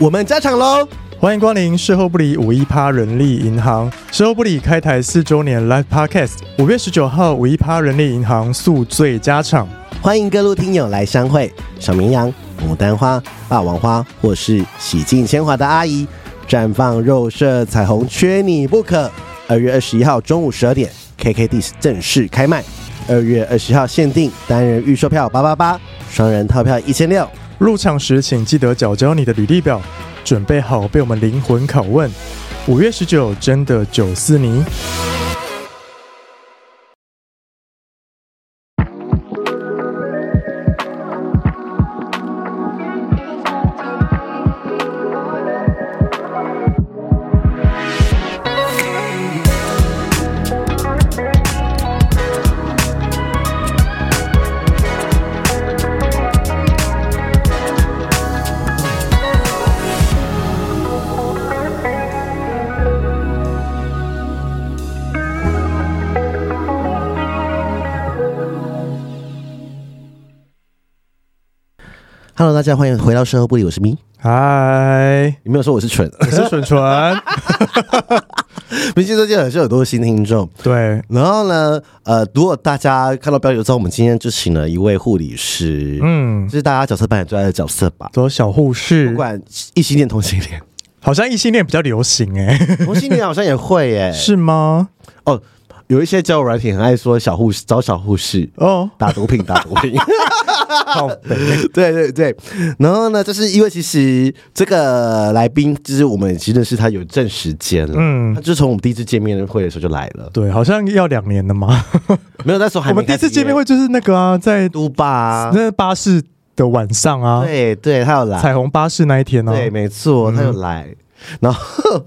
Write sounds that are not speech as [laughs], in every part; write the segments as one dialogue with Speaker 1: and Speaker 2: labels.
Speaker 1: 我们加场喽！
Speaker 2: 欢迎光临事后不理五一趴人力银行。事后不理开台四周年 Live Podcast，五月十九号五一趴人力银行宿醉加场。
Speaker 1: 欢迎各路听友来相会，小绵羊、牡丹花、霸王花，或是洗尽铅华的阿姨，绽放肉色彩虹，缺你不可。二月二十一号中午十二点，KKD 正式开卖。二月二十号限定单人预售票八八八，双人套票一千六。
Speaker 2: 入场时请记得缴交你的履历表，准备好被我们灵魂拷问。五月十九真的九四你。
Speaker 1: Hello，大家欢迎回到事后不理，我是咪。
Speaker 2: 嗨，
Speaker 1: 你没有说我是蠢，
Speaker 2: 我是蠢蠢。
Speaker 1: [laughs] 毕竟最近还是有很多新听众。
Speaker 2: 对，
Speaker 1: 然后呢，呃，如果大家看到标题之后，我们今天就请了一位护理师，
Speaker 2: 嗯
Speaker 1: 这，是大家角色扮演最爱的角色吧？
Speaker 2: 走小护
Speaker 1: 不
Speaker 2: 士，
Speaker 1: 管异性恋、同性恋，
Speaker 2: 好像异性恋比较流行哎、
Speaker 1: [laughs] 同性恋好像也会耶、
Speaker 2: 是吗？
Speaker 1: [laughs] 哦，有一些交友软体很爱说小护士找小护士
Speaker 2: 哦，
Speaker 1: 打毒品，打毒
Speaker 2: [laughs]
Speaker 1: 品。
Speaker 2: 好，
Speaker 1: 对对对，然后呢，就是因为其实这个来宾，就是我们已经认识他有一阵时间了，
Speaker 2: 嗯
Speaker 1: 他就从我们第一次见面会的时候就来了，
Speaker 2: 对，好像要两年了嘛。
Speaker 1: 没有那时候还没
Speaker 2: 我们第一次见面会就是那个啊，在
Speaker 1: 都
Speaker 2: [laughs]
Speaker 1: 吧，
Speaker 2: 那巴士的晚上啊，
Speaker 1: 啊对对，他有来，
Speaker 2: 彩虹巴士那一天呢、
Speaker 1: 对，
Speaker 2: 啊，
Speaker 1: 没错，他有来，然后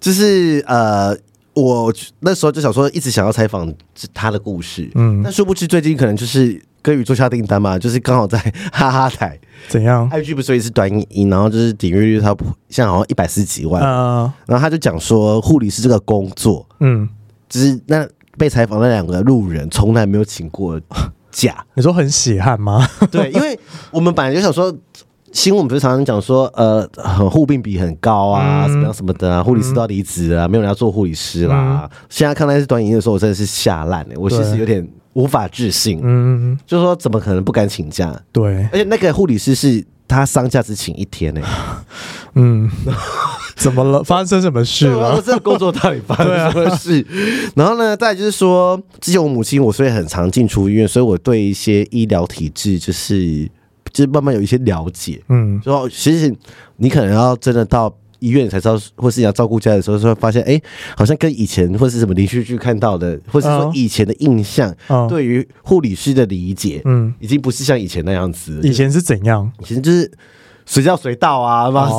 Speaker 1: 就是呃，我那时候就想说，一直想要采访他的故事，嗯，但殊不知最近可能就是跟宇宙下订单嘛，就是刚好在哈哈台
Speaker 2: 怎样？
Speaker 1: IG 不是有一直短影音，然后就是点阅率它现在好像一百四十几万，
Speaker 2: 啊，
Speaker 1: 然后他就讲说护理师这个工作，
Speaker 2: 嗯，
Speaker 1: 就是那被采访那两个路人从来没有请过假，
Speaker 2: 你说很血汗吗？
Speaker 1: [laughs] 对，因为我们本来就想说，新闻不是常常讲说，呃，很护病比很高啊，
Speaker 2: 嗯
Speaker 1: 什么样什么的啊，护理师都要离职啊，没有人要做护理师啦。现在看那些短影音的时候，我真的是吓烂了，我其实
Speaker 2: 嗯对
Speaker 1: 有点无法置信，
Speaker 2: 嗯，
Speaker 1: 就是说怎么可能不敢请假？
Speaker 2: 对，
Speaker 1: 而且那个护理师是他丧假只请一天呢、欸，
Speaker 2: 嗯，怎么了？发生什么事啊
Speaker 1: 啊我
Speaker 2: 了？
Speaker 1: 这个工作到底发生
Speaker 2: 啊
Speaker 1: 什么事？然后呢，再来就是说，之前我母亲我所以很常进出医院，所以我对一些医疗体制就是就是慢慢有一些了解。
Speaker 2: 嗯，
Speaker 1: 说其实你可能要真的到医院才知道，或是你要照顾家的时候，才会发现，哎、好像跟以前或是什么连续剧看到的，或是说
Speaker 2: 嗯
Speaker 1: 以前的印象，
Speaker 2: 嗯
Speaker 1: 对于护理师的理解，
Speaker 2: 嗯
Speaker 1: 已经不是像以前那样子了。
Speaker 2: 以前是怎样？
Speaker 1: 以前就是随叫随到啊，马上、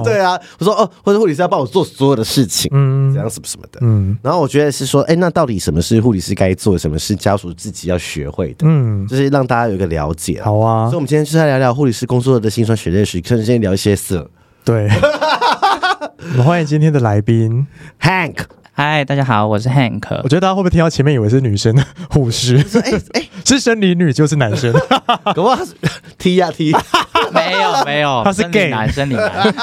Speaker 1: [laughs] 对啊，我说哦，或者护理师要帮我做所有的事情，
Speaker 2: 嗯
Speaker 1: 怎样什么什么的。
Speaker 2: 嗯
Speaker 1: 然后我觉得是说，哎、那到底什么是护理师该做，什么是家属自己要学会的，
Speaker 2: 嗯，
Speaker 1: 就是让大家有一个了解啊。
Speaker 2: 好啊
Speaker 1: 所以，我们今天就是来聊聊护理师工作的辛酸血泪史，甚至先聊一些死 [laughs]
Speaker 2: 对。我们欢迎今天的来宾， [laughs]
Speaker 1: Hank。
Speaker 3: 嗨，大家好，我是 Hank
Speaker 2: 我。觉得大家会不会听到前面以为是女生 [laughs] 护士，
Speaker 1: 说哎哎，
Speaker 2: [laughs] 是生理女就是男
Speaker 1: [laughs]
Speaker 2: 生，
Speaker 1: 搞不好他是 [laughs] 踢呀
Speaker 2: [laughs]
Speaker 1: 踢。[laughs]
Speaker 3: 没有没有，
Speaker 2: 他是
Speaker 3: 生理
Speaker 2: gay
Speaker 3: 男，生理男。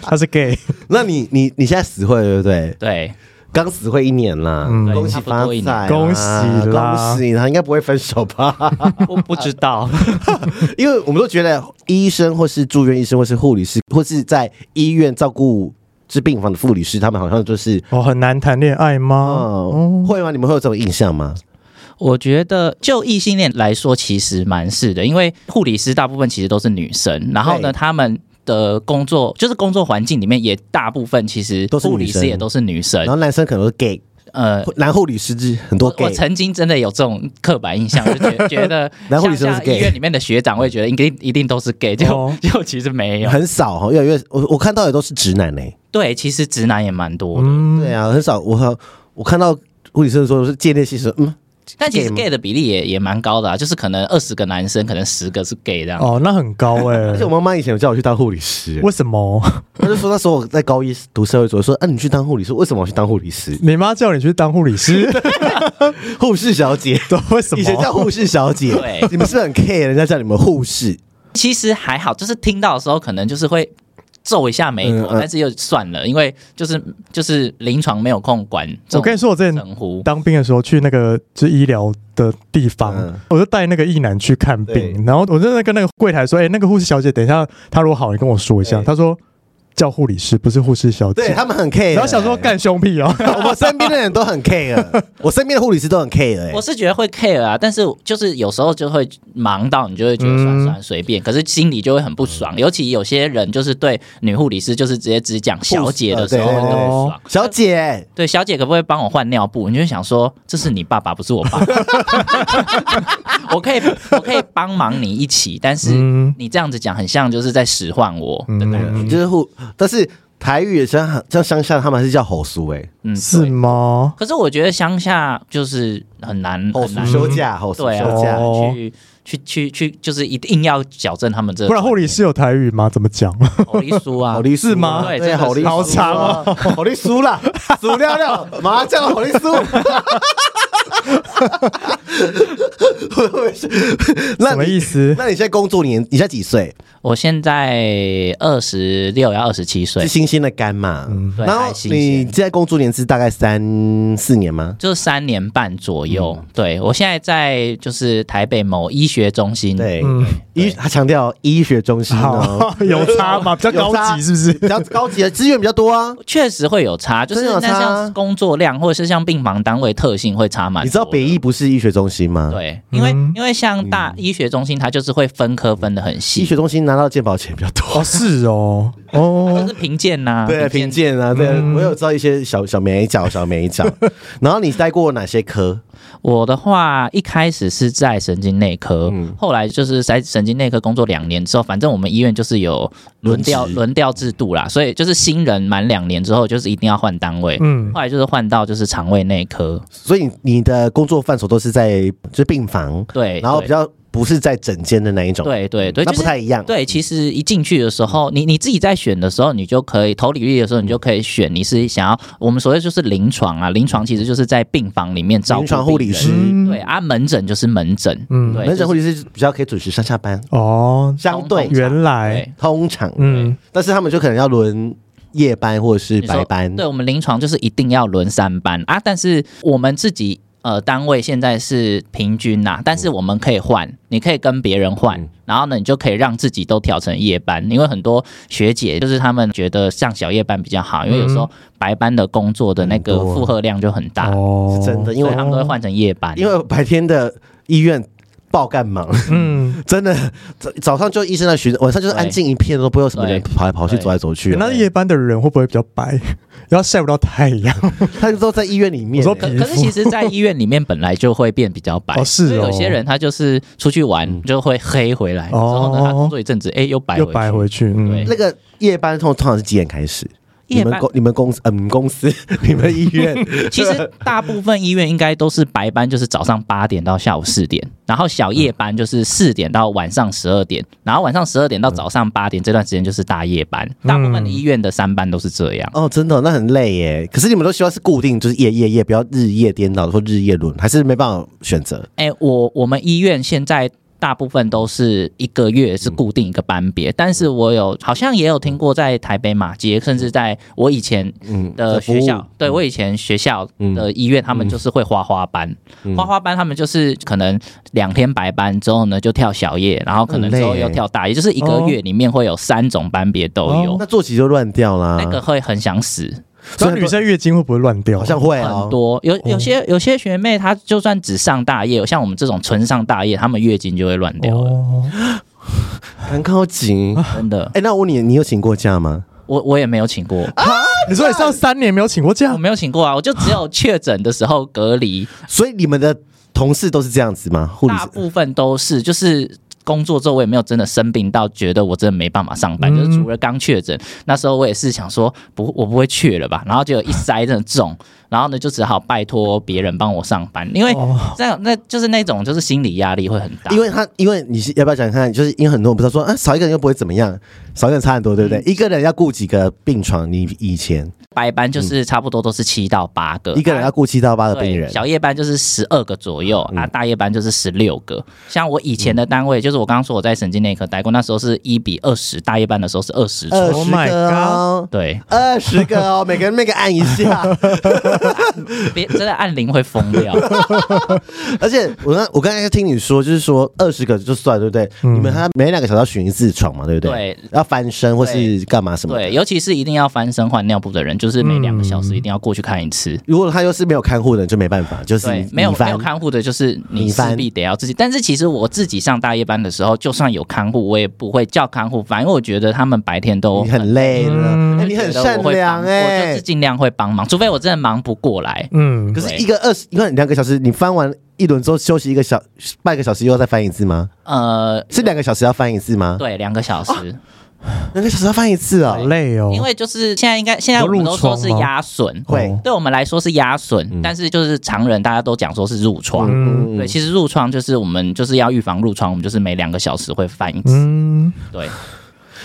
Speaker 2: 他是 gay，
Speaker 1: 那你你你现在死会对不对？
Speaker 3: 对，
Speaker 1: 刚死会一年啦，
Speaker 2: 嗯
Speaker 1: 恭喜发
Speaker 3: 对
Speaker 1: 财
Speaker 3: 差
Speaker 1: 啦，
Speaker 2: 不多一年恭喜啦
Speaker 1: 恭喜！他应该不会分手吧？ [laughs]
Speaker 3: 我不知道。
Speaker 1: 因为我们都觉得医生或是住院医生或是护理师或是在医院照顾治病房的护理师，他们好像就是。
Speaker 2: 哦，很难谈恋爱吗？
Speaker 1: 嗯，会吗？你们会有这种印象吗？
Speaker 3: [laughs] 我觉得就异性恋来说，其实蛮是的，因为护理师大部分其实都是女生，然后
Speaker 1: 对
Speaker 3: 呢，他们。的工作就是工作环境里面也大部分其实
Speaker 1: 都是女
Speaker 3: 护理
Speaker 1: 生
Speaker 3: 师也都是女生
Speaker 2: 哎
Speaker 1: 然，后男生可能是 gay，
Speaker 3: 呃，
Speaker 1: 男护理师之很多
Speaker 3: 我我
Speaker 1: gay，
Speaker 3: 曾经真的有这种刻板印象，就觉
Speaker 1: [laughs]
Speaker 3: 觉得
Speaker 1: 男护理
Speaker 3: 像
Speaker 1: 师都是
Speaker 3: 像
Speaker 1: gay
Speaker 3: 医院里面的学长会觉得应该一定都是 gay，就
Speaker 2: 哦
Speaker 3: 就其实
Speaker 1: [laughs]
Speaker 3: 没有。
Speaker 1: 很少哈，越来越我我看到的都是直男欸呢、
Speaker 3: 对，其实直男也蛮多的，
Speaker 2: 嗯，
Speaker 1: 对啊，很少我我看到护理师说是戒恋系说，嗯，
Speaker 3: 但其实
Speaker 1: gay
Speaker 3: gay 的比例也也蛮高的啊，就是可能二十个男生，可能十个是 gay 这样。
Speaker 2: 哦，那很高哎
Speaker 1: 嗯而且，我妈妈以前有叫我去当护理师，
Speaker 2: 为什么？ [laughs]
Speaker 1: 她就说那时候我在高一读社会组，说啊你去当护理师，为什么我去当护理师？
Speaker 2: 你妈叫你去当护理师， [laughs]
Speaker 1: 护士小
Speaker 3: [laughs]
Speaker 1: 姐，
Speaker 2: 对，为什么？
Speaker 1: 以前叫护士小姐，
Speaker 3: 对
Speaker 1: 你们是不是很 care 人家叫你们护士？
Speaker 3: 其实还好，就是听到的时候可能就是会皱一下眉头，
Speaker 1: 嗯嗯
Speaker 3: 但是又算了，因为就是就是临床没有空管这
Speaker 2: 我跟你
Speaker 3: 种
Speaker 2: 说，我之前
Speaker 3: 称呼。
Speaker 2: 当兵的时候去那个就医疗的地方，
Speaker 1: 嗯
Speaker 2: 我就带那个一男去看病
Speaker 1: 对，
Speaker 2: 然后我就在跟那个柜台说：“哎、那个护士小姐，等一下，她如果好，你跟我说一下。”
Speaker 1: 对
Speaker 2: 她说：“叫护理师，不是护士小姐。
Speaker 1: 对他们很 care，
Speaker 2: [laughs] 然后想说干胸屁哦，
Speaker 1: [laughs] 我们身边的人都很 care，我身边的护理师都很 care，哎
Speaker 3: 我是觉得会 care 啊，但是就是有时候就会忙到你就会觉得算
Speaker 2: 嗯
Speaker 3: 算随便，可是心里就会很不爽。尤其有些人就是对女护理师就是直接只讲小姐的时候
Speaker 1: 护
Speaker 3: 会
Speaker 1: 士呃对
Speaker 3: 更
Speaker 2: 对
Speaker 3: 不
Speaker 2: 对
Speaker 3: 爽。
Speaker 1: 小姐，
Speaker 3: 对，小姐可不可以帮我换尿布？你就会想说，这是你爸爸，不是我爸。 [laughs] 我可以，我可以帮忙你一起，但是
Speaker 2: 嗯
Speaker 3: 你这样子讲，很像就是在使唤我的感觉。
Speaker 2: 嗯
Speaker 1: 就是护，但是台语像像乡下他们还是叫吼叔，哎，
Speaker 3: 嗯，
Speaker 2: 是
Speaker 3: 对。
Speaker 2: 吗？
Speaker 3: 可是我觉得乡下就是很难，
Speaker 1: 吼
Speaker 3: 很
Speaker 1: 叔
Speaker 3: 难
Speaker 1: 休假，吼叔
Speaker 3: 对啊，
Speaker 1: 休假
Speaker 2: 哦，
Speaker 3: 去去去去，就是一定要矫正他们这个。
Speaker 2: 不然护理师有台语吗？怎么讲？
Speaker 3: 好利叔啊，
Speaker 1: 好利
Speaker 2: 是吗
Speaker 3: 对
Speaker 1: 对，
Speaker 3: 真的
Speaker 1: 好利
Speaker 3: 是
Speaker 2: 好长哦，
Speaker 1: 好利叔啦，数料料，
Speaker 2: [laughs]
Speaker 1: 麻将好利叔。那
Speaker 2: 什么
Speaker 1: 你
Speaker 2: 意思？
Speaker 1: 那你现在工作年，你现在几岁？
Speaker 3: 我现在二十六要二十七岁
Speaker 1: 是，新鲜的肝嘛？
Speaker 2: 嗯
Speaker 3: 对
Speaker 1: 然后
Speaker 3: 还新鲜
Speaker 1: 你现在工作年资大概三四年吗？
Speaker 3: 就是三年半左右。
Speaker 2: 嗯
Speaker 3: 对我现在在就是台北某医学中心，
Speaker 1: 对，
Speaker 2: 嗯，
Speaker 1: 医他强调医学中心哦
Speaker 2: 好，，有差吗？比较
Speaker 1: 有
Speaker 2: 高
Speaker 1: 差
Speaker 2: 级是不是？
Speaker 1: [laughs] 比较高级的资源比较多啊。
Speaker 3: 确实会有差，就是
Speaker 1: 真的有
Speaker 3: 那
Speaker 1: 差啊
Speaker 3: 像工作量或者是像病房单位特性会差蛮多的。
Speaker 1: 你知道北医不是医学中心吗？，
Speaker 3: 对，因为、
Speaker 2: 嗯
Speaker 3: 因为像大医学中心，它就是会分科分的很
Speaker 1: 医
Speaker 3: 细，
Speaker 1: 学中心拿到健保钱比较多。
Speaker 2: 哦，是哦，
Speaker 3: 就
Speaker 2: 哦，
Speaker 3: 是评鉴呐，
Speaker 1: 嗯对，评鉴啊，对，
Speaker 2: 嗯
Speaker 1: 我有知道一些小小美角、小美角。 [laughs] 然后你待过哪些科？
Speaker 3: 我的话，一开始是在神经内科，
Speaker 1: 嗯
Speaker 3: 后来就是在神经内科工作两年之后，反正我们医院就是有轮调
Speaker 1: 轮值
Speaker 3: 轮调制度啦，所以就是新人满两年之后，就是一定要换单位。
Speaker 1: [laughs]
Speaker 2: 嗯，
Speaker 3: 后来就是换到就是肠胃内科，
Speaker 1: 所以你的工作范畴都是在就是病房，
Speaker 3: 对，
Speaker 1: 然后
Speaker 3: 对
Speaker 1: 比较不是在整间的那一种，，
Speaker 3: 对对对，
Speaker 1: 那
Speaker 3: 就
Speaker 1: 不
Speaker 3: 是
Speaker 1: 太一样。
Speaker 3: 对，其实一进去的时候，你你自己在选的时候，你就可以投履历的时候，你就可以选你是想要我们所谓就是临床啊，临床其实就是在病房里面照顾
Speaker 1: 临床护理
Speaker 3: 病人
Speaker 1: 师
Speaker 2: 嗯
Speaker 3: 对，啊，门诊就是门诊，
Speaker 2: 嗯
Speaker 3: 对，
Speaker 1: 门诊护
Speaker 3: 理
Speaker 1: 理师比较可以准时上下班，
Speaker 2: 哦，
Speaker 1: 相对
Speaker 3: 通
Speaker 2: 原来，
Speaker 3: 对，
Speaker 1: 通常，
Speaker 2: 嗯，
Speaker 1: 但是他们就可能要轮夜班或者是
Speaker 3: 你说
Speaker 1: 白班，
Speaker 3: 对我们临床就是一定要轮三班啊，但是我们自己。呃，单位现在是平均呐、但是我们可以换，你可以跟别人换，
Speaker 1: 嗯
Speaker 3: 然后呢，你就可以让自己都调成夜班，因为很多学姐就是她们觉得上小夜班比较好，因为有时候白班的工作的那个
Speaker 1: 嗯很多啊
Speaker 3: 负荷量就很大，
Speaker 2: 哦
Speaker 1: 是真的，因
Speaker 3: 所
Speaker 1: 为
Speaker 3: 以他们都会换成夜班。
Speaker 1: 因为白天的医院爆干忙，
Speaker 2: 嗯，
Speaker 1: 真的早早上就医生在巡，晚上就是安静一片，都不会有什么人
Speaker 3: 对
Speaker 1: 跑来跑去、
Speaker 3: 对
Speaker 1: 走来走去
Speaker 2: 欸。
Speaker 3: 哦
Speaker 2: 那夜班的人会不会比较白？ [laughs] 然后晒不到太阳？
Speaker 1: 他都在医院里面
Speaker 2: 我说
Speaker 1: 欸，
Speaker 3: 可可是其实，在医院里面本来就会变比较白，
Speaker 2: [laughs] 哦是哦嗯
Speaker 3: 所以有些人他就是出去玩就会黑回来，
Speaker 2: 哦
Speaker 3: 之后呢，他工作一阵子，哎，又 [laughs] 白
Speaker 2: 又
Speaker 3: 去
Speaker 2: 白回去，嗯
Speaker 3: 对，
Speaker 1: 那个夜班通通常是几点开始？你
Speaker 3: 夜班
Speaker 1: 们公你们公司嗯公司 [laughs] 你们医
Speaker 3: [laughs]
Speaker 1: 院
Speaker 3: 其实大部分医院应该都是白班，就是早上八点到下午四点，然后小夜班就是四点到晚上十二
Speaker 2: 嗯
Speaker 3: 点，然后晚上十二点到早上八点这段时间就是大夜班。
Speaker 2: 嗯
Speaker 3: 大部分的医院的三班都是这样。
Speaker 1: 哦，真的哦那很累耶。可是你们都希望是固定，就是夜夜夜，不要日夜颠倒，或日夜轮，还是没办法选择。
Speaker 3: 哎、我我们医院现在。大部分都是一
Speaker 1: 嗯
Speaker 3: 个月是固定一个班别，但是我有好像也有听过在台北马街，甚至在我以前
Speaker 1: 嗯
Speaker 3: 的
Speaker 1: 服务
Speaker 3: 学校，对我以前学校的医院，他们就是会花花班，
Speaker 1: 嗯
Speaker 3: 花花班他们就是可能两天白班之后呢就跳小夜，然后可能之
Speaker 1: 很
Speaker 3: 后
Speaker 1: 累欸
Speaker 3: 又跳大夜，就是一个月里面会有三种班别都有，
Speaker 1: 那作息就乱掉啦。
Speaker 3: 那个会很想死，
Speaker 1: 所以
Speaker 2: 那女生月经会不会乱掉？
Speaker 1: 好像会哦
Speaker 3: 很，多有有些有些学妹她就算只上大夜，像我们这种纯上大夜，她们月经就会乱掉了，
Speaker 2: 哦，
Speaker 1: 很靠
Speaker 2: [laughs]
Speaker 1: 紧。
Speaker 3: 真的，
Speaker 1: 哎，那我问你，你有请过假吗？
Speaker 3: 我我也没有请过，
Speaker 1: 啊
Speaker 2: 你说你上三年没有请过假
Speaker 3: 我？没有请过啊，我就只有确诊的时候隔离，
Speaker 1: 所以你们的同事都是这样子吗？ [laughs] 护理
Speaker 3: 大部分都是就是。工作之后，我也没有真的生病到觉得我真的没办法上班，
Speaker 2: 嗯
Speaker 3: 就是除了刚确诊那时候，我也是想说不，我不会去了吧，然后结果一塞真的中，然后呢就只好拜托别人帮我上班，因为
Speaker 2: 哦，
Speaker 3: 这样那就是那种就是心理压力会很大，
Speaker 1: 因为他，因为你是要不要讲看？就是因为很多人不知道说啊，少一个人又不会怎么样，少一个人差很多，对不
Speaker 3: 嗯
Speaker 1: 对？一个人要顾几个病床？你以前
Speaker 3: 白班就是差不多都是七到八个，
Speaker 1: 一个人要顾七到八个
Speaker 3: 对，
Speaker 1: 病人，嗯
Speaker 3: 小夜班就是十二个左右、啊，大夜班就是十六个。像我以前的单位，就就是我刚刚说我在神经内科待过，那时候是一比二十，大夜班的时候是二十出。
Speaker 1: 二
Speaker 2: Oh
Speaker 1: 十
Speaker 2: my
Speaker 1: 个哦，
Speaker 3: 对，
Speaker 1: 二十个哦，每个人每个按一
Speaker 2: [laughs]
Speaker 1: 下。
Speaker 3: 别真的按铃会疯
Speaker 1: [laughs]
Speaker 3: 掉。
Speaker 1: 而且我刚我刚才听你说，就是说二十个就算对不对？
Speaker 2: 嗯
Speaker 1: 你们还每两个小时要巡一次床嘛，对不对？
Speaker 3: 对
Speaker 1: 要翻身或是干嘛什么的？
Speaker 3: 对，尤其是一定要翻身换尿布的人，就是每两个小时一定要过去看一次。
Speaker 1: 如果他又是没有看护的，就没办法，就是
Speaker 3: 对
Speaker 1: 你，
Speaker 3: 没有
Speaker 1: 翻
Speaker 3: 没有看护的，就是你
Speaker 1: 你
Speaker 3: 势
Speaker 1: 翻
Speaker 3: 必得要自己。但是其实我自己上大夜班的时候，就算有看护，我也不会叫看护，反正我觉得他们白天都
Speaker 1: 你很累了，
Speaker 2: 嗯
Speaker 1: 哎你很善
Speaker 3: 我会
Speaker 1: 良
Speaker 3: 帮我就
Speaker 1: 哎、
Speaker 3: 是尽量会帮忙，除非我真的忙不过来。
Speaker 2: 嗯
Speaker 1: 可，是一个二十，你看两个小时，你翻完一轮之后休息一个小半个小时，又要再翻一次吗？
Speaker 3: 呃，
Speaker 1: 是两个小时要翻一次吗？
Speaker 3: 对，两个小时，
Speaker 2: 哦
Speaker 1: 两个小时要翻一次
Speaker 2: 好
Speaker 1: 哦，
Speaker 2: 累哦，
Speaker 3: 因为就是现在应该现在
Speaker 2: 有
Speaker 3: 我们
Speaker 2: 褥
Speaker 3: 都说是
Speaker 2: 疮吗
Speaker 3: 压损，
Speaker 1: 会
Speaker 2: 哦
Speaker 3: 对我们来说是压损，但是就是常人大家都讲说是褥
Speaker 1: 啊
Speaker 3: 疮。
Speaker 2: 嗯
Speaker 3: 对，其实褥疮就是我们就是要预防褥疮，我们就是每两个小时会翻一次。
Speaker 2: 嗯，
Speaker 3: 对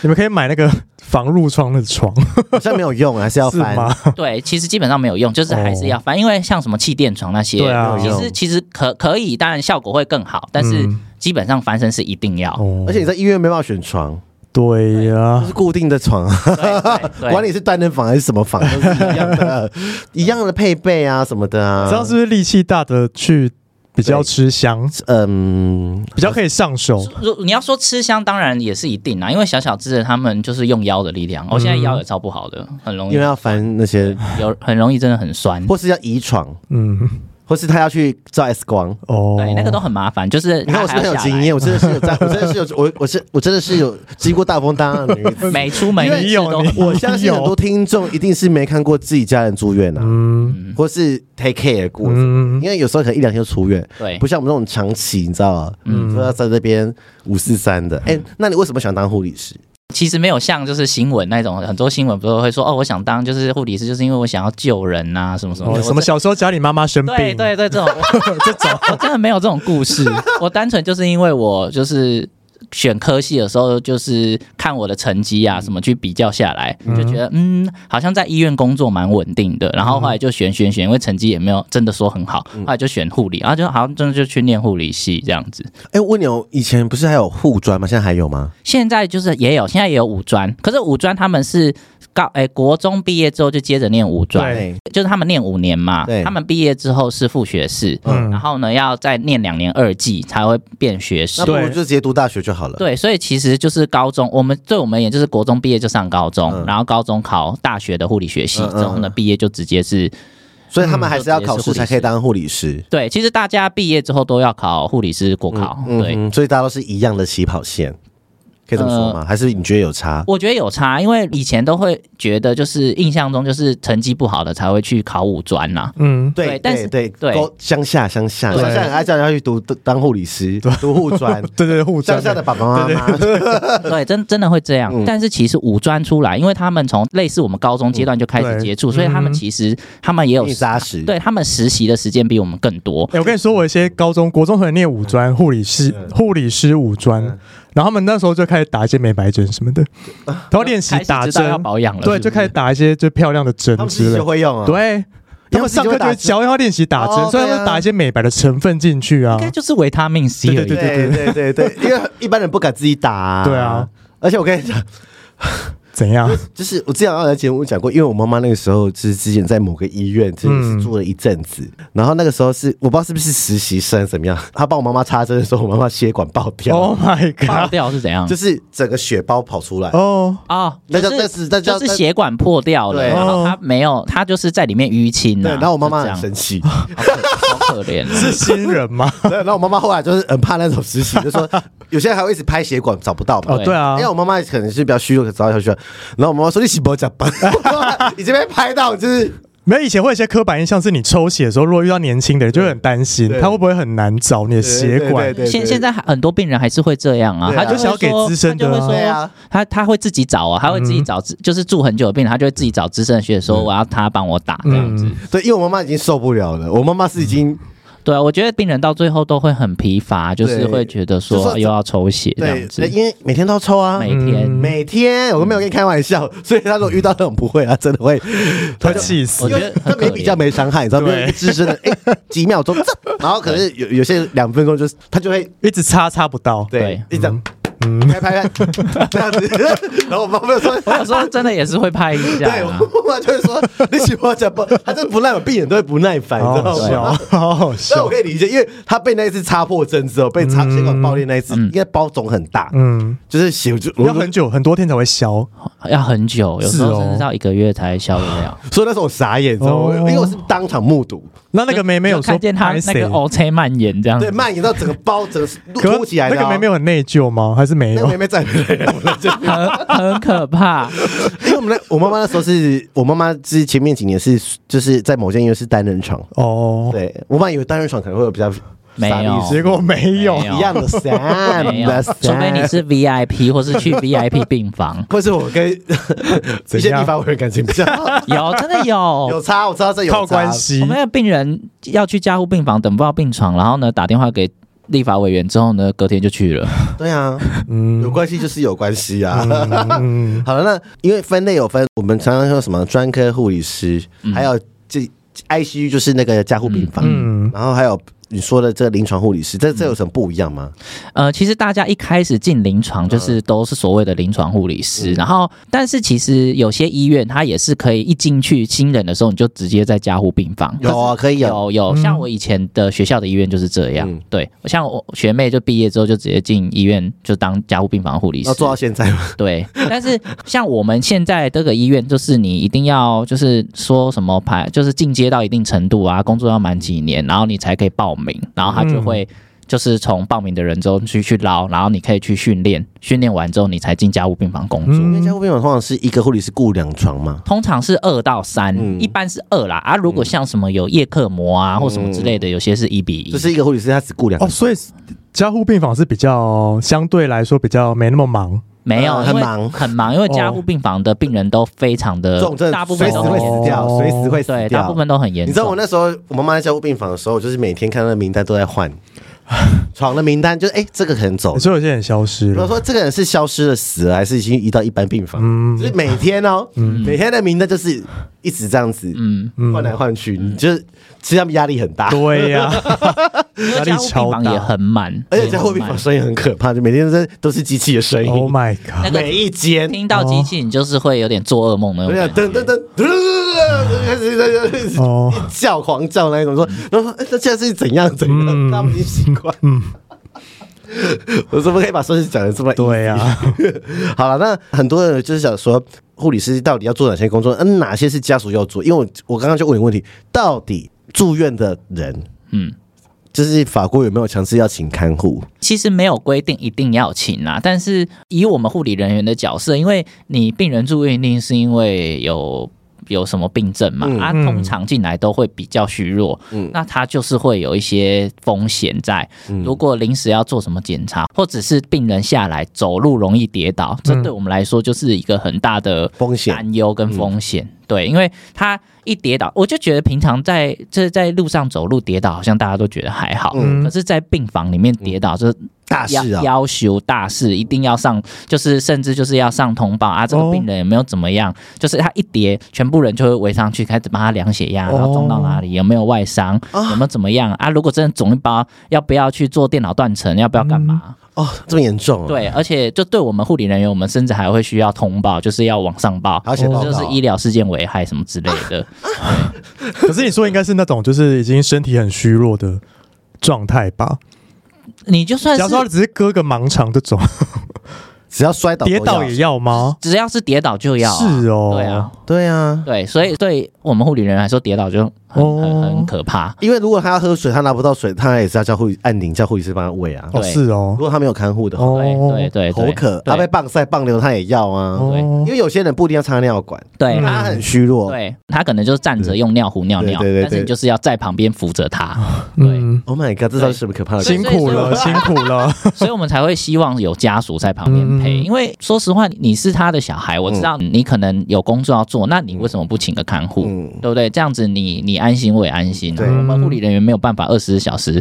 Speaker 2: 你们可以买那个防褥窗的床，
Speaker 1: 好像没有用，啊还是要
Speaker 2: 是
Speaker 1: 翻。
Speaker 2: 吗？
Speaker 3: 对，其实基本上没有用，就是还是要翻，因为像什么气垫床那些，
Speaker 2: 哦对啊
Speaker 3: 其实其实可可以，当然效果会更好，但是
Speaker 2: 嗯
Speaker 3: 基本上翻身是一定要。
Speaker 2: 哦
Speaker 1: 而且你在医院没办法选床，
Speaker 2: 对呀
Speaker 1: 是，固定的床啊，
Speaker 3: 对对对
Speaker 1: 管你是单人房还是什么房，都是 [laughs] 一样的，一样的配备啊什么的啊。
Speaker 2: 这样是不是力气大的去比较吃香，
Speaker 1: 嗯，
Speaker 2: 比较可以上手？
Speaker 3: 如你要说吃香，当然也是一定啊啦，因为小小只的他们就是用腰的力量，哦我、现
Speaker 2: 嗯
Speaker 3: 在腰也超不好的，很容易
Speaker 1: 因为要翻那些，
Speaker 3: 有很容易真的很酸。
Speaker 1: 或是要移床，
Speaker 2: 嗯，
Speaker 1: 或是他要去照 X 光。
Speaker 2: 哦，
Speaker 3: 对，那个都很麻烦，就是
Speaker 1: 你看，我是
Speaker 3: 它
Speaker 1: 不
Speaker 3: 还
Speaker 1: 是很
Speaker 3: 要
Speaker 1: 有
Speaker 3: 下
Speaker 1: 经
Speaker 3: 来，
Speaker 1: 验，我真的是有在，我真的是有，我我是我真的是有经过大风大浪的女子。
Speaker 3: 每出门一
Speaker 2: 你
Speaker 3: 次
Speaker 2: 有
Speaker 3: 都
Speaker 2: 你
Speaker 1: [laughs] 我相信很多听众一定是没看过自己家人住院啊，
Speaker 2: 嗯
Speaker 1: 或是 take care 过，
Speaker 2: 嗯
Speaker 1: 因为有时候可能一两天就出院，
Speaker 3: 对
Speaker 1: 不像我们这种长期，你知道吗？嗯，说要在这边五四三的。哎，那你为什么想当护理师？
Speaker 3: 其实没有像就是新闻那种，很多新闻不是会说哦，我想当就是护理师，就是因为我想要救人呐，什么什么的。
Speaker 2: 哦，
Speaker 3: 我
Speaker 2: 什么
Speaker 3: 这
Speaker 2: 小时候家里妈妈生
Speaker 3: 对
Speaker 2: 病，
Speaker 3: 对对，
Speaker 2: [laughs]
Speaker 3: 这种这种我真的没有这种故事。我单纯就是因为我就是选科系的时候，就是看我的成绩啊什么去比较下来，就觉得嗯，好像在医院工作蛮稳定的。然后
Speaker 2: 嗯
Speaker 3: 后来就选选选，因为成绩也没有真的说很好，后来就选护理，然后就好像真的就去念护理系这样子。
Speaker 1: 哎，蜗牛以前不是还有护专吗？现在还有吗？
Speaker 3: 现在就是也有，现在也有五专，可是五专他们是高哎、国中毕业之后就接着念五专，
Speaker 2: 对，
Speaker 3: 就是他们念五年嘛
Speaker 1: 对，
Speaker 3: 他们毕业之后是副学士，
Speaker 2: 嗯
Speaker 3: 然后呢要再念两年二技才会变学士
Speaker 1: 那。不如
Speaker 2: 对
Speaker 1: 就直接读大学就好了。，
Speaker 3: 对，所以其实就是高中，我们对我们也就是国中毕业就上高中，
Speaker 1: 嗯
Speaker 3: 然后高中考大学的护理学系，
Speaker 1: 嗯嗯
Speaker 3: 之后呢
Speaker 1: 嗯
Speaker 3: 毕业就直接是
Speaker 1: 所以他们还是要考试
Speaker 3: 嗯
Speaker 1: 才可以当护理师。
Speaker 3: 对。其实大家毕业之后都要考护理师国考，对，
Speaker 1: 嗯，所以大家都是一样的起跑线，可以这么说吗？还是你觉得有差？
Speaker 3: 我觉得有差，因为以前都会觉得就是印象中就是成绩不好的才会去考五专啊呐、
Speaker 2: 嗯，
Speaker 1: 对
Speaker 3: 对但是
Speaker 1: 对
Speaker 3: 对
Speaker 1: 高乡下乡下
Speaker 2: 对
Speaker 1: 乡下很爱叫人家去读当护理师、读护专，
Speaker 2: 对对， [laughs] 互
Speaker 1: 乡
Speaker 2: 相
Speaker 1: 下的爸爸妈妈
Speaker 3: [laughs] 对，真真的会这样。
Speaker 1: 嗯
Speaker 3: 但是其实五专出来，因为他们从类似我们高中阶段就开
Speaker 2: 嗯
Speaker 3: 始
Speaker 2: 对
Speaker 3: 接触，所以他们
Speaker 2: 嗯
Speaker 3: 其实他们也有
Speaker 1: 一扎实。
Speaker 3: 对他们实习的时间比我们更多
Speaker 2: 哎、。我跟你说，我有一些高中、国中可能念五专护理师、护理师五专，
Speaker 1: 嗯
Speaker 2: 然后他们那时候就开始打一些美白针什么的，然后练习
Speaker 3: 开始
Speaker 2: 打
Speaker 3: 知道要
Speaker 2: 针，
Speaker 3: 保养了，
Speaker 2: 对，
Speaker 3: 是
Speaker 2: 就
Speaker 3: 不
Speaker 2: 开
Speaker 3: 是
Speaker 2: 始打一些就漂亮的针
Speaker 1: 他们自
Speaker 2: 之
Speaker 1: 己
Speaker 2: 类
Speaker 1: 就
Speaker 2: 的，
Speaker 1: 会用啊。
Speaker 2: 对。他们上课就会教要练习打针，
Speaker 1: 哦
Speaker 2: 所以他
Speaker 1: 对啊
Speaker 2: 们打一些美白的成分进去啊
Speaker 3: 应。该就是维他命 C 而
Speaker 2: 对
Speaker 3: 已。
Speaker 1: 对对对对，因为一般人不敢自己打啊。
Speaker 2: 对啊，
Speaker 1: 而且我跟你讲，
Speaker 2: 怎样？
Speaker 1: 就是我之前好像在节目讲过，因为我妈妈那个时候就是之前在某个医院，就是
Speaker 2: 嗯
Speaker 1: 是住了一阵子，然后那个时候是我不知道是不是实习生怎么样，她帮我妈妈插针的时候，我妈妈血管爆掉，
Speaker 2: Oh my
Speaker 3: 爆
Speaker 2: god！
Speaker 3: 掉是怎样？
Speaker 1: 就是整个血包跑出来。
Speaker 2: 哦，
Speaker 3: 哦，
Speaker 1: 那叫
Speaker 3: 就是
Speaker 1: 那是那叫
Speaker 3: 就是血管破掉了，
Speaker 1: 对
Speaker 3: 然后他没有，他就是在里面淤青啊
Speaker 1: 对，然后我妈妈
Speaker 3: 就这
Speaker 1: 很
Speaker 3: 样
Speaker 1: 生气，
Speaker 3: 好可好可怜啊。
Speaker 2: 是新
Speaker 1: [laughs]
Speaker 2: 人吗？
Speaker 1: 对，然后我妈妈后来就是很怕那种实习，就
Speaker 3: [laughs]
Speaker 1: 说有些人还会一直拍血管找不到嘛
Speaker 2: 哦，，对啊
Speaker 1: 因为，我妈妈可能是比较虚弱，可找到血管，然后我妈妈说你洗不假吧，
Speaker 3: [laughs]
Speaker 1: 已经被拍到，就是
Speaker 2: 没有以前会有一些刻板印象，是你抽血的时候，如果遇到年轻的人，就会很担心
Speaker 1: 对
Speaker 2: 他会不会很难找你的血
Speaker 1: 对
Speaker 2: 管。
Speaker 1: 对对
Speaker 3: 现现在很多病人还是会这样啊，
Speaker 1: 对啊
Speaker 3: 他就会
Speaker 2: 想要给
Speaker 3: 说
Speaker 2: 资深的啊
Speaker 3: 他就会
Speaker 1: 对
Speaker 3: 说、
Speaker 1: 啊
Speaker 3: 他他会自己找啊，他会自己找，就是住很久的病人，他就会自己找资深的学者说我要他帮我打这样子。
Speaker 2: 嗯
Speaker 1: 对，因为我妈妈已经受不了了，我妈妈是已经
Speaker 3: 对啊，我觉得病人到最后都会很疲乏，就是
Speaker 1: 对
Speaker 3: 会觉得
Speaker 1: 就
Speaker 3: 说
Speaker 1: 说
Speaker 3: 又要抽血这
Speaker 1: 对
Speaker 3: 样，子，
Speaker 1: 因为每天都要抽啊，
Speaker 3: 每天。
Speaker 2: 嗯
Speaker 1: 每天我都没有跟你开玩笑，所以他如果遇到那种不会啊，真的会，
Speaker 2: 他气死
Speaker 3: 我
Speaker 1: 因
Speaker 3: 觉
Speaker 1: 为
Speaker 3: 得很
Speaker 1: 他没比较
Speaker 3: 可怜
Speaker 1: 没伤害，你知道吗？
Speaker 2: 对
Speaker 1: 没有一个资深的，哎，几秒
Speaker 3: [laughs]
Speaker 1: 钟，这然后可是有有些两分钟就是他就会
Speaker 2: 一直擦擦不到。
Speaker 1: 对
Speaker 3: 对
Speaker 1: 一直这样
Speaker 2: 嗯
Speaker 1: 拍拍拍
Speaker 2: [laughs]
Speaker 1: 这样子，然后我朋友说。
Speaker 2: 啊
Speaker 3: 我有时候真的也是会拍一下啊
Speaker 1: 对，我
Speaker 3: 啦，
Speaker 1: 妈就会说 [laughs] 你喜欢讲不，他真的不耐烦，病人都会不耐烦，你
Speaker 2: 好
Speaker 1: 知
Speaker 2: 好
Speaker 1: 道
Speaker 2: 笑
Speaker 1: 吗？，
Speaker 2: 好好
Speaker 1: 但
Speaker 2: 笑
Speaker 1: 我可。以理解，因为他被那一次插破针之后，被插血管爆裂那一次，应该包肿很大，
Speaker 2: 嗯，
Speaker 1: 就是血就
Speaker 2: 要很久很多天才会消。
Speaker 3: 要很久，有时
Speaker 2: 是哦
Speaker 3: 候甚至到一个月才消得了。
Speaker 1: 所以那时候我傻眼，你知道吗？
Speaker 2: 哦
Speaker 1: 因为我是当场目睹，
Speaker 2: 那那个妹妹有
Speaker 3: 就
Speaker 2: 说
Speaker 3: 看见他
Speaker 2: 拍
Speaker 3: 那
Speaker 2: 谁
Speaker 3: 个 OK 蔓延这样
Speaker 1: 对，
Speaker 3: 子，
Speaker 1: 蔓延到整个包，整个
Speaker 2: [laughs] 可
Speaker 1: 凸起来的
Speaker 2: 那
Speaker 1: 啊。
Speaker 2: 个妹妹有很内疚吗？还是没
Speaker 1: 那
Speaker 2: 有
Speaker 1: 个妹？妹再回来了，
Speaker 2: [laughs]
Speaker 1: 我们就
Speaker 3: 很很可怕。
Speaker 1: 因为我们那我妈妈那时候是我妈妈是前面几年是就是在某间医院是单人床，
Speaker 2: 哦，
Speaker 1: 对我妈以为单人床可能会有比较
Speaker 3: 没有
Speaker 1: 傻逼
Speaker 2: 结果没有
Speaker 3: 没。有
Speaker 1: 一样
Speaker 3: [laughs]
Speaker 1: 的 sad，
Speaker 3: 没有，除非你是 VIP 或是去 VIP 病房，
Speaker 1: 或是我
Speaker 2: [laughs]
Speaker 1: 跟一些地方我人感情比较好，
Speaker 3: 有真的
Speaker 1: [laughs] 有
Speaker 3: 有。
Speaker 1: 差，我知道这有差
Speaker 2: 靠关。系
Speaker 3: 我，们的病人要去加护病房，等不到病床，然后呢打电话给立法委员之后呢，隔天就去了。
Speaker 1: 对啊，
Speaker 2: 嗯
Speaker 1: 有关系就是有关系啊。
Speaker 2: 嗯，
Speaker 1: [laughs] 好了，那因为分类有分，我们常常说什么专科护理师，
Speaker 3: 嗯
Speaker 1: 还有这 ICU 就是那个加护病房，
Speaker 2: 嗯
Speaker 1: 然后还有你说的这个临床护理师，这这
Speaker 3: 嗯
Speaker 1: 有什么不一样吗？
Speaker 3: 呃，其实大家一开始进临
Speaker 1: 嗯
Speaker 3: 床就是都是所谓的临床护理师，然后但是其实有些医院它也是可以一进去新人的时候你就直接在加护病房。
Speaker 1: 有啊，可以有，
Speaker 3: 有啊有，像我以前的学校的医院就是这样，
Speaker 1: 嗯
Speaker 3: 对，像我学妹就毕业之后就直接进医院就当加护病房护理师
Speaker 1: 要，做到现在吗？
Speaker 3: 对，但是像我们现在这个医院，就是你一定要就是说什么排，就是进阶到一定程度啊，工作要满几年，然后你才可以报名，然后他
Speaker 2: 嗯
Speaker 3: 就会。就是从报名的人中去去捞，然后你可以去训练，训练完之后你才进加护病房工作。
Speaker 1: 因为
Speaker 2: 嗯
Speaker 1: 加护病房通常是一个护理师雇两床嘛，
Speaker 3: 通常是二到三、
Speaker 1: 嗯
Speaker 3: 一般是二啦。啊，如果像什么有叶克膜啊、或什么之类的，有些是一比
Speaker 1: 嗯
Speaker 3: 一。
Speaker 1: 就是一个护理师他只雇两
Speaker 2: 哦，所以加护病房是比较相对来说比较没那么忙，
Speaker 3: 没有，
Speaker 1: 呃
Speaker 3: 因
Speaker 1: 很
Speaker 3: 为
Speaker 1: 忙
Speaker 3: 很忙，因为加
Speaker 2: 哦
Speaker 3: 护病房的病人都非常的
Speaker 1: 重症，
Speaker 3: 大部
Speaker 1: 随
Speaker 3: 分
Speaker 1: 时
Speaker 3: 都
Speaker 1: 会
Speaker 3: 很
Speaker 1: 死
Speaker 3: 严
Speaker 1: 掉，
Speaker 2: 哦
Speaker 1: 随时会死
Speaker 3: 对，
Speaker 1: 掉。
Speaker 3: 大部分都很严重。
Speaker 1: 你知道我那时候我妈妈在加护病房的时候，我就是每天看她的名单都在 [laughs] 换，床的名单就是哎、这个可能走了。
Speaker 2: 所以有些人消失
Speaker 1: 比如
Speaker 2: 了。
Speaker 1: 说这个人是消失了死了，还是已经移到一般病房？
Speaker 2: 嗯
Speaker 1: 就是每天哦，每天的名单就是一直这样子
Speaker 3: 嗯，
Speaker 1: 换来换去，你就是其实他们压力很大，[laughs]
Speaker 2: 对呀，压力
Speaker 3: 加护病
Speaker 2: 超
Speaker 3: 房也
Speaker 2: 大。
Speaker 3: 很满，
Speaker 1: 而且加护病房声音很可怕，就每天都是都是机器的声音，
Speaker 2: Oh my
Speaker 3: 那
Speaker 2: god！
Speaker 3: 个
Speaker 1: 每一间。
Speaker 3: 听到机器，你就是会有点做噩梦那
Speaker 1: 我
Speaker 3: 种
Speaker 1: 想
Speaker 3: 感觉。
Speaker 1: 噔噔噔噔，开始
Speaker 2: 哦，
Speaker 1: 叫狂叫那一种，说，
Speaker 2: 嗯
Speaker 1: 然后说，哎，这现在是怎样怎样，他们已经习惯。嗯， [laughs] 我怎么可以把事情讲的这么
Speaker 2: 对呀，
Speaker 1: 好了，那很多人就是想说，护理师到底要做哪些工作？嗯、哪些是家属要做？因为我我刚刚就问你问题，到底住院的人，
Speaker 3: 嗯，
Speaker 1: 就是法国有没有强制要请看护？
Speaker 3: 其实没有规定一定要请啊，但是以我们护理人员的角色，因为你病人住院一定是因为有。有什么病症嘛？
Speaker 1: 嗯
Speaker 3: 啊，
Speaker 2: 嗯
Speaker 3: 通常进来都会比较虚弱，
Speaker 1: 嗯
Speaker 3: 那他就是会有一些风险在。如果临时要做什么检查，或者是病人下来走路容易跌倒，
Speaker 2: 嗯
Speaker 3: 这对我们来说就是一个很大的
Speaker 1: 风险嗯
Speaker 3: 担忧跟风险。对，因为他一跌倒，我就觉得平常在这在路上走路跌倒，好像大家都觉得还好，
Speaker 2: 嗯
Speaker 3: 可是，在病房里面跌倒，这
Speaker 1: 大事
Speaker 3: 要
Speaker 1: 啊，
Speaker 3: 要求大事一定要上，就是甚至就是要上通报啊，这个
Speaker 2: 哦
Speaker 3: 病人有没有怎么样？就是他一跌，全部人就会围上去开始帮他量血
Speaker 1: 哦
Speaker 3: 压，然后中到哪里，有没有外伤，有没有怎么样啊？如果真的肿一包，要不要去做电脑断层？要不要干嘛？
Speaker 1: 哦，这么严重、啊，，
Speaker 3: 对，而且就对我们护理人员，我们甚至还会需要通报，就是要往上报。
Speaker 1: 还要写报告
Speaker 3: 哦就是医疗事件危害什么之类的，
Speaker 2: 可是你说应该是那种就是已经身体很虚弱的状态吧？
Speaker 3: [laughs] 你就算
Speaker 2: 假如说
Speaker 3: 是
Speaker 2: 他只是割个盲肠这
Speaker 3: [laughs]
Speaker 2: 种，
Speaker 1: 只要摔倒
Speaker 2: 跌
Speaker 1: 都要
Speaker 2: 倒也要吗？
Speaker 3: 只要是跌倒就要啊、
Speaker 2: 是哦
Speaker 3: 对啊，
Speaker 1: 对啊，
Speaker 3: 对，所以对我们护理人员来说，跌倒就很
Speaker 2: 哦
Speaker 3: 很很可怕。
Speaker 1: 因为如果他要喝水，他拿不到水，他也是要叫护按铃叫护理师帮他喂啊。
Speaker 2: 哦，
Speaker 3: 对
Speaker 2: 是哦
Speaker 1: 如，果他没有看护的话，哎
Speaker 3: 对对对，
Speaker 1: 口
Speaker 3: 对
Speaker 1: 渴，他被
Speaker 3: 对
Speaker 1: 棒晒棒流他也要啊。
Speaker 2: 哦
Speaker 3: 对
Speaker 1: 因为有些人不一定要插尿管，
Speaker 3: 对
Speaker 1: 他很虚弱。
Speaker 3: 嗯对，他可能就是站着用尿壶尿尿，
Speaker 1: 对对对对
Speaker 3: 但是你就是要在旁边扶着他，
Speaker 2: 嗯，
Speaker 1: Oh my god，这到底是什么可怕的事？
Speaker 2: 辛苦了，辛苦了，
Speaker 3: 所以我们才会希望有家属在旁边陪。
Speaker 2: 嗯
Speaker 3: 因为说实话，你是他的小孩，我知道你可能有工作要做，那你为什么不请个看护？
Speaker 1: 嗯
Speaker 3: 对不对？这样子你你安心，我也安心、啊。
Speaker 1: 对
Speaker 3: 我们护理人员没有办法二十四小时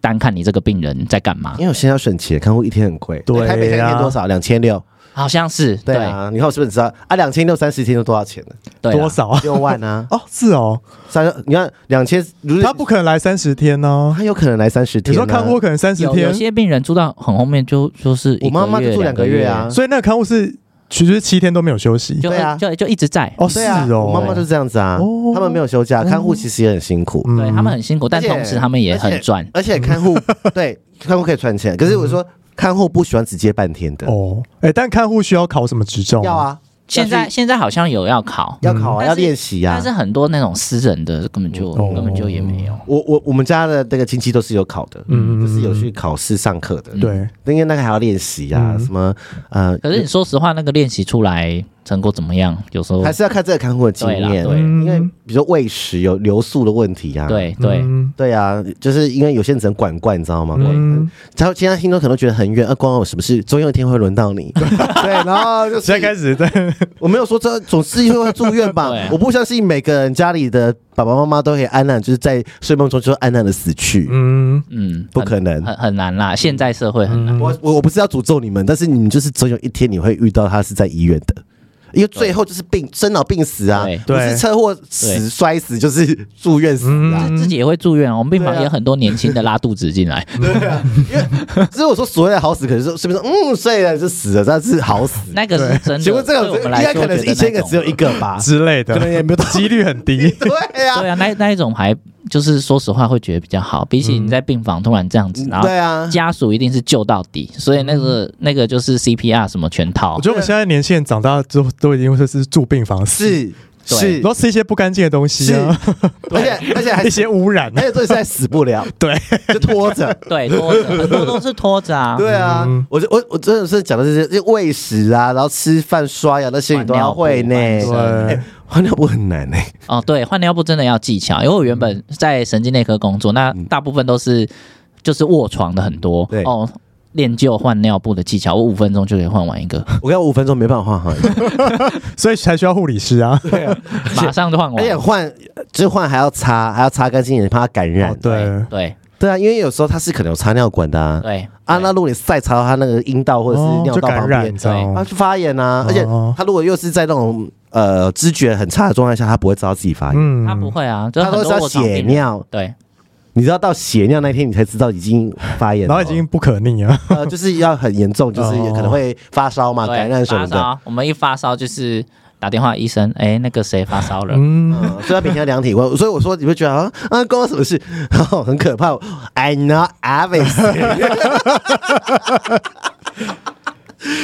Speaker 3: 单看你这个病人在干嘛
Speaker 1: 因，为我现在要省钱，看护一天很贵，
Speaker 2: 对
Speaker 1: 台北现在一天
Speaker 2: 呀
Speaker 1: 多少？两千六，
Speaker 3: 好像是
Speaker 1: 对
Speaker 3: 对
Speaker 1: 啊，你看我是不是知道啊？两千六三十天都多少钱呢？
Speaker 3: [laughs] 对啊
Speaker 2: 多少啊？，
Speaker 1: 六万啊
Speaker 2: 哦，是哦，
Speaker 1: 三你看两千，如
Speaker 2: 他不可能来三十天呢、
Speaker 1: 他有可能来三十
Speaker 2: 你
Speaker 1: 天、啊，
Speaker 2: 说看护可能三十
Speaker 3: 有有
Speaker 2: 天，
Speaker 3: 些病人住到很后面就就是一
Speaker 1: 我妈妈
Speaker 3: 个月
Speaker 1: 就住两个月啊，，
Speaker 2: 所以那个看护是其实七天都没有休息。
Speaker 3: 就
Speaker 1: 对啊
Speaker 3: 就就一直在。
Speaker 2: 哦，是
Speaker 1: 对啊，
Speaker 2: 哦，
Speaker 1: 我妈妈就是这样子啊
Speaker 2: 哦，
Speaker 1: 他们没有休假，看护其实也很辛苦，
Speaker 2: 嗯
Speaker 3: 对他们很辛苦，但
Speaker 1: 而且
Speaker 3: 同时他们也很赚。
Speaker 1: 而且看护对看护可以赚钱，可是我说看护不喜欢只接半天的，
Speaker 2: 嗯哦，哎、但看护需要考什么执照吗？
Speaker 1: 要啊，
Speaker 3: 现在现在好像有要考，
Speaker 1: 要考啊，
Speaker 3: 但是
Speaker 1: 要练习啊
Speaker 3: 嗯但是。很多那种私人的根本就
Speaker 2: 哦
Speaker 3: 根本就也没有。
Speaker 1: 我我我们家的那个亲戚都是有考的，
Speaker 2: 嗯，嗯，
Speaker 1: 就是有
Speaker 2: 嗯
Speaker 1: 去考试上课的，
Speaker 2: 对，
Speaker 1: 因为那个还要练习啊，
Speaker 2: 嗯
Speaker 1: 什么呃，
Speaker 3: 嗯可是你说实话，那个练习出来成果怎么样？有时候
Speaker 1: 还是要看这个看护的经验，
Speaker 3: 对啦对
Speaker 1: 因为比如说喂食有流速的问题啊，
Speaker 3: 对对，
Speaker 2: 嗯
Speaker 1: 对啊，就是因为有些人只能管灌，你知道吗？
Speaker 2: 嗯，
Speaker 1: 然后其他听众可能觉得很远，啊，光我是不是总有一天会轮到
Speaker 2: [laughs]
Speaker 1: 你？对，然后 [laughs] 就是
Speaker 2: 现在开始在
Speaker 1: 我没有说这总是会住院吧
Speaker 3: [laughs] 对？啊
Speaker 1: 我不相信每个人家里的爸爸妈妈都可以安然，就是在睡梦中就安然的死去，
Speaker 2: 嗯
Speaker 3: 嗯，
Speaker 1: 不
Speaker 3: 很
Speaker 1: 可能。
Speaker 3: 很很难啦。现在社会很难，
Speaker 2: 嗯，
Speaker 1: 我我我不是要诅咒你们，但是你们就是总有一天你会遇到他是在医院的，因为最后就是病生老病死啊，
Speaker 3: 对
Speaker 1: 不是车祸死
Speaker 3: 对
Speaker 1: 摔死就是住院死啊。
Speaker 2: 嗯
Speaker 3: 自己也会住院哦。我们病房
Speaker 1: 对啊
Speaker 3: 也有很多年轻的拉肚子
Speaker 1: [laughs]
Speaker 3: 进来，
Speaker 1: 所以我说所谓的好死，可能是是不是嗯睡了就死了，但是好死。
Speaker 3: 那个是嗯真的。
Speaker 1: 请问这
Speaker 3: 对我
Speaker 1: 个
Speaker 3: 们
Speaker 1: 应
Speaker 3: 来
Speaker 1: 该
Speaker 3: 说
Speaker 1: 可能是
Speaker 3: 觉得
Speaker 1: 一千个
Speaker 3: 那种
Speaker 1: 只有一个吧？
Speaker 2: 之类的，
Speaker 1: 可能也没有到
Speaker 2: 几率很
Speaker 1: [laughs]
Speaker 2: 低。
Speaker 1: 对呀、
Speaker 3: [laughs] 对啊，那那一种还就是说实话会觉得比较好，比起你在病房突然这样子，然
Speaker 1: 嗯
Speaker 3: 后
Speaker 1: 对啊，嗯
Speaker 3: 家属一定是救到底，所以那个那个就是 CPR 什么全套
Speaker 2: 我觉。得我们现在年轻人长大之后都已经是是住病房死，
Speaker 1: 是
Speaker 3: 对
Speaker 1: 是
Speaker 2: 然后吃一些不干净的东西
Speaker 1: 是
Speaker 2: 啊，， [laughs]
Speaker 1: 而且而且还哎
Speaker 2: 一些污染
Speaker 1: 而。且这现在死不了，
Speaker 2: 对，
Speaker 1: 就拖着。
Speaker 3: 对，拖着很多都是拖着
Speaker 1: [laughs]
Speaker 3: 啊。
Speaker 1: 对啊
Speaker 2: 嗯，
Speaker 1: 我就我我真的是讲的这些，就喂食啊，然后吃饭、刷牙那些你都要会呢。
Speaker 3: 换尿布
Speaker 1: 换尿布
Speaker 2: 对，
Speaker 1: 很难呢，欸
Speaker 3: 哦，对，换尿布真的要技巧，因为我原本在神经内科工作，那大部分都是就是卧床的很多
Speaker 1: 嗯对
Speaker 3: 哦。练就换尿布的技巧，我五分钟就可以换完一
Speaker 1: [laughs]
Speaker 3: 个，
Speaker 1: 我刚五分钟没办法换 [laughs] 好，
Speaker 2: 所以才需要护理师啊。
Speaker 3: 马上就换
Speaker 1: 而且哎
Speaker 3: 完。
Speaker 1: 换就是换还要擦，还要擦干净，你怕它感染
Speaker 2: 哦。对，
Speaker 3: 对
Speaker 1: 对啊，因为有时候它是可能有插尿管的啊，
Speaker 3: 对
Speaker 1: 啊，那如果你晒擦到它那个阴道或者是
Speaker 2: 哦
Speaker 1: 尿
Speaker 2: 就
Speaker 1: 道旁
Speaker 2: 感染，
Speaker 1: 边
Speaker 2: 你，知道
Speaker 1: 它
Speaker 2: 吗？
Speaker 1: 就发炎啊，而且
Speaker 2: 哦
Speaker 1: 它如果又是在那种呃知觉很差的状态下，它不会知道自己发炎。
Speaker 2: 嗯
Speaker 3: 他不会啊，就
Speaker 1: 他
Speaker 3: 很
Speaker 1: 都
Speaker 3: 多
Speaker 1: 是要
Speaker 3: 卧床
Speaker 1: 血
Speaker 3: 病人。
Speaker 1: 尿，
Speaker 3: 对
Speaker 1: 你知道到血尿那天你才知道已经发炎了，
Speaker 2: 然后已经不可逆啊。
Speaker 1: 呃就是要很严重，就是也可
Speaker 2: 哦
Speaker 1: 能会发烧嘛，感染
Speaker 3: 对，
Speaker 1: 什么
Speaker 3: 发
Speaker 1: 的。
Speaker 3: 烧，我们一发烧就是打电话医生，哎，那个谁发烧了，
Speaker 2: 嗯，
Speaker 1: 嗯，所以要每天要量体温，所以我说你会觉得啊啊关我什么事，然后很可怕。I know everything，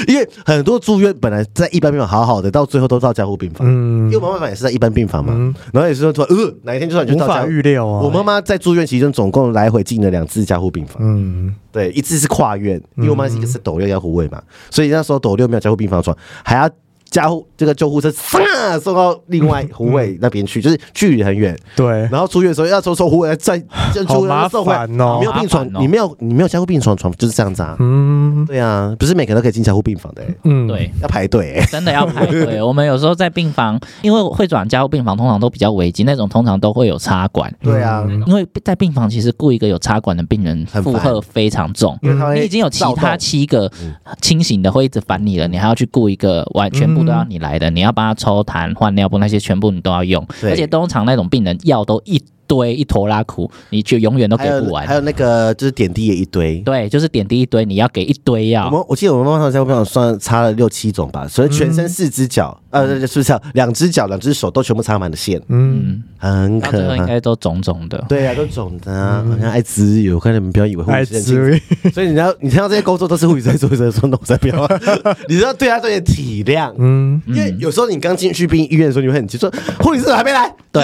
Speaker 1: 因为很多住院本来在一般病房好好的，到最后都到加护病房。因
Speaker 2: 嗯
Speaker 1: 为，我妈妈也是在一般病房嘛，然后也是说突然呃哪一天就算你
Speaker 2: 无
Speaker 1: 就到
Speaker 2: 法
Speaker 1: 家，
Speaker 2: 预料啊。
Speaker 1: 我妈妈在住院期间总共来回进了两次加护病房。
Speaker 2: 嗯，
Speaker 1: 对，一次是跨院，因为我们一个是斗六要护卫嘛，所以那时候斗六没有加护病房床，还要加护这个救护车唰送到另外护卫那边去，就是距离很远。
Speaker 2: 对，
Speaker 1: 然后出院的时候要从从护卫来再再
Speaker 2: 好
Speaker 1: 出院
Speaker 2: 麻
Speaker 1: 送回来，
Speaker 2: 烦哦
Speaker 1: 没有病床
Speaker 3: 好麻烦，哦
Speaker 1: 你没有你没有加护病床床就是这样子啊。
Speaker 2: 嗯
Speaker 1: 对啊，不是每个人都可以进加护病房的欸、
Speaker 2: 嗯，
Speaker 3: 对，
Speaker 1: 要排队、欸。
Speaker 3: 真的要排
Speaker 1: [laughs]
Speaker 3: 队。我们有时候在病房，因为会转加护病房，通常都比较危急，那种通常都会有插管。
Speaker 1: 对啊，
Speaker 2: 嗯
Speaker 3: 因为在病房，其实雇一个有插管的病人
Speaker 1: 很烦
Speaker 3: 负荷非常重，
Speaker 1: 因为他会
Speaker 3: 你已经有其
Speaker 1: 躁动
Speaker 3: 他七个
Speaker 1: 嗯
Speaker 3: 清醒的会一直烦你了，你还要去雇一个完全部都要你来的，你要帮他抽痰、换尿布那些全部你都要用，
Speaker 1: 对
Speaker 3: 而且通常那种病人药都一堆一坨拉苦，你就永远都
Speaker 1: 还
Speaker 3: 给不
Speaker 1: 有还
Speaker 3: 完。
Speaker 1: 有那个就是点滴也一堆。
Speaker 3: 对，就是点滴一堆，你要给一堆啊
Speaker 1: 我
Speaker 3: 药。
Speaker 1: 们我记得我们妈妈在我朋友算擦了六七种吧，所以全身四只脚，呃，是不是啊两只脚、两只手都全部插满了线，
Speaker 2: 嗯，
Speaker 1: 很
Speaker 3: 嗯，到最
Speaker 1: 可怕
Speaker 3: 后应。该都肿肿的。
Speaker 1: 对啊，都肿的啊，好像艾滋有，我看你们不要以为嗯护
Speaker 2: 艾
Speaker 1: 士很轻松
Speaker 2: 滋，
Speaker 1: 所以你知道，你听到这些工作都是护士在做，护士在做，那我才不要。你知道对他这些体谅，
Speaker 2: 嗯，
Speaker 1: 因为有时候你刚进去病医院的时候，你会很急，说护理师怎么还没来，
Speaker 3: 对，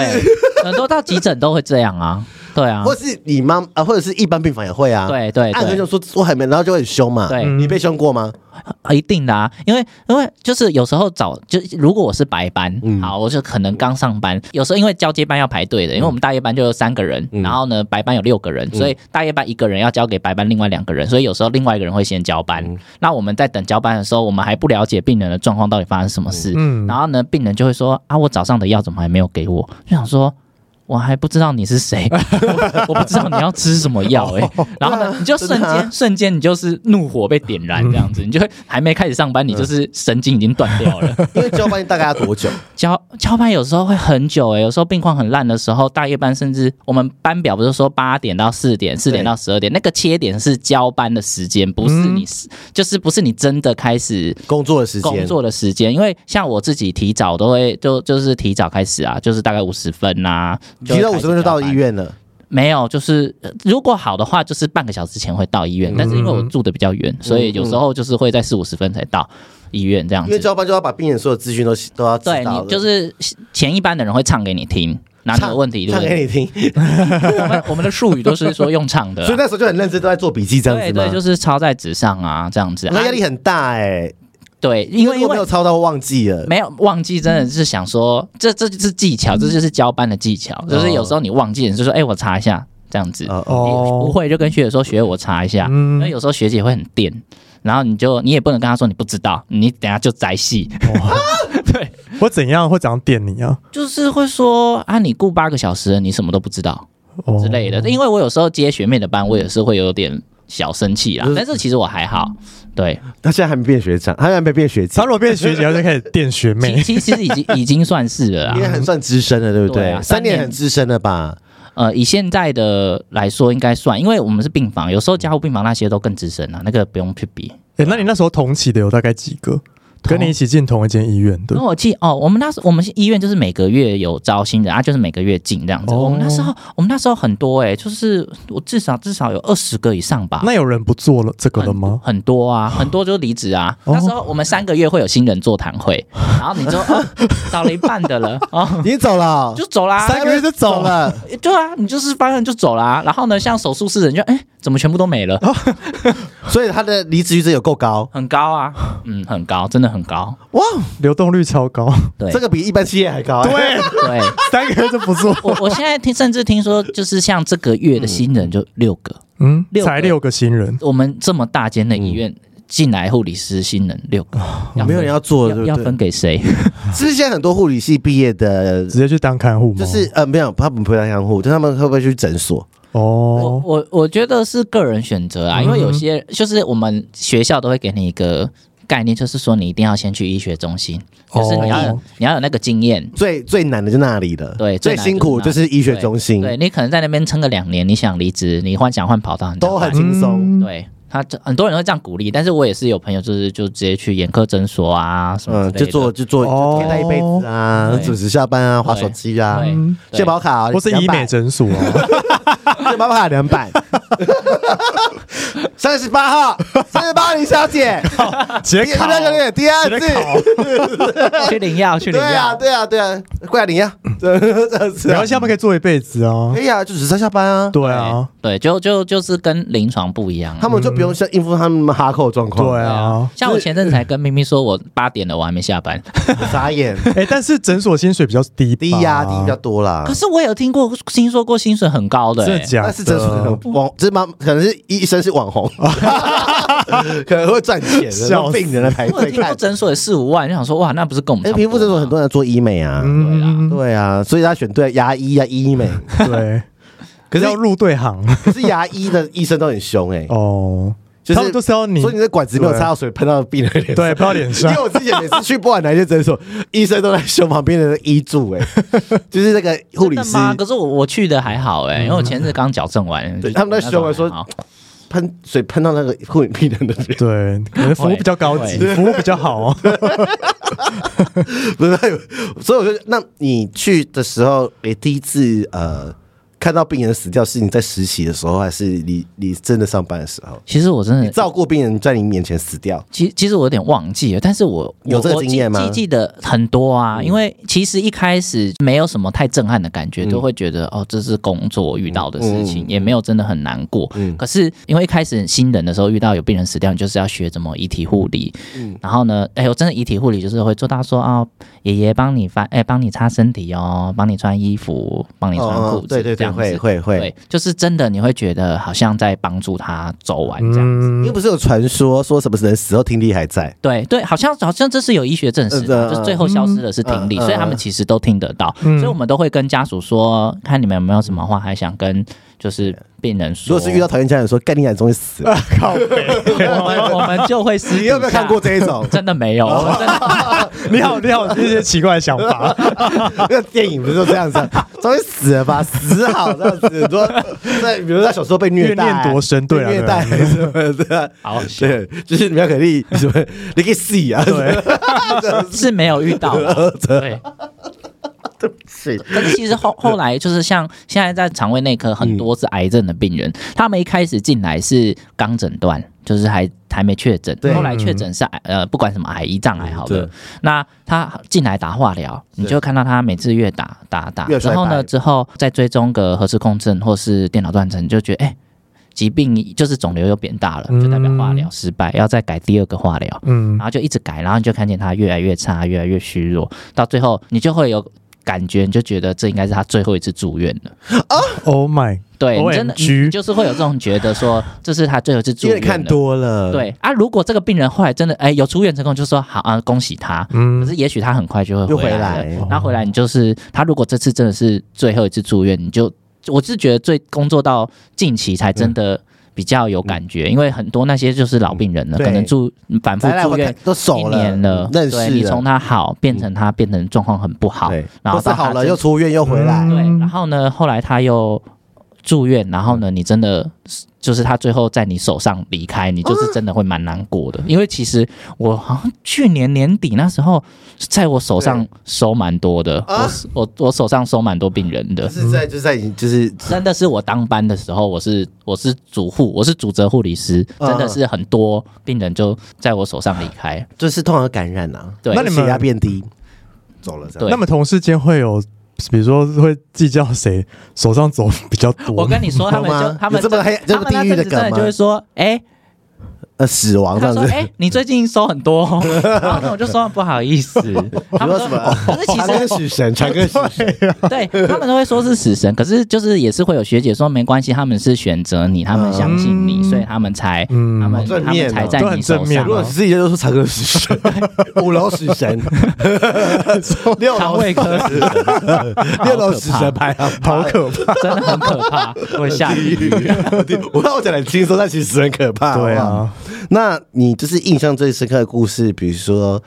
Speaker 3: 很多到急诊都会这样啊。对啊，
Speaker 1: 或是你妈啊，或者是一般病房也会啊，
Speaker 3: 对对
Speaker 1: 按个
Speaker 3: 对
Speaker 1: 就说我还没，然后就会很凶嘛。
Speaker 3: 对
Speaker 1: 你被凶过吗？
Speaker 3: 啊一定的啊，因为因为就是有时候早就如果我是白班，
Speaker 1: 嗯
Speaker 3: 好，我就可能刚上班，有时候因为交接班要排队的，因为我们大夜班就有三个人，
Speaker 1: 嗯
Speaker 3: 然后呢白班有六个人，所以大夜班一个人要交给白班另外两个人，所以有时候另外一个人会先交班。
Speaker 1: 嗯
Speaker 3: 那我们在等交班的时候，我们还不了解病人的状况到底发生什么事，
Speaker 2: 嗯
Speaker 3: 然后呢病人就会说啊，我早上的药怎么还没有给我？就想说。我还不知道你是谁， [laughs] 我我不知道你要吃什么药
Speaker 1: [laughs]
Speaker 3: 哎、然后呢，你就瞬
Speaker 1: 哦真的啊嗯
Speaker 3: 间瞬间你就是怒火被点燃这样子，你就会还没开始上班，你就是神经已经断
Speaker 1: [laughs]
Speaker 3: 掉了。
Speaker 1: 因为交班大概要多久？
Speaker 3: 交交班有时候会很久哎、有时候病况很烂的时候，大夜班甚至我们班表不是说八点到四点，四点到十二点，那个切点是交班的时间，不是你、
Speaker 1: 嗯
Speaker 3: 就是不是你真的开始
Speaker 1: 工作的时间？
Speaker 3: 工作的时间，因为像我自己提早都会就就是提早开始啊，就是大概五十分呐、就
Speaker 1: 提
Speaker 3: 会
Speaker 1: 到五
Speaker 3: 开
Speaker 1: 十
Speaker 3: 始
Speaker 1: 分就到
Speaker 3: 交班
Speaker 1: 医。院了，
Speaker 3: 没有，就是呃如果好的话，就是半个小时前会到
Speaker 1: 嗯
Speaker 3: 医院，但是因为我住的比较远，所以有时候就是会在四五十分才到医院这样
Speaker 1: 因为
Speaker 3: 子。
Speaker 1: 交班就要把病人所有资讯都都要知道
Speaker 3: 对
Speaker 1: 了
Speaker 3: 你就是前一班的人会唱给你听，拿你的问题对
Speaker 1: 唱
Speaker 3: 不
Speaker 1: 给
Speaker 3: 对？啊
Speaker 1: 你听，
Speaker 3: [laughs] 我们我们的术语都是说用唱的啊、
Speaker 1: [laughs] 所以那时候就很认真，都在做笔记这样
Speaker 3: 对
Speaker 1: 子吗？
Speaker 3: 对，就是抄在纸上啊，这样子。
Speaker 1: 那压力
Speaker 3: 啊、
Speaker 1: 很大哎，
Speaker 3: 对，因
Speaker 1: 如
Speaker 3: 为因
Speaker 1: 果没
Speaker 3: 为
Speaker 1: 有抄到会忘记了，
Speaker 3: 没有忘记，真的是想说，这这就是技
Speaker 1: 嗯
Speaker 3: 巧，这就是交班的技巧，就是有时候你忘记了，你就说，哎、我查一下，这样子。
Speaker 1: 哦哦，
Speaker 2: 哦，
Speaker 3: 你不会就跟学姐说，学姐我查一下。
Speaker 2: 嗯
Speaker 3: 那、有时候学姐会很电，然后你就你也不能跟她说你不知道，你等下就宅戏， [laughs] 对，
Speaker 2: [laughs] 我怎样会怎样点你啊？
Speaker 3: 就是会说啊，你雇八个小时了，你什么都不知道
Speaker 2: 哦
Speaker 3: 之类的。因为我有时候接学妹的班，我也是会有点小生气啦
Speaker 1: 就是，
Speaker 3: 但是其实我还好，对。
Speaker 1: 他现在还没变学长，他现在没变学
Speaker 2: 他
Speaker 1: 长，
Speaker 2: 如果变学姐，他就开始电学
Speaker 3: 其 [laughs]
Speaker 2: 妹。
Speaker 3: 其其实已经已经算是了
Speaker 1: 因为
Speaker 3: 啦。
Speaker 1: 很算资深了，对不
Speaker 3: 啊对
Speaker 1: 对？
Speaker 3: 啊
Speaker 1: 三
Speaker 3: 三年
Speaker 1: 年很资深了吧？
Speaker 3: 呃，以现在的来说，应该算，因为我们是病房，有时候加护病房那些都更资深了，啊那个不用去比。
Speaker 2: 哎、那你那时候同期的有大概几个？跟你一起进同一间医院的
Speaker 3: 因为？我记哦，我们那时我们医院就是每个月有招新人啊，就是每个月进这样子。
Speaker 2: 哦
Speaker 3: 我们那时候我们那时候很多哎、就是我至少至少有二十个以上吧。
Speaker 2: 那有人不做了这个了吗？
Speaker 3: 很
Speaker 1: [gasps]
Speaker 3: 多啊，很多就离职啊。
Speaker 2: 哦
Speaker 3: 那时候我们三个月会有新人座谈会，然后你就、
Speaker 1: [laughs]
Speaker 3: 哦、找了一半的了哦，
Speaker 1: 你走了，
Speaker 3: 就走啦。
Speaker 1: 三个月就走 [laughs] 了，
Speaker 3: 对啊，你就是发现就走啦。然后呢，像手术室人就哎，怎么全部都没
Speaker 1: 哦
Speaker 3: 了？
Speaker 1: 所以他的离职率真的有够高
Speaker 3: 很高啊，嗯，很高，真的很高。
Speaker 1: 哇，
Speaker 2: 流动率超高，
Speaker 3: 对，
Speaker 1: 这个比一般企业还高，对，
Speaker 3: 对。
Speaker 2: 三个月就不做，
Speaker 3: [laughs] 我我现在听，甚至听说，就是像这个月的
Speaker 1: 嗯
Speaker 3: 新人就六个，
Speaker 2: [laughs] 嗯，
Speaker 3: 六个
Speaker 2: 才六个新人，
Speaker 3: 我们这么大间的医院进来护理师新人六个，要
Speaker 1: [laughs] 嗯哦没有人要做，
Speaker 3: 要
Speaker 1: 对
Speaker 3: 要
Speaker 1: 不对
Speaker 3: 分？给谁？
Speaker 1: 是不是现在很多护理系毕业的，
Speaker 2: 直接去当看护吗？
Speaker 1: 就是呃没有，他们不会当看护，但他们会不会去诊所？
Speaker 3: 我
Speaker 2: 哦，
Speaker 3: 我我觉得是个人选择啊，
Speaker 1: 嗯
Speaker 3: 因为有些就是我们学校都会给你一个概念，就是说你一定要先去医学中心，就是你要有、
Speaker 2: 哦
Speaker 3: 你要有那个经验。
Speaker 1: 最最难的就那里了，
Speaker 3: 对
Speaker 1: 最
Speaker 3: 最难
Speaker 1: 辛苦就
Speaker 3: 就是
Speaker 1: 医学中心，
Speaker 3: 对你可能在那边撑个两年，你想离职，你换想换跑道很
Speaker 1: 都很轻松。
Speaker 2: 嗯，
Speaker 3: 对他这很多人会这样鼓励，但是我也是有朋友就是就直接去眼科诊所啊什么之
Speaker 1: 嗯，
Speaker 3: 类的，
Speaker 1: 就做就做，
Speaker 2: 哦
Speaker 1: 就贴在一辈子啊，
Speaker 3: 对
Speaker 1: 准时下班啊，划手机啊，
Speaker 3: 对
Speaker 2: 嗯
Speaker 3: 对
Speaker 1: 健保卡啊
Speaker 2: 或是医美诊所啊，
Speaker 1: 健保卡两
Speaker 2: [laughs]
Speaker 1: 百，三十八号，三十八林小
Speaker 2: [laughs]
Speaker 1: 姐，
Speaker 2: 直
Speaker 1: 第
Speaker 2: 接考
Speaker 1: 那个月第二
Speaker 2: 直接考
Speaker 1: 次，，
Speaker 3: [laughs] 去领药去
Speaker 1: 对
Speaker 3: 领
Speaker 1: 啊，
Speaker 3: 药，
Speaker 1: 对啊，对啊，过来领呀，
Speaker 2: 嗯没
Speaker 1: 啊
Speaker 2: 关系，他们可以做一辈子啊
Speaker 1: 可。以啊，就只是下班啊，
Speaker 2: 对啊，
Speaker 3: 对，就就就是跟临床不一样啊。
Speaker 1: 他们就
Speaker 2: 嗯
Speaker 1: 不用像应付他们哈扣状况，
Speaker 2: 对啊。
Speaker 3: 像我前阵子才跟咪咪说，我八点了，我还没下班。
Speaker 1: 傻
Speaker 2: [laughs]
Speaker 1: 眼，
Speaker 2: 哎，但是诊所薪水比较低吧，
Speaker 1: 低压低比较多啦
Speaker 3: [laughs] 可。是我有听过，听说过薪水很高的、
Speaker 2: 真的
Speaker 3: 欸，
Speaker 2: 假的？
Speaker 1: 但是诊所可能网，这妈可能是医生是网
Speaker 2: [laughs]
Speaker 1: 红，可能会赚钱的，
Speaker 2: 笑
Speaker 1: 让
Speaker 2: 死
Speaker 1: 病人来排
Speaker 3: 我有
Speaker 1: 队
Speaker 3: 听过
Speaker 1: 看。
Speaker 3: 诊所有四五万，就想说哇，那不是跟我们
Speaker 1: 哎，
Speaker 3: 差不多
Speaker 1: 皮肤诊所很多人做医美啊，
Speaker 2: 嗯，
Speaker 1: 对啊，所以他选对牙医啊，医美。
Speaker 2: 对，
Speaker 1: 可是
Speaker 2: 要入对行
Speaker 1: 可是牙医的医生都很凶哎、
Speaker 2: 哦。
Speaker 1: 就是
Speaker 2: 他们都是要你
Speaker 1: 所以你的管子没有插到水，喷到病人脸上。
Speaker 2: 对，不要脸
Speaker 1: 因
Speaker 2: 上
Speaker 1: 为。我之前每次去不管哪一些诊所，医生都在凶旁边的医助哎、就是那个护理
Speaker 3: 真的
Speaker 1: 师，
Speaker 3: 吗？可是我我去的还好哎、欸因为我前阵子刚矫正完，
Speaker 1: 对他们在
Speaker 3: 那种
Speaker 1: 凶我说
Speaker 3: 还好
Speaker 1: 喷水喷到那个护理病人的脸，
Speaker 2: 对，可能服务比较高级，服务比较好
Speaker 3: [laughs]
Speaker 2: 哦。
Speaker 1: 不是那有，所以我就那你去的时候，你第一次呃看到病人死掉，是你在实习的时候，还是你你真的上班的时候？
Speaker 3: 其实我真的
Speaker 1: 你照顾病人在你面前死掉，
Speaker 3: 其其实我有点忘记了，但是我
Speaker 1: 有
Speaker 3: 我
Speaker 1: 这个
Speaker 3: 我
Speaker 1: 经
Speaker 3: 记
Speaker 1: 验吗嗯
Speaker 3: 记记得很多啊，因为其实一开始没有什么太震撼的感觉，都会觉得哦，这是工作遇到的事情，
Speaker 1: 嗯
Speaker 3: 也没有真的很难过。可是因为一开始新人的时候遇到有病人死掉，你就是要学怎么遗体护理。
Speaker 1: 嗯
Speaker 3: 然后呢，哎呦，真的遗体护理就是会做到说哦，爷爷帮你翻，哎，帮你擦身体哦，帮你穿衣服，帮你穿
Speaker 1: 哦哦
Speaker 3: 裤子，
Speaker 1: 对对对
Speaker 3: 这样子。
Speaker 1: 会会会
Speaker 3: 对，就是真的你会觉得好像在帮助他走完这样。
Speaker 1: 因为
Speaker 2: 嗯，
Speaker 1: 不是有传说说什么人死后听力还在？
Speaker 3: 对对，好像好像这是有医学证实
Speaker 1: 嗯
Speaker 3: 的，
Speaker 1: 对
Speaker 3: 就是最后消失的是听力，
Speaker 1: 嗯嗯
Speaker 3: 所以他们其实都听得到。
Speaker 2: 嗯
Speaker 3: 所以我们都会跟家属说，看你们有没有什么话还想跟就是病人
Speaker 1: 如
Speaker 3: 说。
Speaker 1: 果是遇到讨厌家人说干你俩终于死
Speaker 3: [laughs]
Speaker 1: 了，
Speaker 2: 靠北，
Speaker 3: 我们我们就会私底
Speaker 1: 你有没有
Speaker 3: 下？
Speaker 1: 看过？这一种
Speaker 3: [laughs] 真的没有，我
Speaker 1: [laughs]
Speaker 3: 真的
Speaker 2: [laughs] 你好，你好，这些奇怪的想
Speaker 3: [laughs]
Speaker 2: 法，
Speaker 1: 那个电影不是就这样子，啊终于死了吧，死好这样子。说在比如在小时候被虐待，
Speaker 2: 怨念多深对啊
Speaker 1: 被虐待
Speaker 2: 对
Speaker 1: 什么的，
Speaker 3: 好
Speaker 1: 对，就是你们要肯定什么，你可以死啊，
Speaker 2: 对，
Speaker 1: [laughs]
Speaker 3: 是没有遇到啦。对，
Speaker 1: 是
Speaker 3: 可是其实后后来就是像现在在肠胃内科很多是癌症的病
Speaker 1: 嗯
Speaker 3: 人，他们一开始进来是刚诊断，就是还还没确诊
Speaker 1: 对，
Speaker 3: 后来确诊是癌呃不管什么癌胰脏癌好
Speaker 1: 嗯
Speaker 3: 了
Speaker 1: 对，
Speaker 3: 那他进来打化疗，你就看到他每次越打打打
Speaker 1: 越，
Speaker 3: 之
Speaker 1: 衰败
Speaker 3: 后呢之后再追踪个核磁共振或是电脑断层，你就觉得哎。疾病就是肿瘤又变大了，
Speaker 1: 嗯
Speaker 3: 就代表化疗失败，要再改第二个化疗。
Speaker 2: 嗯
Speaker 3: 然后就一直改，然后你就看见他越来越差，越来越虚弱，到最后你就会有感觉，你就觉得这应该是他最后一次住院了。
Speaker 2: ，Oh my，
Speaker 3: 对，你真的，你
Speaker 2: OMG
Speaker 3: 你就是会有这种觉得说，这是他最后一次住
Speaker 1: 因为
Speaker 3: 院了。
Speaker 1: 你看多了，，
Speaker 3: 对啊，如果这个病人后来真的哎有出院成功，就说好啊，恭喜他。可
Speaker 2: 嗯
Speaker 3: 是也许他很快就
Speaker 1: 又
Speaker 3: 会回
Speaker 1: 回
Speaker 3: 来
Speaker 1: 来
Speaker 3: 了，然后回来你就是他如果这次真的是最后一次住院，你就我是觉得最工作到近期才真的比较有感觉，因为很多那些就是老病人了，
Speaker 1: 嗯对
Speaker 3: 可能住反复
Speaker 1: 来来
Speaker 3: 住
Speaker 1: 回
Speaker 3: 院
Speaker 1: 看都
Speaker 3: 一
Speaker 1: 熟
Speaker 3: 年了，
Speaker 1: 认识
Speaker 3: 对
Speaker 1: 了
Speaker 3: 你从他好变成他变成状况很不好，
Speaker 1: 对，
Speaker 3: 然后
Speaker 1: 或是
Speaker 3: 到他
Speaker 1: 好了
Speaker 3: 真
Speaker 1: 又出院又回来
Speaker 2: 嗯，
Speaker 3: 对，然后呢，后来他又住院，然后呢，你真的就是他最后在你手上离开，你就是真的会蛮难过
Speaker 1: 嗯
Speaker 3: 的，因为其实我好像去年年底那时候，在我手上收蛮多的，
Speaker 1: 啊
Speaker 3: 我我我手上收蛮多病人的
Speaker 1: 就。是在就是在已经就是
Speaker 3: 真的是我当班的时候，我是我是主护，我是主责护理师，
Speaker 1: 嗯
Speaker 3: 真的是很多病人就在我手上离开。
Speaker 1: 就是痛而感染啊，
Speaker 3: 对
Speaker 2: 那你们
Speaker 1: 血压变低，走了这样
Speaker 3: 对
Speaker 2: 那么同事间会有，比如说会计较谁手上走比较多吗？
Speaker 3: 我跟
Speaker 1: [laughs]
Speaker 3: 你说，他们
Speaker 1: 有
Speaker 3: 就
Speaker 1: 吗
Speaker 3: 他们
Speaker 1: 有这么黑这
Speaker 3: 他
Speaker 1: 么
Speaker 3: 们那
Speaker 1: 地狱的
Speaker 3: 阵子真
Speaker 1: 梗吗
Speaker 3: 就会说，哎、
Speaker 1: 呃死亡这
Speaker 3: 他
Speaker 1: 样
Speaker 3: 说：“
Speaker 1: 子。
Speaker 3: 哎、
Speaker 1: [laughs]
Speaker 3: 你最近收很多、哦。”然后呢，我就说不好
Speaker 1: [laughs]
Speaker 3: 意思。他
Speaker 1: 你说
Speaker 3: 们说
Speaker 1: 什么？
Speaker 3: [laughs] 可是其
Speaker 1: 长歌
Speaker 3: 实
Speaker 1: 死神，长歌死神，
Speaker 3: 对他们都会说是死神，可是就是也是会有学姐说没关系，他们是选择你，他们相信你，
Speaker 2: 嗯
Speaker 3: 所以他们才
Speaker 2: 嗯
Speaker 3: 他们
Speaker 1: 好正
Speaker 3: 他
Speaker 1: 面哦
Speaker 3: 们才在
Speaker 2: 都很
Speaker 3: 你
Speaker 2: 正
Speaker 3: 手
Speaker 2: 面
Speaker 3: 上
Speaker 1: 如。果是一些都是长歌死
Speaker 3: [laughs]
Speaker 1: 神， [laughs] 五楼死神，
Speaker 3: [laughs]
Speaker 1: 六
Speaker 3: 肠
Speaker 1: 楼
Speaker 3: 胃科死神
Speaker 1: 六楼死神排行
Speaker 2: 好
Speaker 1: 榜，
Speaker 2: 可怕，
Speaker 3: 真的很可
Speaker 1: [laughs]
Speaker 3: 怕，我 [laughs] 下地狱。
Speaker 1: 我让我讲的很轻松，但其实很可怕。
Speaker 2: 对
Speaker 1: 好不好，
Speaker 2: 啊，
Speaker 1: 那你就是印象最深刻的故事，比如说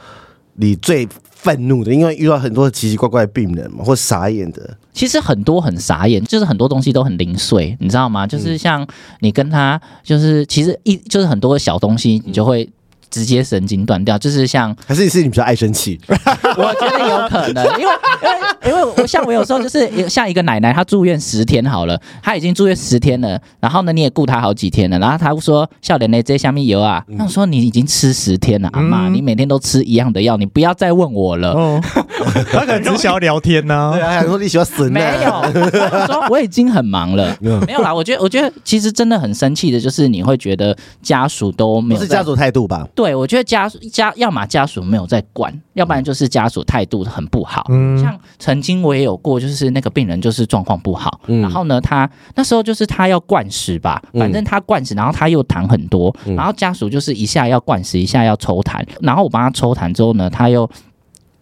Speaker 1: 你最愤怒的，因为遇到很多奇奇怪怪的病人嘛，或傻眼的，
Speaker 3: 其实很多很傻眼，就是很多东西都很零碎，你知道吗？就是像你跟他，就是其实一就是很多小东西，你就会直接神经断掉。就是像
Speaker 1: 还是是你比较爱生
Speaker 3: [laughs]
Speaker 1: 气？
Speaker 3: 我觉得有可能，因为因为因为我像我有时候就是有像一个奶奶，她住院十天好了，她已经住院十天了，然后呢你也顾她好几天了，然后她说笑脸呢这下面油啊，那我说你已经吃十天了，阿妈，
Speaker 2: 嗯
Speaker 3: 你每天都吃一样的药，你不要再问我了。
Speaker 2: 哦， [laughs] 他可能只想要聊天呢
Speaker 1: 对，啊，还说你喜欢死呢？嗯
Speaker 3: 没有，我说我已经很忙了，没有啦。我觉得，我觉得其实真的很生气的，就是你会觉得家属都
Speaker 1: 不
Speaker 3: 没有
Speaker 1: 是
Speaker 3: 在
Speaker 1: 家族态度吧？
Speaker 3: 对，我觉得家属家要么家属没有在管，要不然就是家属态度很不好。
Speaker 2: 嗯，
Speaker 3: 像曾经我也有过，就是那个病人就是状况不好，
Speaker 1: 嗯
Speaker 3: 然后呢，他那时候就是他要灌食吧，反正他灌食，然后他又痰很多，
Speaker 1: 嗯
Speaker 3: 然后家属就是一下要灌食，一下要抽痰，然后我帮他抽痰之后呢，他又。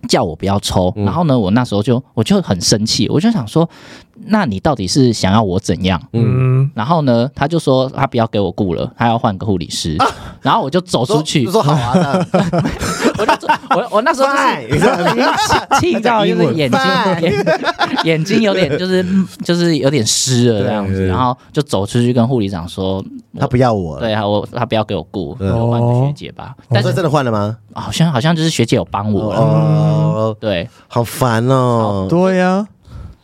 Speaker 3: 叫我不要抽，
Speaker 1: 嗯
Speaker 3: 然后呢，我那时候就我就很生气，我就想说，那你到底是想要我怎样？
Speaker 2: 嗯，
Speaker 3: 然后呢，他就说他不要给我雇了，他要换个护理师。然后我就走出去
Speaker 1: 啊说，说好啊，那
Speaker 3: 我就走我我那时候就是
Speaker 1: 拜，你知道吗
Speaker 3: 气到就是眼睛眼 [laughs] 眼睛有点就是就是有点湿了这样
Speaker 1: 对
Speaker 3: 子，然后就走出去跟护理长说，
Speaker 1: 他不要我了。
Speaker 3: 对啊，我他不要给我雇，
Speaker 1: 嗯
Speaker 3: 我换个学姐吧。但
Speaker 1: 这
Speaker 3: 是
Speaker 1: 真的换了吗？
Speaker 3: 好像好像就是学姐有帮我了，
Speaker 1: 哦，
Speaker 3: 对
Speaker 1: 好烦
Speaker 3: 嗯
Speaker 1: 哦。
Speaker 2: 对呀，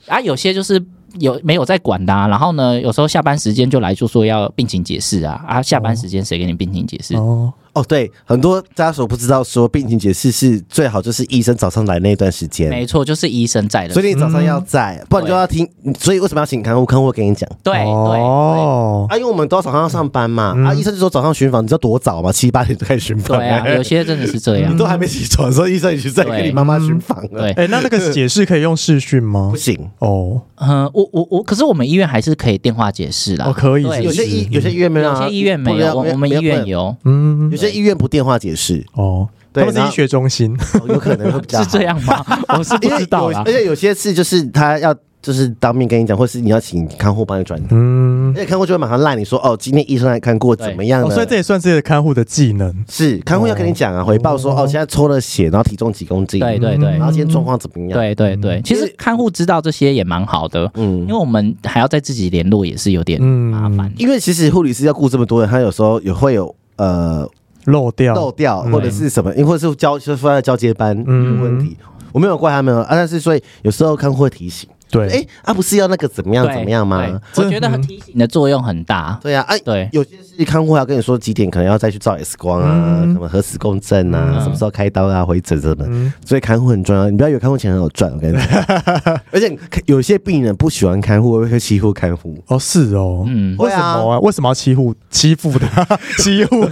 Speaker 3: 啊，有些就是。有没有在管的、啊？然后呢，有时候下班时间就来就说要病情解释啊啊！下班时间谁给你病情解释？
Speaker 2: 哦，
Speaker 1: 哦，对，很多家属不知道说病情解释是最好就是医生早上来那段时间，
Speaker 3: 没错，就是医生在的。
Speaker 1: 所以你早上要在，不然你就要听。所以为什么要请看护？看护会跟你讲
Speaker 3: 对对
Speaker 2: 哦，
Speaker 1: 啊，因为我们都要早上要上班嘛，啊，医生就说早上巡房，你知道多早吗？七八点就开始巡
Speaker 3: 对
Speaker 1: 房，
Speaker 3: 嗯
Speaker 1: 哎
Speaker 3: 对啊，有些真的是这样
Speaker 1: 你。都还没起床的时候，医生已经在跟你妈妈巡房了，
Speaker 3: 对，
Speaker 2: 哎，那那个解释可以用视讯吗
Speaker 1: 不？行。
Speaker 2: 哦，
Speaker 3: 嗯，我我我，可是我们医院还是可以电话解释啦
Speaker 2: 哦，。可以，
Speaker 3: 对
Speaker 1: 有
Speaker 2: 是
Speaker 1: 些
Speaker 2: 不是
Speaker 1: 医有些医院没有
Speaker 3: 有
Speaker 1: 啊，
Speaker 3: 些医院没
Speaker 1: 不然
Speaker 3: 有，我我们
Speaker 1: 没有
Speaker 3: 医院
Speaker 1: 不然
Speaker 3: 有，
Speaker 2: 嗯
Speaker 1: 有些医院不电话解
Speaker 3: [laughs]
Speaker 1: 释，
Speaker 2: 哦，他
Speaker 1: 对
Speaker 2: 们是
Speaker 1: 然后
Speaker 2: 医学中心，
Speaker 1: 哦有可能会比较好
Speaker 3: 是这。样吗？我是不
Speaker 1: 因为
Speaker 3: 知道啊
Speaker 1: 有，
Speaker 3: 啦
Speaker 1: 而。且有些事就是他要就是当面跟你讲，或是你要请看护帮
Speaker 3: [laughs]
Speaker 1: 你转达，
Speaker 2: 嗯 [laughs]
Speaker 1: 而，且看护就会马上赖你说哦，今天医生来看过怎么样
Speaker 2: 哦，
Speaker 1: 呢？
Speaker 2: 所以这也算是看护的技能，
Speaker 1: 是看护要跟你讲啊，回报说哦，现在抽了血，然后体重几公斤，
Speaker 3: 对对对
Speaker 1: 然后今天状况怎么样？，
Speaker 3: 对对对，其实看护知道这些也蛮好的，因
Speaker 1: 嗯
Speaker 3: 为。我们还要再自己联络，也是有点
Speaker 2: 嗯
Speaker 3: 麻烦。
Speaker 1: 因为其实护理师要顾这么多人，他有时候也会有呃
Speaker 2: 漏掉，
Speaker 1: 漏掉
Speaker 3: 嗯
Speaker 1: 或者是什么，因为是交就是放在交接班的
Speaker 2: 嗯
Speaker 1: 问题，我没有怪他们啊，但是所以有时候看护会提醒，
Speaker 2: 对，
Speaker 1: 哎啊不是要那个怎么样
Speaker 3: 对
Speaker 1: 怎么样吗？
Speaker 3: 对我觉得提醒的作用很
Speaker 1: [laughs]
Speaker 3: 大。
Speaker 1: 对呀，哎，
Speaker 3: 对
Speaker 1: 有些是看护要跟你说几点可能要再去照 X 光啊，
Speaker 2: 嗯
Speaker 1: 什么核磁共振啊，
Speaker 3: 嗯
Speaker 1: 什么时候开刀啊，回诊什么的。
Speaker 2: 嗯
Speaker 1: 所以看护很重要，你不要以为看护钱很好赚，我跟你讲。
Speaker 2: [laughs]
Speaker 1: 而且有些病人不喜欢看护，会欺负看护。
Speaker 2: 哦，是哦，
Speaker 3: 嗯
Speaker 2: 为什么啊？为什么要欺负欺负他？ [laughs] 欺
Speaker 3: [laughs]
Speaker 2: 负？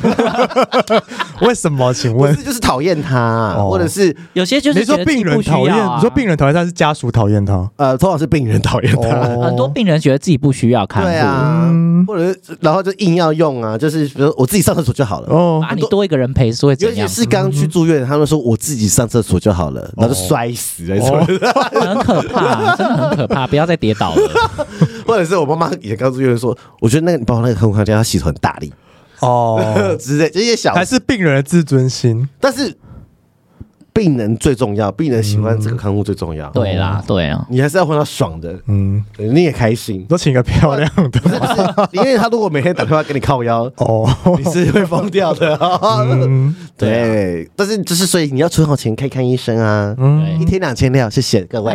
Speaker 2: 为什么？请
Speaker 1: 不
Speaker 2: 问
Speaker 1: 是，就是讨厌他、啊
Speaker 2: 哦
Speaker 1: 或者是
Speaker 3: 有些就是
Speaker 2: 你说
Speaker 3: 觉得自己
Speaker 2: 病人
Speaker 3: 不需要
Speaker 2: 讨厌，
Speaker 3: 啊
Speaker 2: 你说病人讨厌他是家属讨厌他？
Speaker 1: 呃，通常是病人讨厌他。
Speaker 2: 哦
Speaker 3: [laughs] 很多病人觉得自己不需要看护，
Speaker 1: 对啊，
Speaker 2: 嗯
Speaker 1: 或者是然后就硬要用啊，就是比如说我自己上厕所就好了。
Speaker 3: [laughs]
Speaker 2: 哦
Speaker 3: 啊，你多一个人陪是会
Speaker 1: 尤
Speaker 3: 怎
Speaker 1: 其
Speaker 3: 样？
Speaker 1: 是刚去住院，他们说我自己上厕所就好了，然后就摔死了，
Speaker 2: 哦
Speaker 3: 很可怕，真的很可怕，不要再跌倒了。
Speaker 1: [laughs] 或者是我妈妈也刚住院说，我觉得那个你帮我那个看护看家，他洗手很大力，
Speaker 2: [laughs] 哦，
Speaker 1: [laughs] 之类这些小
Speaker 2: 还是病人的自尊心。
Speaker 1: 但是病人最重要，病人喜欢这个看护最重要。
Speaker 3: 对啦，对啊，
Speaker 1: 你还是要换到爽的，
Speaker 2: 嗯，
Speaker 1: 对你也开心。
Speaker 2: 都请个漂亮的
Speaker 1: 不是不是，因为他如果每天打电话给你靠腰，
Speaker 2: 哦。
Speaker 1: 你是会疯掉的、
Speaker 2: 嗯
Speaker 1: [laughs] 对，啊但是就是所以你要存好钱可以看医生啊，一
Speaker 3: 对，
Speaker 1: 天两千六，谢谢各位。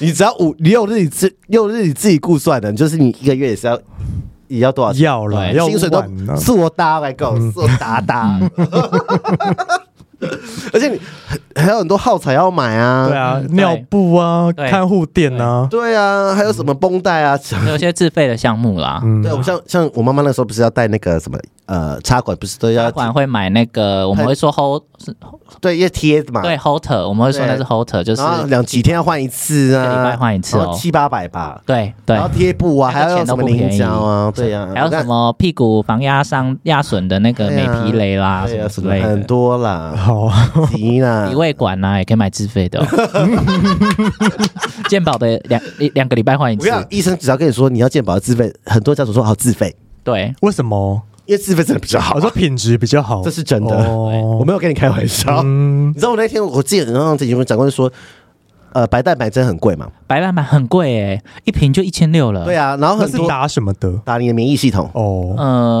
Speaker 1: 你只要五六日你自六日你自己估算的，就是你一个月也是要也要多少钱？
Speaker 2: 要了，啊
Speaker 3: 对
Speaker 2: 要
Speaker 1: 哎薪水都
Speaker 2: 晚了。
Speaker 1: 是我搭来搞，
Speaker 3: 嗯
Speaker 1: 是我搭
Speaker 3: [laughs]
Speaker 1: 搭。而且你还还有很多耗材要买啊，
Speaker 2: 对啊，
Speaker 3: 嗯对
Speaker 2: 尿布啊，
Speaker 3: 对
Speaker 2: 看护垫啊，
Speaker 1: 对啊，还有什么绷带啊？
Speaker 3: 有些自费的项目啦，
Speaker 2: 嗯
Speaker 1: 对，我像像我妈妈那时候不是要带那个什么呃插管，不是都要
Speaker 3: 不然会买那个，我们会说 hold 是
Speaker 1: 对要贴嘛？
Speaker 3: 对 holder，我们会说那是 holder，就是
Speaker 1: 哎然后两几天要换一次啊，
Speaker 3: 一个礼拜换一次哦
Speaker 1: 然后七八百吧。
Speaker 3: 对对
Speaker 1: 然，后贴布啊，还
Speaker 3: 那个
Speaker 1: 要
Speaker 3: 钱
Speaker 1: 用
Speaker 3: 都
Speaker 1: 什么
Speaker 3: 不便
Speaker 1: 凝
Speaker 3: 宜
Speaker 1: 胶啊，对呀，
Speaker 3: 还有什么屁股防压伤压损的那个
Speaker 1: 对
Speaker 3: 美
Speaker 1: 啊
Speaker 3: 皮雷啦，
Speaker 1: 对
Speaker 3: 什
Speaker 1: 呀，
Speaker 3: 么
Speaker 1: 什
Speaker 3: 之
Speaker 1: 么
Speaker 3: 类
Speaker 1: 很
Speaker 3: 的。
Speaker 1: 多
Speaker 3: [laughs]
Speaker 1: 啦，
Speaker 2: 好啊，
Speaker 1: 急啦
Speaker 3: 鼻，胃管啊，也可以买自
Speaker 1: [laughs]
Speaker 3: 费的、哦。健保的两一两个礼拜换一
Speaker 1: 我跟你讲
Speaker 3: 次，，
Speaker 1: 医生只要跟你说你要健保自费，很多家属说好自费，
Speaker 3: 对，
Speaker 2: 为什么？
Speaker 1: 因为自费真的比较好啊
Speaker 2: 我。说品质比较好，
Speaker 1: 这是真的我
Speaker 2: 哦，
Speaker 1: 没有跟你开玩笑。
Speaker 2: 嗯
Speaker 1: 你知道我那天我记得好像有人长官说，呃，白蛋白针很贵嘛？
Speaker 3: 白板板很贵诶、一瓶就一千六了。
Speaker 1: 对啊，然后
Speaker 2: 那
Speaker 1: 很
Speaker 2: 是
Speaker 1: 多
Speaker 2: 打什么的？
Speaker 1: 打你的免疫系统，
Speaker 2: 哦，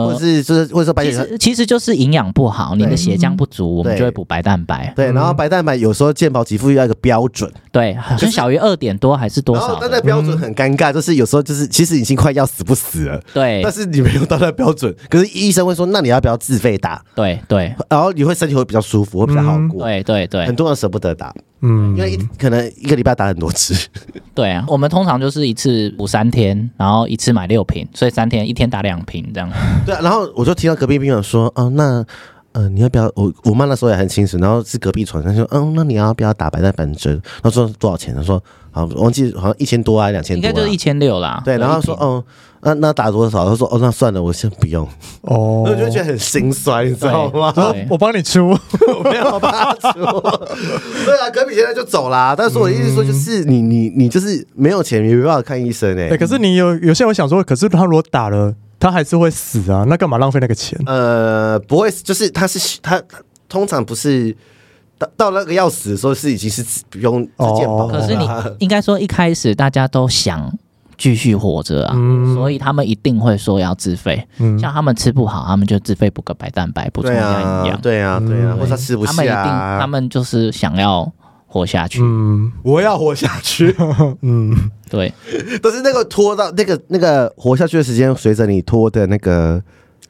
Speaker 1: 或者
Speaker 3: 呃，
Speaker 1: 是就是或者说白
Speaker 3: 其
Speaker 1: 血球
Speaker 3: 实其实就是营养不好，你的血浆不足，我们
Speaker 1: 对
Speaker 3: 就会补白蛋白。
Speaker 1: 对，然后白蛋白有时候健保给付要一个标准，
Speaker 3: 对，很小于二点多还是多
Speaker 1: 然后
Speaker 3: 少
Speaker 1: 但
Speaker 3: 的？
Speaker 1: 那标准很尴尬，就是有时候就是其实已经快要死不死了，
Speaker 3: 对
Speaker 1: 但是你没有到那标准，可是医生会说那你要不要自费打？
Speaker 3: 对对
Speaker 1: 然后你会身体会比较舒服，会比较好过。
Speaker 3: 对对
Speaker 1: 很
Speaker 3: 对
Speaker 1: 多人舍不得打，因
Speaker 2: 嗯，
Speaker 1: 为一可能一个礼拜打很多次，
Speaker 3: 对啊！我们通常就是一次补三天，然后一次买六瓶，所以三天一天打两瓶这样。
Speaker 1: 对、啊。然后我就听到隔壁病人说，哦，那。呃，你要不要？我我妈那时候也很清楚，然后是隔壁床，她说，嗯，那你要不要打白带板针？她说多少钱？她说，好，我忘记好像一千多啊，两千
Speaker 3: 应
Speaker 1: 多、啊，
Speaker 3: 该就是一千六啦。
Speaker 1: 对，然后他说，
Speaker 3: 一瓶
Speaker 1: 哦，那那打多少？他说，哦，那算了，我先不用。
Speaker 2: 哦，啊
Speaker 1: 我就觉得很心酸，你知道吗？
Speaker 3: 对
Speaker 2: 我帮你出，
Speaker 1: 我 [laughs] 没有办法说。对啊，隔壁现在就走啦。但是我的意思说，就是你你你就是没有钱，你没办法看医生哎、
Speaker 2: 对，可是你有有些我想说，可是他如果打了，他还是会死啊，那干嘛浪费那个钱？
Speaker 1: 呃，不会，就是他是他通常不是到到那个要死的时候是已经是不用自健保了
Speaker 3: 哦可
Speaker 1: 啦。 [laughs]
Speaker 3: 是你应该说一开始大家都想继续活着啊，
Speaker 1: 嗯
Speaker 3: 所以他们一定会说要自费。像他们吃不好，他们就自费补个白蛋白，补充
Speaker 1: 对
Speaker 3: 营养。
Speaker 1: 啊，对啊，对啊，或者他吃不
Speaker 3: 他们一
Speaker 1: 下
Speaker 3: 定，他
Speaker 1: 啊，
Speaker 3: 们就是想要活下去。
Speaker 2: 嗯
Speaker 1: 我要活下去。
Speaker 2: 嗯，
Speaker 3: 对，
Speaker 1: 但是那个拖到那个那个活下去的时间，随着你拖的那个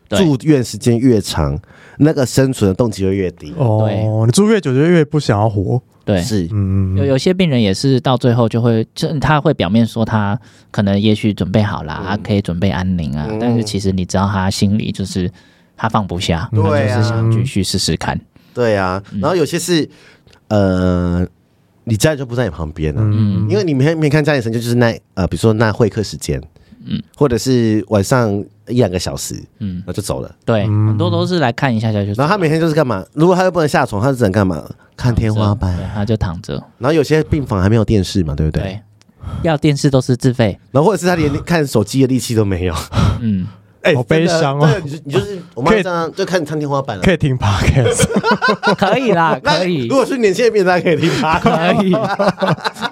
Speaker 3: 对
Speaker 1: 住院时间越长，那个生存的动机会越低。
Speaker 2: 哦，你住越久就越不想要活。
Speaker 3: 对，
Speaker 1: 是，
Speaker 2: 嗯，
Speaker 3: 有有些病人也是到最后就会，就他会表面说他可能也许准备好啦，他可以准备安宁啊，
Speaker 1: 嗯
Speaker 3: 但是其实你知道他心里就是他放不下，
Speaker 1: 对啊
Speaker 3: 他就
Speaker 2: 嗯
Speaker 3: 是想继续试试看。
Speaker 1: 对啊。
Speaker 3: 嗯
Speaker 1: 然后有些是，呃，你家人就不在你旁边啊了、
Speaker 2: 嗯
Speaker 1: 因为你没没看家里成就，就是那呃，比如说那会客时间，嗯，或者是晚上一两个小时，嗯，然后就走了。
Speaker 3: 对，很多都是来看一下下就
Speaker 1: 然
Speaker 3: 走了，
Speaker 1: 后他每天就是干嘛？如果他又不能下床，他只能干嘛？看天
Speaker 3: 啊
Speaker 1: 花板。
Speaker 3: 对他就躺着。
Speaker 1: 然后有些病房还没有电视嘛，对不对？
Speaker 3: 对，要电视都是自费。
Speaker 1: 然后或者是他连看手机的力气都没
Speaker 2: [laughs]
Speaker 1: 有，
Speaker 3: 嗯，
Speaker 1: 哎
Speaker 2: 好悲伤哦
Speaker 1: 真的对，你就你就是我妈
Speaker 2: 可以
Speaker 1: 这样就看你看天花板了。
Speaker 2: 可以听 podcast，
Speaker 3: 可以 [laughs] 啦，
Speaker 1: 那
Speaker 3: 可以
Speaker 1: 如，果是年轻的病人，大家可以听
Speaker 2: [laughs]
Speaker 1: 他，
Speaker 3: 可以， [laughs]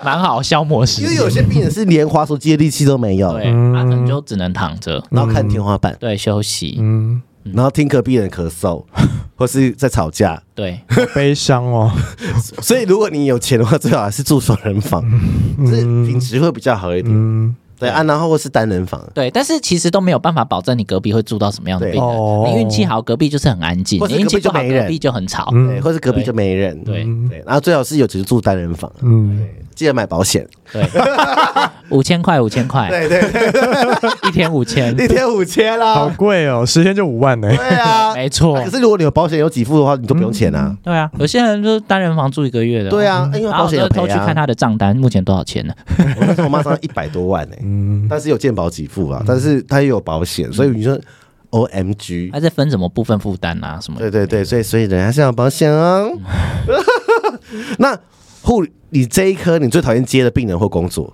Speaker 3: 蛮好消磨时
Speaker 1: 因
Speaker 3: 间
Speaker 1: 为。有些病人是连滑手机的力气都没有，
Speaker 3: 对，他可能就只能躺着，
Speaker 1: 然后看天花板，
Speaker 3: 对，休息，
Speaker 2: 嗯，
Speaker 1: 然后听隔壁人咳
Speaker 2: [laughs]
Speaker 1: 嗽，或是在吵架。
Speaker 3: 对，
Speaker 2: 好悲伤哦。
Speaker 1: 所以如果你有钱的话，最好还是住双人房，就是品质会比较好一点。
Speaker 2: 嗯，
Speaker 1: 对啊，然后或是单人房，
Speaker 3: 对，但是其实都没有办法保证你隔壁会住到什么样的病
Speaker 1: 对
Speaker 2: 哦
Speaker 3: 人。你运气好，隔壁就是很安静；
Speaker 1: 或是
Speaker 3: 你运气不好，
Speaker 1: 隔壁就没人
Speaker 3: 隔壁就很吵。
Speaker 2: 嗯
Speaker 1: 对，或是隔壁就没人，对，
Speaker 2: [laughs]
Speaker 3: 对
Speaker 1: 嗯然后最好是有钱就住单人房，
Speaker 2: 嗯，
Speaker 1: 记得买保险，
Speaker 3: 对，五千块，五千块，
Speaker 1: [laughs] 对对对，
Speaker 3: 一天五千，
Speaker 1: 一天五千
Speaker 2: 好
Speaker 1: 啦，
Speaker 2: 贵哦，十天就五万呢。
Speaker 1: 对 [laughs] 啊，
Speaker 3: 没错
Speaker 1: 啊可。是如果你有保险有给付的话，你都不用钱啊。
Speaker 3: 对啊，有些人就是单人房住一个月的。哦
Speaker 1: 对啊，因为
Speaker 3: 然后
Speaker 1: 保
Speaker 3: 我
Speaker 1: 险
Speaker 3: 就
Speaker 1: 有赔
Speaker 3: 偷去看
Speaker 1: 啊。
Speaker 3: 他的账单，目前多少钱呢？
Speaker 1: 我 [laughs] 那时候我妈上一百多万呢，欸
Speaker 2: 嗯，
Speaker 1: 但是有健保给付啊，但是她也有保险，所以你说 O M G，
Speaker 3: 还是分什么部分负担啊？什么的？
Speaker 1: 对对对，所以所以人家是要保 [laughs] 险哦。那护理你这一科你最讨厌接的病人或工作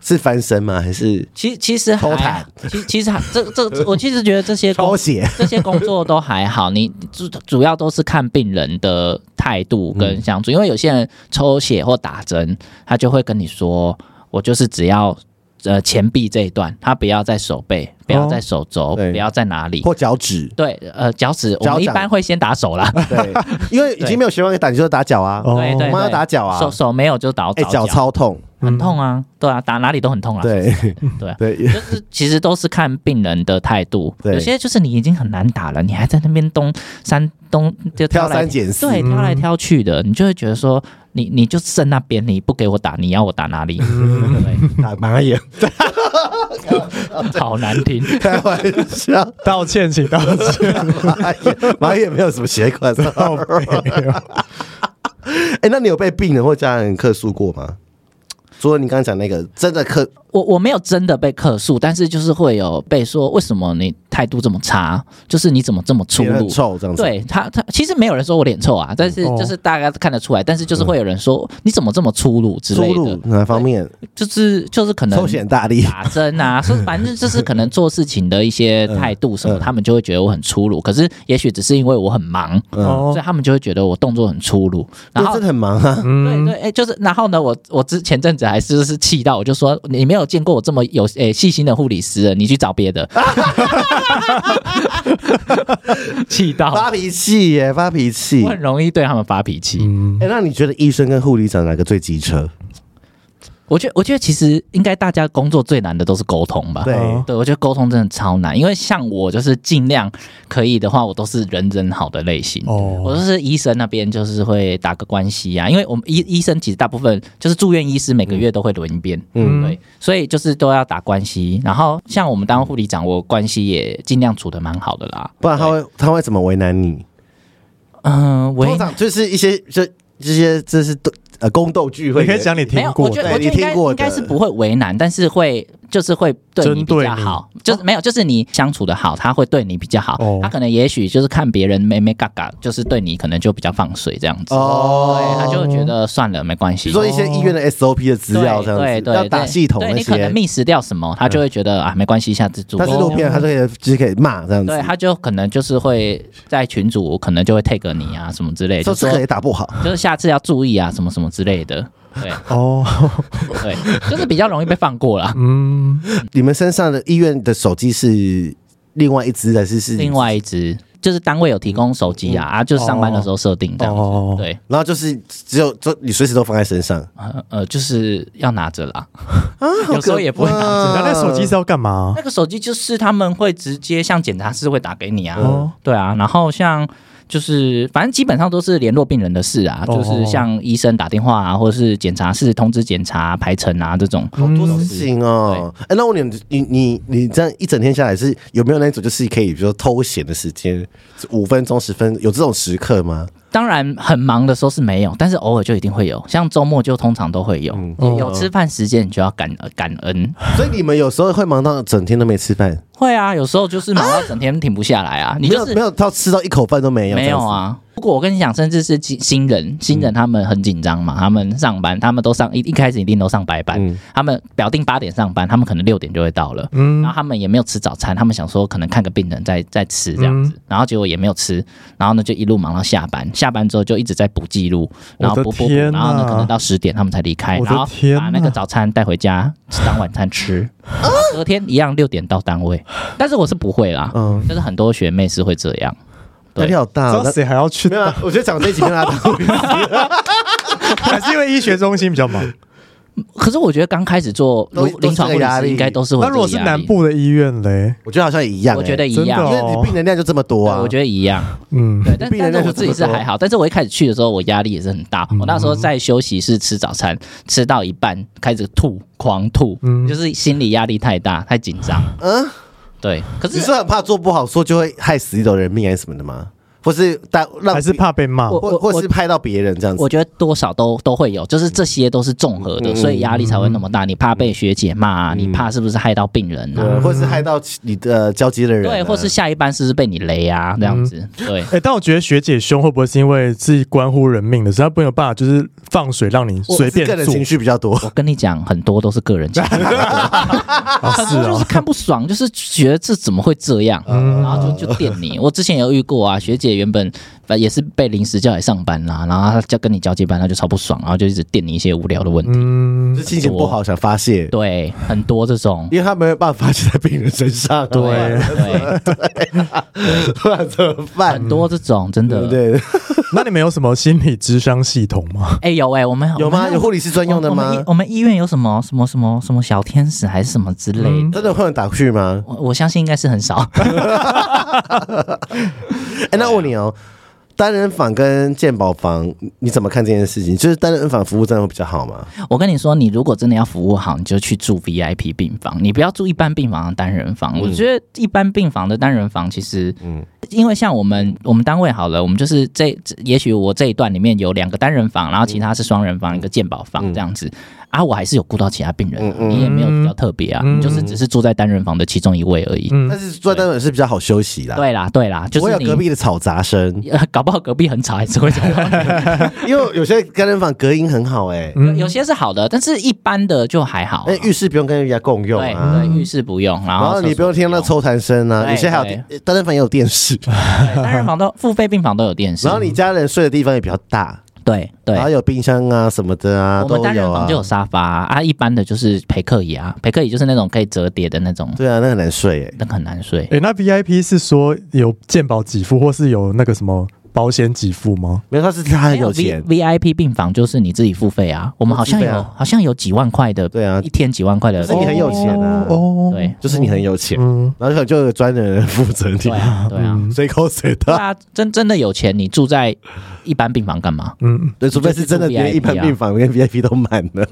Speaker 1: 是翻身吗？还是
Speaker 3: 其实其实
Speaker 1: 偷
Speaker 3: 还
Speaker 1: 懒，
Speaker 3: 其其实还这这这我其实觉得这些工
Speaker 1: 抽血？
Speaker 3: 这些工作都还好，你主主要都是看病人的态度跟相
Speaker 1: 嗯
Speaker 3: 处，因为有些人抽血或打针，他就会跟你说，我就是只要呃前臂这一段，他不要在手背，不要在手肘，
Speaker 1: 哦对
Speaker 3: 不要在哪里。
Speaker 1: 或脚趾？
Speaker 3: 对，呃，脚趾我
Speaker 1: 脚掌
Speaker 3: 们一般会先打手啦，
Speaker 1: 对，因为已经没有血管可以打，你就打脚啊。
Speaker 3: [laughs]
Speaker 2: 哦
Speaker 3: 对对
Speaker 1: 我妈要
Speaker 3: 对，
Speaker 1: 打脚啊
Speaker 3: 手手没有就打
Speaker 1: 哎，
Speaker 3: 找
Speaker 1: 脚超痛。
Speaker 3: 很痛啊，对啊，打哪里都很痛啊，
Speaker 1: 对。
Speaker 3: 对
Speaker 1: [laughs]
Speaker 3: 啊
Speaker 1: 对，
Speaker 3: 就是其实都是看病人的态度，
Speaker 1: 对
Speaker 3: 有些就是你已经很难打了，你还在那边东三东就
Speaker 1: 挑
Speaker 3: 挑来
Speaker 1: 三拣四。
Speaker 3: 对，挑来挑去的，你就会觉得说，你你就剩那边，你不给我打，你要我打哪里？ [laughs] 对，
Speaker 1: 打马眼，
Speaker 3: 好难听。
Speaker 1: 开玩 [laughs] 笑。
Speaker 2: 道歉，请道歉。
Speaker 1: 马也马也没有什么血管上。
Speaker 2: 靠背哦
Speaker 1: 哎、那你有被病人或家人客诉过吗？除了你刚刚讲那个，真的客
Speaker 3: 我我没有真的被客诉，但是就是会有被说为什么你态度这么差，就是你怎么这么粗
Speaker 1: 别人
Speaker 3: 鲁
Speaker 1: 很？臭这样子，，
Speaker 3: 对他，他其实没有人说我脸臭啊，但是
Speaker 2: 哦
Speaker 3: 就是大家看得出来，但是
Speaker 1: 嗯
Speaker 3: 就是会有人说你怎么这么粗鲁之
Speaker 1: 出
Speaker 3: 类
Speaker 1: 入
Speaker 3: 的，
Speaker 1: 哪方面
Speaker 3: 就是就是可能
Speaker 1: 抽显大力？
Speaker 3: 打针
Speaker 1: [laughs]
Speaker 3: 啊，是反正就是可能做事情的一些态度什么，
Speaker 1: 嗯
Speaker 3: 他们就会觉得我很粗鲁。可是也许只是因为我很忙，
Speaker 1: 嗯，
Speaker 3: 所以
Speaker 2: 哦，
Speaker 3: 他们就会觉得我动作很粗鲁。
Speaker 1: 因
Speaker 3: 然
Speaker 1: 为
Speaker 3: 后
Speaker 1: 真的很忙啊，
Speaker 3: 对对，哎、就是然后呢，我我之前阵子还是就是气到，我就说你没有见过我这么有诶细、心的护理师了，你去找
Speaker 1: [laughs]
Speaker 3: 别的。气到
Speaker 1: 发脾气耶，发脾气
Speaker 3: 我。很容易对他们发脾气。
Speaker 2: 嗯，
Speaker 1: 哎、那你觉得医生跟护理长哪个最机车？
Speaker 3: 我觉得我觉得其实应该大家工作最难的都是沟通吧。
Speaker 1: 对，
Speaker 2: 哦
Speaker 3: 对，我觉得沟通真的超难，因为像我就是尽量可以的话，我都是人人好的类型。我
Speaker 2: 哦，
Speaker 3: 就是医生那边就是会打个关系啊，因为我们医医生其实大部分就是住院医师每个月都会轮一遍，
Speaker 1: 嗯
Speaker 3: 嗯，对，所以就是都要打关系。然后像我们当护理长，我关系也尽量处的蛮好的啦。
Speaker 1: 不然他会他会怎么为难你？
Speaker 3: 嗯，喂
Speaker 1: 通，常就是一些这这些这是斗呃宫斗剧会，
Speaker 2: 你可以讲你听
Speaker 3: 没有，
Speaker 2: 过
Speaker 3: 我觉
Speaker 1: 对
Speaker 3: 得我
Speaker 1: 你
Speaker 3: 觉得应
Speaker 1: 听
Speaker 3: 该
Speaker 1: 过
Speaker 3: 应该
Speaker 1: 的
Speaker 3: 是不会为难，但是会就是会对
Speaker 2: 针
Speaker 3: 你比
Speaker 2: 对
Speaker 3: 较
Speaker 2: 你
Speaker 3: 好，就是没有，就是你相处的好，他会对你比较好。
Speaker 2: 哦
Speaker 3: 他可能也许就是看别人咩咩嘎嘎，就是对你可能就比较放水这样子，对，
Speaker 1: 哦，
Speaker 3: 他就会觉得算了，没关系。
Speaker 1: 比如说一些医院的 SOP 的资料这样子，
Speaker 3: 对对对，
Speaker 1: 要打系统
Speaker 3: 对
Speaker 1: 那
Speaker 3: 你可
Speaker 1: 些。
Speaker 3: 能 miss 掉什么，他就会觉得、啊，没关系，下次做。
Speaker 1: 但是路边他就可以就是可以骂这样子，
Speaker 3: 对，他就可能就是会在群组，可能就会 take 你啊，什么之类的，
Speaker 1: 说
Speaker 3: 就
Speaker 1: 这
Speaker 3: 说
Speaker 1: 个也打不好。
Speaker 3: 就是下次要注意啊，什么什么之类的。对
Speaker 2: 哦，
Speaker 3: 对，就是比较容易被放过啦。
Speaker 2: 嗯，
Speaker 1: 你们身上的医院的手机是另外一只还是是
Speaker 3: 另外一只。就是单位有提供手机啊，啊，就是上班的时候设定这样子。
Speaker 2: 嗯哦
Speaker 3: 对，
Speaker 1: 然后就是只有就你随时都放在身上
Speaker 3: 呃呃，就是要拿着啦，
Speaker 1: 啊，
Speaker 3: [laughs] 有时候也不会拿着。
Speaker 2: 那那手机是要干嘛？
Speaker 3: 那个手机就是他们会直接像检查室会打给你啊，
Speaker 2: 哦
Speaker 3: 对啊，然后像就是反正基本上都是联络病人的事啊，
Speaker 2: 哦
Speaker 3: 就是像医生打电话啊，或者是检查室通知检查排程啊这种。
Speaker 1: 好多事情哦。嗯哎、那我问你你你你这样一整天下来是有没有那种就是可以比如说偷闲的时间，五分钟十分有这种时刻吗？
Speaker 3: 当然很忙的时候是没有，但是偶尔就一定会有，像周末就通常都会有。
Speaker 2: 哦
Speaker 3: 有吃饭时间你就要感感恩，
Speaker 1: 所以你们有时候会忙到整天都没吃饭，
Speaker 3: 会啊，有时候就是忙到整天停不下来啊，你
Speaker 1: 没
Speaker 3: 就
Speaker 1: 有
Speaker 3: 是
Speaker 1: 没有到吃到一口饭都没有，
Speaker 3: 没有啊。不过我跟你讲，甚至是新新人，新
Speaker 1: 嗯
Speaker 3: 人他们很紧张嘛，他们上班，他们都上一一开始一定都上白班，
Speaker 1: 嗯
Speaker 3: 他们表定八点上班，他们可能六点就会到了，
Speaker 2: 嗯
Speaker 3: 然后他们也没有吃早餐，他们想说可能看个病人再再吃这样子，
Speaker 2: 嗯
Speaker 3: 然后结果也没有吃，然后呢就一路忙到下班，下班之后就一直在补记录，然后
Speaker 2: 我的
Speaker 3: 补补补，
Speaker 2: 天
Speaker 3: 然
Speaker 2: 哪
Speaker 3: 后呢可能到十点他们才离开，
Speaker 2: 我的
Speaker 3: 然后
Speaker 2: 天
Speaker 3: 把那个
Speaker 2: 哪
Speaker 3: 早餐带回家当晚
Speaker 2: [laughs]
Speaker 3: 餐吃，然后隔天一样六点到单位，但是我是不会啦，
Speaker 1: 嗯，
Speaker 3: 但是很多学妹是会这样。对
Speaker 1: 压力好大、
Speaker 2: 知道
Speaker 1: 哦。
Speaker 2: 谁还要去
Speaker 1: 那没？有、啊，我觉得讲这一集没有拉到。
Speaker 2: 还是因为医学中心比较
Speaker 3: [laughs]
Speaker 2: 忙。
Speaker 3: 可是我觉得刚开始做
Speaker 1: 都
Speaker 3: 临临床护
Speaker 1: 都是这个
Speaker 3: 理
Speaker 1: 压
Speaker 3: 师
Speaker 1: 力
Speaker 3: 应该都是会
Speaker 2: 那
Speaker 3: 有这
Speaker 2: 如
Speaker 3: 个
Speaker 2: 果
Speaker 3: 压力。
Speaker 2: 是南部的医院嘞，
Speaker 1: [laughs] 我觉得好像也一样、欸，
Speaker 3: 我觉得一
Speaker 2: 真的
Speaker 3: 样，
Speaker 2: 哦
Speaker 1: 因为你病人量就这么多啊，
Speaker 3: 对我觉得一样。
Speaker 2: 嗯，
Speaker 3: 对，但
Speaker 1: 病人
Speaker 3: 但是
Speaker 1: 量
Speaker 3: 我
Speaker 1: 是
Speaker 3: 自己
Speaker 1: 这
Speaker 3: 是
Speaker 1: 么多嗯
Speaker 3: 还好，但是我一开始去的时候，我压力也是很大。我那时候在休息室吃早餐，吃到一半开始吐，狂吐，
Speaker 2: 嗯
Speaker 3: 就是心理压力太大，太紧张。
Speaker 1: 嗯，
Speaker 3: 对，可
Speaker 1: 你
Speaker 3: 是
Speaker 1: 是很怕做不好，说就会害死一种人命还是什么的吗？或是大让
Speaker 2: 还是怕被骂。
Speaker 3: 我
Speaker 1: 或或是拍到别人这样子
Speaker 3: 我？觉得多少都都会有，就是这些都是综合的，
Speaker 1: 嗯
Speaker 3: 所以压力才会那么大。你怕被学姐骂啊，你怕是不是害到病人啊？
Speaker 1: 呃，或是害到其你的呃交接的人啊、嗯
Speaker 3: 对，或是下一班是不是被你雷啊？这样子，对。
Speaker 2: 哎、但我觉得学姐凶会不会是因为是关乎人命的，所以她没有办法就是放水让你随便
Speaker 1: 是个人
Speaker 2: 做
Speaker 1: 情绪比较多，
Speaker 3: 我跟你讲，很多都是个人情绪，
Speaker 2: 啊？是
Speaker 3: 很多就是
Speaker 2: 啊，
Speaker 3: 看不爽，就是觉得这怎么会这样，
Speaker 1: 嗯
Speaker 3: 然后就就电
Speaker 1: [laughs]
Speaker 3: 你。我之前有遇过啊，学姐原本呃也是被临时叫来上班啦，然后她叫跟你交接班，她就超不爽，然后就一直电你一些无聊的问题。
Speaker 2: 嗯
Speaker 1: 就，心情不好想发泄，
Speaker 3: 对，很多
Speaker 1: [laughs]
Speaker 3: 这种。
Speaker 1: 因为他没有办法发泄在病人身上啊，
Speaker 2: 对
Speaker 3: 对， [laughs]
Speaker 1: 不然怎么办？
Speaker 3: 很多这种真
Speaker 1: 对
Speaker 3: 的
Speaker 1: 不。对？
Speaker 2: 那你们有什么心理智商系统吗？
Speaker 3: 哎、有哎、我们
Speaker 1: 有
Speaker 3: 我
Speaker 1: 吗？
Speaker 3: 们
Speaker 1: 有护理师专用的
Speaker 3: 我们
Speaker 1: 吗
Speaker 3: 医？我们医院有什么什么什么什么小天使还是什么之类的？
Speaker 2: 嗯
Speaker 1: 真的会有人打去吗？
Speaker 3: 我我相信应该是很少。啊
Speaker 1: 哎，那我问你哦，单人房跟健保房，你怎么看这件事情？就是单人房服务真的会比较好吗？
Speaker 3: 我跟你说，你如果真的要服务好，你就去住 VIP 病房，你不要住一般病房的单人房。我觉得一般病房的单人房其实，
Speaker 1: 嗯
Speaker 3: 嗯，因为像我们我们单位好了，我们就是这，这也许我这一段里面有两个单人
Speaker 1: 嗯
Speaker 3: 房，然后其他是双人房，一个健保房这样子。啊，我还是有顾到其他病人啊、
Speaker 1: 嗯嗯嗯
Speaker 3: 你也没有比较特别啊，你就是只是住在单人房的其中一位而已。
Speaker 2: 嗯
Speaker 1: 但是住在单人是比较好休息啦。
Speaker 3: 对啦，对啦，就
Speaker 1: 我
Speaker 3: 是
Speaker 1: 有
Speaker 3: 你
Speaker 1: 隔壁的吵杂声，
Speaker 3: 呃 [laughs] 搞不好隔壁很吵，还是会吵到你。
Speaker 1: 因为有些单人房隔音很好哎、
Speaker 3: 有 [laughs]
Speaker 2: 嗯
Speaker 3: 有些是好的，但是一般的就还好啊、
Speaker 1: 那哎浴室不用跟人家共用
Speaker 3: 对
Speaker 1: 啊，
Speaker 3: 对，浴室不用，然
Speaker 1: 然
Speaker 3: 后
Speaker 1: 后你
Speaker 3: 厕
Speaker 1: 不
Speaker 3: 所
Speaker 1: 用听到抽痰声啊，
Speaker 3: 对
Speaker 1: 有些还有电单人房也有电视，
Speaker 3: [laughs] 对单人房都付费病房都有电视，
Speaker 1: 然后你家人睡的地方也比较大，
Speaker 3: 对对
Speaker 1: 然。后有冰箱啊什么的啊，
Speaker 3: 我们
Speaker 1: 都
Speaker 3: 单人
Speaker 1: 有啊
Speaker 3: 房就。有沙发啊，啊一般的就是陪客椅啊，陪客椅就是那种可以折叠的那种，
Speaker 1: 对啊，那很难睡哎、
Speaker 3: 那个很难睡。
Speaker 2: 哎、那 VIP 是说有健保给付，或是有那个什么保险给付吗？
Speaker 1: 没有，他是他很有
Speaker 3: V
Speaker 1: 钱，
Speaker 3: VIP 病房就是你自己付费啊，我们好像
Speaker 1: 自
Speaker 3: 有
Speaker 1: 费啊
Speaker 3: 好像有几万块的，
Speaker 1: 对啊
Speaker 3: 一天几万块的
Speaker 1: 可，是你很有钱啊
Speaker 2: 哦，
Speaker 3: 对
Speaker 1: 就是你很有钱，
Speaker 2: 嗯，
Speaker 1: 然后可能就有专人负责你
Speaker 3: 对，啊对啊。
Speaker 1: 随口随到。
Speaker 3: 对啊，真真的有钱，你住在一般病房干嘛？
Speaker 2: 嗯，
Speaker 1: 对，除非是真的连
Speaker 3: 啊
Speaker 1: 一般病房跟 VIP 都满了，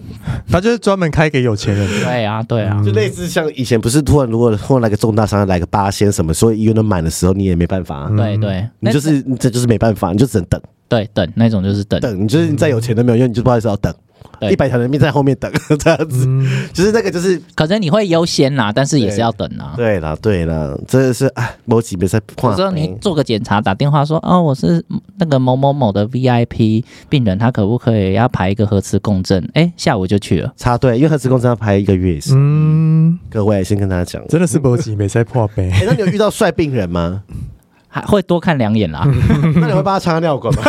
Speaker 2: 他就是专门开给有钱人的。
Speaker 3: 对啊，对啊，
Speaker 1: 就类似像以前不是突然如果突然来个重大伤，来个八仙什么，所以医院都满的时候，你也没办法啊、
Speaker 3: 对对，
Speaker 1: 你
Speaker 3: 那
Speaker 1: 就是你这就是没办法，你就只能等
Speaker 3: 对等那种就是等，
Speaker 1: 等，你就是你再有钱都没有用，你就不好意思要等，
Speaker 3: 对
Speaker 1: 一百条人命在后面等 [laughs] 这样子，就是那个就是
Speaker 3: 可能你会优先啦，但是也是
Speaker 1: 对
Speaker 3: 要等啊。
Speaker 1: 对啦对啦，真的是哎，某几没在
Speaker 3: 有
Speaker 1: 跨
Speaker 3: 时候你做个检查，打电话说，哦，我是那个某某某的 VIP 病人，他可不可以要排一个核磁共振？哎，下午就去了。
Speaker 1: 插队，因为核磁共振要排一个月以上，
Speaker 2: 嗯，
Speaker 1: 各位先跟大家讲。
Speaker 2: 真的是波及没在破杯。
Speaker 1: 哎、那你有
Speaker 3: [laughs]
Speaker 1: 遇到帅病人吗？
Speaker 3: 还会多看两眼啦，
Speaker 1: 那你会帮他插尿管吗？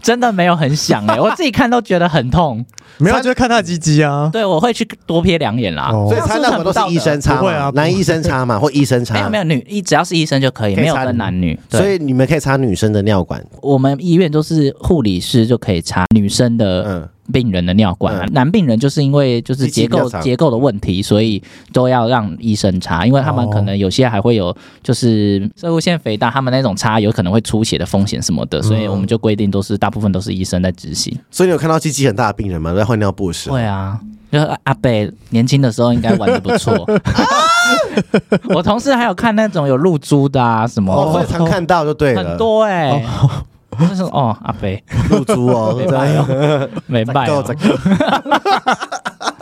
Speaker 3: 真的没有很想哎、我自己看都觉得很痛。
Speaker 2: 没有，就是看他的鸡鸡啊。
Speaker 3: 对，我会去多瞥两眼啦。
Speaker 2: 哦
Speaker 1: 所以插那么都是医生插
Speaker 2: 不会啊
Speaker 1: 嘛，
Speaker 2: 不会
Speaker 1: 男医生插嘛，或医生插。
Speaker 3: 啊没有没有女一，只要是医生就可以，
Speaker 1: 可以
Speaker 3: 没有
Speaker 1: 插
Speaker 3: 分男女。对
Speaker 1: 所以你们可以插女生的尿管，
Speaker 3: 我们医院都是护理师就可以查女生的
Speaker 1: 嗯，
Speaker 3: 病人的尿管、啊
Speaker 1: 嗯
Speaker 3: 男病人就是因为就是结
Speaker 1: 机器比
Speaker 3: 构
Speaker 1: 较长
Speaker 3: 结构的问题，所以都要让医生查，因为他们
Speaker 2: 哦
Speaker 3: 可能有些还会有就是射物腺肥大，他们那种插有可能会出血的风险什么
Speaker 1: 嗯
Speaker 3: 的，所以我们就规定都是大部分都是医生在执行。
Speaker 1: 所以你有看到鸡鸡很大的病人吗？在换尿布时，
Speaker 3: 对啊，就是阿贝年轻的时候应该玩的不
Speaker 1: [laughs]
Speaker 3: 错。我同事还有看那种有露珠的啊什么，
Speaker 1: 哦，所以常看到就对了，
Speaker 3: 很多哎、就是哦，阿贝
Speaker 1: 露珠
Speaker 3: [laughs]
Speaker 1: 哦，
Speaker 3: 没
Speaker 1: 这
Speaker 3: 办
Speaker 1: 样
Speaker 3: 哦，没
Speaker 1: [laughs]
Speaker 3: 办
Speaker 1: 够
Speaker 3: 哦
Speaker 1: 这。个，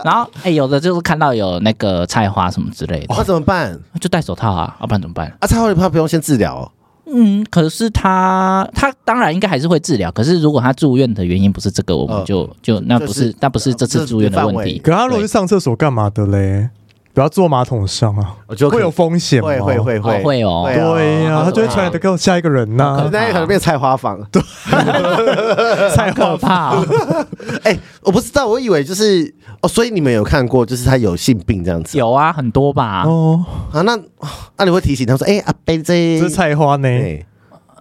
Speaker 3: 然后哎、有的就是看到有那个菜花什么之类的，
Speaker 1: 那怎么办？
Speaker 3: 就戴手套啊，要、不然怎么办？
Speaker 1: 啊，插好你怕不用先治疗哦，
Speaker 3: 嗯，可是他他当然应该还是会治疗，可是如果他住院的原因不是这个，我们
Speaker 1: 呃
Speaker 3: 就、就那
Speaker 1: 就
Speaker 3: 不
Speaker 1: 是
Speaker 3: 是那不是这次
Speaker 1: 这
Speaker 3: 住院的
Speaker 1: 范
Speaker 3: 问
Speaker 1: 围
Speaker 3: 题。
Speaker 2: 可他如果去
Speaker 3: 对
Speaker 2: 上厕所干嘛的嘞？不要坐马桶上啊，
Speaker 1: 我就
Speaker 2: 会有风险吗？
Speaker 1: 会会。会会
Speaker 3: 哦会哦
Speaker 1: 会啊
Speaker 2: 对呀、
Speaker 3: 好可怕
Speaker 2: 他就会传染给我下一个人
Speaker 3: 好
Speaker 2: 呐、
Speaker 1: 那也可能变菜花房。
Speaker 2: 菜花
Speaker 3: 可怕、哦，
Speaker 1: 哎，我不知道，我以为就是哦，所以你们有看过，就是他有性病这样子
Speaker 3: 有啊，很多吧。
Speaker 2: 哦，
Speaker 1: 啊？那那你会提醒他说，哎，阿贝这
Speaker 2: 这是菜花呢。
Speaker 3: 嗯
Speaker 1: 哎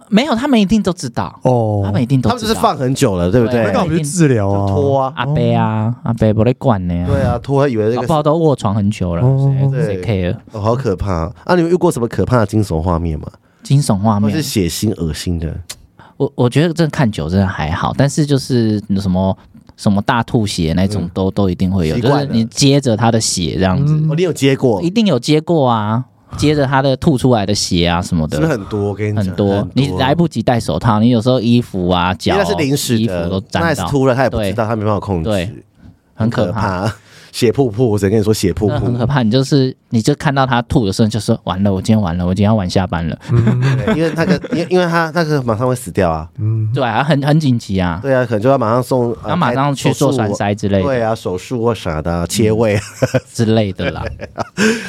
Speaker 3: 没有，他们一定都知道，
Speaker 2: 哦，
Speaker 3: 他们一定都
Speaker 1: 他
Speaker 3: 知道。
Speaker 1: 们就是放很久了，对不对
Speaker 3: 对？
Speaker 2: 那干嘛不去治疗
Speaker 1: 就
Speaker 2: 啊？
Speaker 1: 拖啊，
Speaker 3: 阿伯啊，阿伯不来管呢、
Speaker 1: 对啊，拖，以为
Speaker 3: 哦搞
Speaker 1: 这
Speaker 3: 不
Speaker 1: 个
Speaker 3: 好都卧床很久了，
Speaker 2: 哦
Speaker 3: 谁谁 care？
Speaker 1: 哦好可怕啊啊！你们遇过什么可怕的惊悚画面吗？
Speaker 3: 惊悚画
Speaker 1: 或是
Speaker 3: 面，
Speaker 1: 血腥恶心的？
Speaker 3: 我我觉得真的看久真的还好，但是就是什么什么大吐血那种都、都一定会有，
Speaker 1: 嗯习
Speaker 3: 就
Speaker 1: 惯
Speaker 3: 是
Speaker 1: 了
Speaker 3: 你接着他的血这样子，
Speaker 1: 哦，你有接过？
Speaker 3: 嗯一定有接过
Speaker 1: [laughs]
Speaker 3: 啊，接着他的吐出来的血啊什么
Speaker 1: 是不是
Speaker 3: 的。
Speaker 1: 很多？我跟你讲，
Speaker 3: 很多，你来不及戴手套，你有时候衣服啊、脚
Speaker 1: 因
Speaker 3: 啊、
Speaker 1: 为那是临时
Speaker 3: 衣服
Speaker 1: 的，
Speaker 3: 都
Speaker 1: 那
Speaker 3: 沾
Speaker 1: 也是
Speaker 3: 到，
Speaker 1: 突了，他也不知
Speaker 3: 对
Speaker 1: 道，他没办法控制
Speaker 3: 对，很可
Speaker 1: 可
Speaker 3: 怕，
Speaker 1: 怕。血瀑布，我只能跟你说血瀑
Speaker 3: 真的 [laughs] 很
Speaker 1: 布
Speaker 3: 可，怕。你就是，你就看到他吐的时候，你就说完了，我今天完了，我今天要晚下班了。
Speaker 1: 对因为那个，因为因为他那个马上会死掉啊，
Speaker 3: 对啊，很很紧急 [laughs] 啊，
Speaker 1: 对啊，可能就要马上送，呃
Speaker 3: 他马上去做栓，塞之
Speaker 1: 开
Speaker 3: 类
Speaker 1: 手术
Speaker 3: 的
Speaker 1: 对啊，手术或啥的啊切胃，
Speaker 3: 之类
Speaker 1: [laughs]
Speaker 3: 的啦。嗯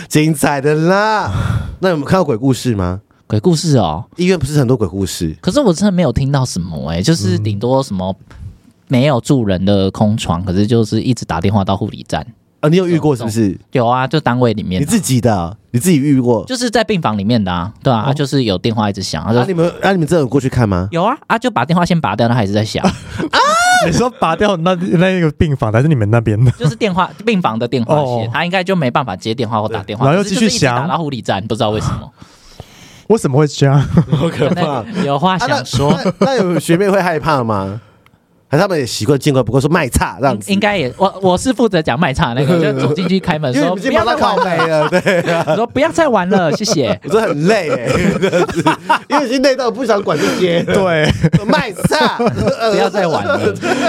Speaker 1: 精彩的啦。那有没有看到鬼故事吗？
Speaker 3: 鬼故事哦，
Speaker 1: 医院不是很多鬼故事，
Speaker 3: 可是我真的没有听到什么哎、就是顶多什么没有住人的空床，可是就是一直打电话到护理站。
Speaker 1: 啊，你有遇过是不是？
Speaker 3: 有啊，就单位里面
Speaker 1: 你
Speaker 3: 啊、
Speaker 1: 自己的啊，你自己遇过？
Speaker 3: 就是在病房里面的啊，对
Speaker 2: 哦
Speaker 3: 啊，啊就是有电话一直响，他就、
Speaker 1: 啊，你们啊，你们真的有过去看吗？
Speaker 3: 有啊啊就把电话先拔掉，他还是
Speaker 2: [laughs]
Speaker 3: 在响，
Speaker 2: 你说拔掉那那个病房，还是你们那边的？
Speaker 3: 就是电话病房的电话线，
Speaker 2: 哦
Speaker 3: 他应该就没办法接电话或打电话，
Speaker 2: 对然后
Speaker 3: 可是
Speaker 2: 又继续
Speaker 3: 就是一直打
Speaker 2: 响
Speaker 3: 到护理站，不知道为什
Speaker 2: [laughs]
Speaker 3: 么，
Speaker 2: 为什么会这样？
Speaker 1: 好可
Speaker 3: 可能有话
Speaker 1: 啊那
Speaker 3: 想说。
Speaker 1: 那那有学妹会害怕吗？还是他们也习惯见怪不怪，说卖差这样子？
Speaker 3: 应该也我我是负责讲卖场那个，就走进去开门
Speaker 1: [laughs] 因为
Speaker 3: 说
Speaker 1: 你们已
Speaker 3: 不
Speaker 1: 经
Speaker 3: 要
Speaker 1: 忙
Speaker 3: 再
Speaker 1: 到靠
Speaker 3: 玩了
Speaker 1: 背了，对，啊
Speaker 3: 我 [laughs] 说不要再玩了，谢谢。
Speaker 1: 我真的很累哎，真的是 [laughs] 因为已经累到不想管这些了。
Speaker 3: [laughs]
Speaker 2: 对，
Speaker 1: 卖差，
Speaker 3: 不
Speaker 1: 不
Speaker 3: 要再玩了。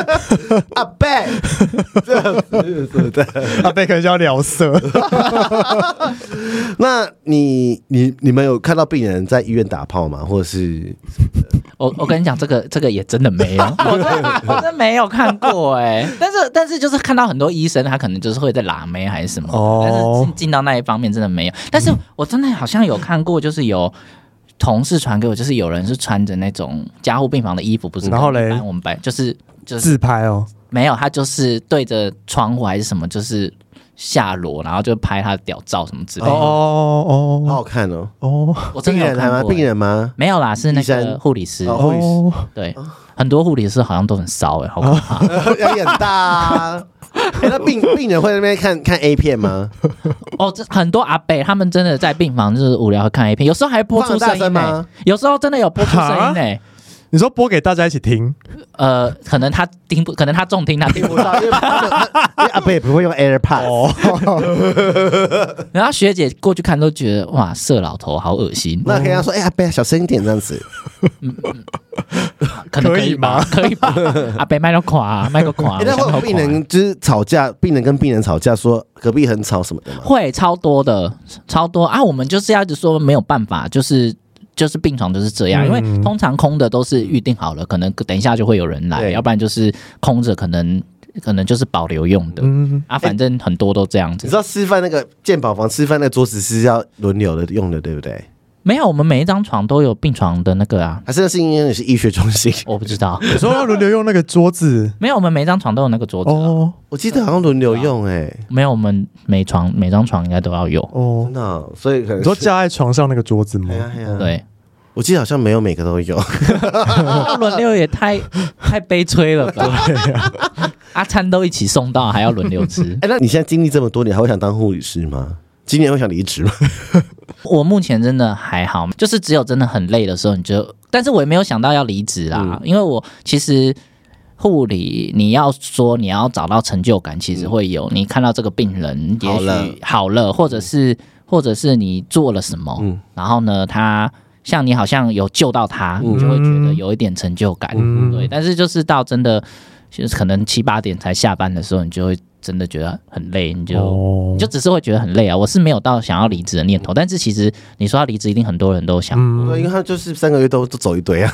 Speaker 1: [laughs] 阿
Speaker 3: [laughs]
Speaker 1: 贝，这样子是的。
Speaker 2: 阿啊贝可能就要聊色。
Speaker 1: 那你你你们有看到病人在医院打炮吗？或者是
Speaker 3: 我我跟你讲，这个这个也真的没有，我真 [laughs] 的我真没有看过哎、 [laughs] 但是但是就是看到很多医生，他可能就是会在拉妹还是什么的，
Speaker 2: 哦
Speaker 3: 但是进进到那一方面真的没有。但是我真的好像有看过，就是有。同事传给我，就是有人是穿着那种加护病房的衣服，不是？
Speaker 2: 然后嘞
Speaker 3: 一般我们班就是就是
Speaker 2: 自拍哦，
Speaker 3: 没有，他就是对着窗户还是什么，就是下裸，然后就拍他的屌照什么之类
Speaker 2: 哦
Speaker 3: 的。
Speaker 1: 好
Speaker 2: 哦
Speaker 1: 好看哦？
Speaker 2: 哦
Speaker 3: 我真
Speaker 1: 病
Speaker 3: 的有
Speaker 1: 人
Speaker 3: 看
Speaker 1: 来吗？
Speaker 3: 过欸
Speaker 1: 病人吗？
Speaker 3: 没有啦，是那
Speaker 1: 医生
Speaker 3: 个护理师。
Speaker 1: 哦
Speaker 2: 哦哦，
Speaker 3: 对，很多护理师好像都很骚哎、好可怕。
Speaker 1: [laughs] 压力很大啊。 [laughs] 哎那病病人会在那边看看 A 片吗？
Speaker 3: 哦，这很多阿伯他们真的在病房就是无聊会看 A 片，有时候还播
Speaker 1: 放
Speaker 3: 出
Speaker 1: 得大
Speaker 3: 声
Speaker 1: 声
Speaker 3: 音
Speaker 1: 吗
Speaker 3: 呢，有时候真的有播出声音呢。
Speaker 2: 你说播给大家一起听，
Speaker 3: 呃，可能他听不，可能他 [laughs] 重听他听
Speaker 1: 听
Speaker 3: 不
Speaker 1: 不
Speaker 3: 到。
Speaker 1: 到，因为他哦们因为阿贝不会用
Speaker 3: 哦
Speaker 1: AirPods，
Speaker 3: 然后学姐过去看都觉得哇，色老头好恶心，
Speaker 1: 那可以跟他说：“哎，阿贝，小声一点，这样子。啊
Speaker 3: 可能
Speaker 2: 可
Speaker 3: 可
Speaker 2: 以
Speaker 3: 以吧？可以吧？阿伯麦克垮，麦克
Speaker 1: [laughs]
Speaker 3: 垮，
Speaker 1: 哎”那会有
Speaker 3: 啊
Speaker 1: 病人就是吵架，病人跟病人吵架，说隔壁很吵什么的吗？
Speaker 3: 会超多的，超多啊！我们就是要一直说没有办法，就是。就是病床就是这样，因为
Speaker 2: 嗯
Speaker 3: 通常空的都是预定好了，可能等一下就会有人来，
Speaker 1: 对
Speaker 3: 要不然就是空着，可能可能就是保留用的、
Speaker 2: 嗯，
Speaker 3: 啊。反正很多都这样子
Speaker 1: 你知，道吃饭那个健保房吃饭那个桌子是要轮流的用的，对不对？
Speaker 3: 没有，我们每一张床都有病床的那个啊，
Speaker 1: 还是那是因为你是医学中心？
Speaker 3: 我不知道，
Speaker 2: 有时候要轮流用那个桌子
Speaker 3: 没有，我们每一张床都有那个桌子啊、
Speaker 2: 哦
Speaker 1: 我记得好像轮流用哎、
Speaker 3: 没有，我们每床每张床应该都要有。
Speaker 2: 哦
Speaker 1: 真，的哦、所以可能
Speaker 2: 你说
Speaker 1: 是
Speaker 2: 架在床上那个桌子吗
Speaker 1: 哎？呀哎呀，
Speaker 3: 对，啊
Speaker 1: 我记得好像没有每个都有，哎
Speaker 3: 要轮流也太太悲催了吧？ [laughs] 啊，餐都一起送到，还要轮流吃。
Speaker 1: 哎、那你现在经历这么多年，还会想当护理师吗？今年会想离职吗？
Speaker 3: 我目前真的还好，就是只有真的很累的时候，你就，但是我也没有想到要离职
Speaker 1: 嗯
Speaker 3: 啦，因为我其实。护理，你要说你要找到成就感，其实会有。你看到这个病人，也
Speaker 1: 嗯好
Speaker 3: 许
Speaker 1: 了
Speaker 3: 好了，或者是或者是你做了什么，
Speaker 1: 嗯
Speaker 3: 然后呢，他像你好像有救到他，
Speaker 1: 嗯
Speaker 3: 你就会觉得有一点成就感，
Speaker 2: 嗯
Speaker 3: 对。但是就是到真的，就是可能七八点才下班的时候，你就会真的觉得很累，你就、
Speaker 2: 哦
Speaker 3: 你就只是会觉得很累啊。我是没有到想要离职的念头，但是其实你说要离职，一定很多人都想。
Speaker 1: 对，啊因
Speaker 2: 嗯，
Speaker 1: 为他就是三个月都都走一堆啊，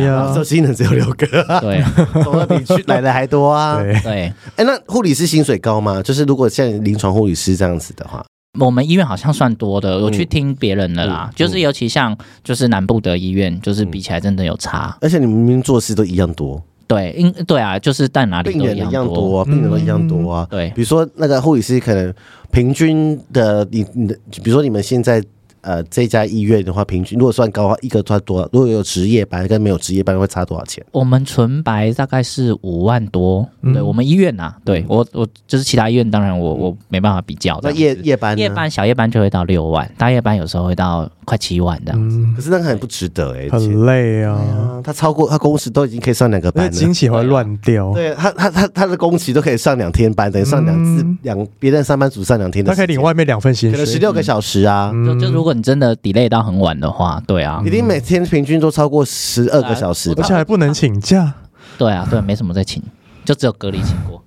Speaker 1: [laughs]
Speaker 2: 呀
Speaker 1: 走，新人只有六 [laughs] 个，啊
Speaker 3: 对啊
Speaker 1: 走的比 [laughs] 去来的还多啊。
Speaker 2: 对，
Speaker 3: 对，
Speaker 1: 哎、那护理师薪水高吗？就是如果像临床护理师这样子的话，
Speaker 3: 我们医院好像算多的，我去听别人的啦，
Speaker 1: 嗯
Speaker 3: 就是尤其像就是南部的医院，就是比起来真的有差。
Speaker 1: 而且你们明明做事都一样多，
Speaker 3: 对，因对啊，就是但哪里
Speaker 1: 病
Speaker 3: 都
Speaker 1: 人一样
Speaker 3: 多。
Speaker 1: 多啊，病人都一样多啊。
Speaker 3: 对
Speaker 1: 比如说那个护理师可能平均的，你你的，比如说你们现在呃这家医院的话，平均如果算高的话，一个差多少，如果有值夜班跟没有值夜班会差多少钱？
Speaker 3: 我们纯白大概是五万多，
Speaker 1: 嗯
Speaker 3: 对我们医院呐、啊对我我就是其他医院，当然我我没办法比较
Speaker 1: 那
Speaker 3: 的。
Speaker 1: 夜夜班呢
Speaker 3: 夜班小夜班就会到六万，大夜班有时候会到快七万这样。
Speaker 2: 嗯，
Speaker 1: 可是那个很不值得哎、欸，钱
Speaker 2: 很累啊，
Speaker 1: 啊，他超过他工时都已经可以上两个
Speaker 2: 而
Speaker 3: 哎
Speaker 1: 班
Speaker 2: 且
Speaker 1: 了
Speaker 2: 惊。喜会乱掉，
Speaker 3: 啊
Speaker 1: 对他，他他他的工期都可以上两天班，等于上两次
Speaker 2: 嗯
Speaker 1: 两别的上班族上两天的
Speaker 2: 他
Speaker 1: 时
Speaker 2: 可
Speaker 1: 间，
Speaker 2: 以领外面两份薪
Speaker 1: 可能十
Speaker 2: 水，嗯
Speaker 1: 六个小时啊，
Speaker 3: 就就如果你真的 delay 到很晚的话，对啊
Speaker 1: 一，定每天平均都超过十二个小时
Speaker 2: 而
Speaker 1: 吧
Speaker 2: 且？还不能请假，
Speaker 3: 对啊，对，没什么在请，就只有隔离请过。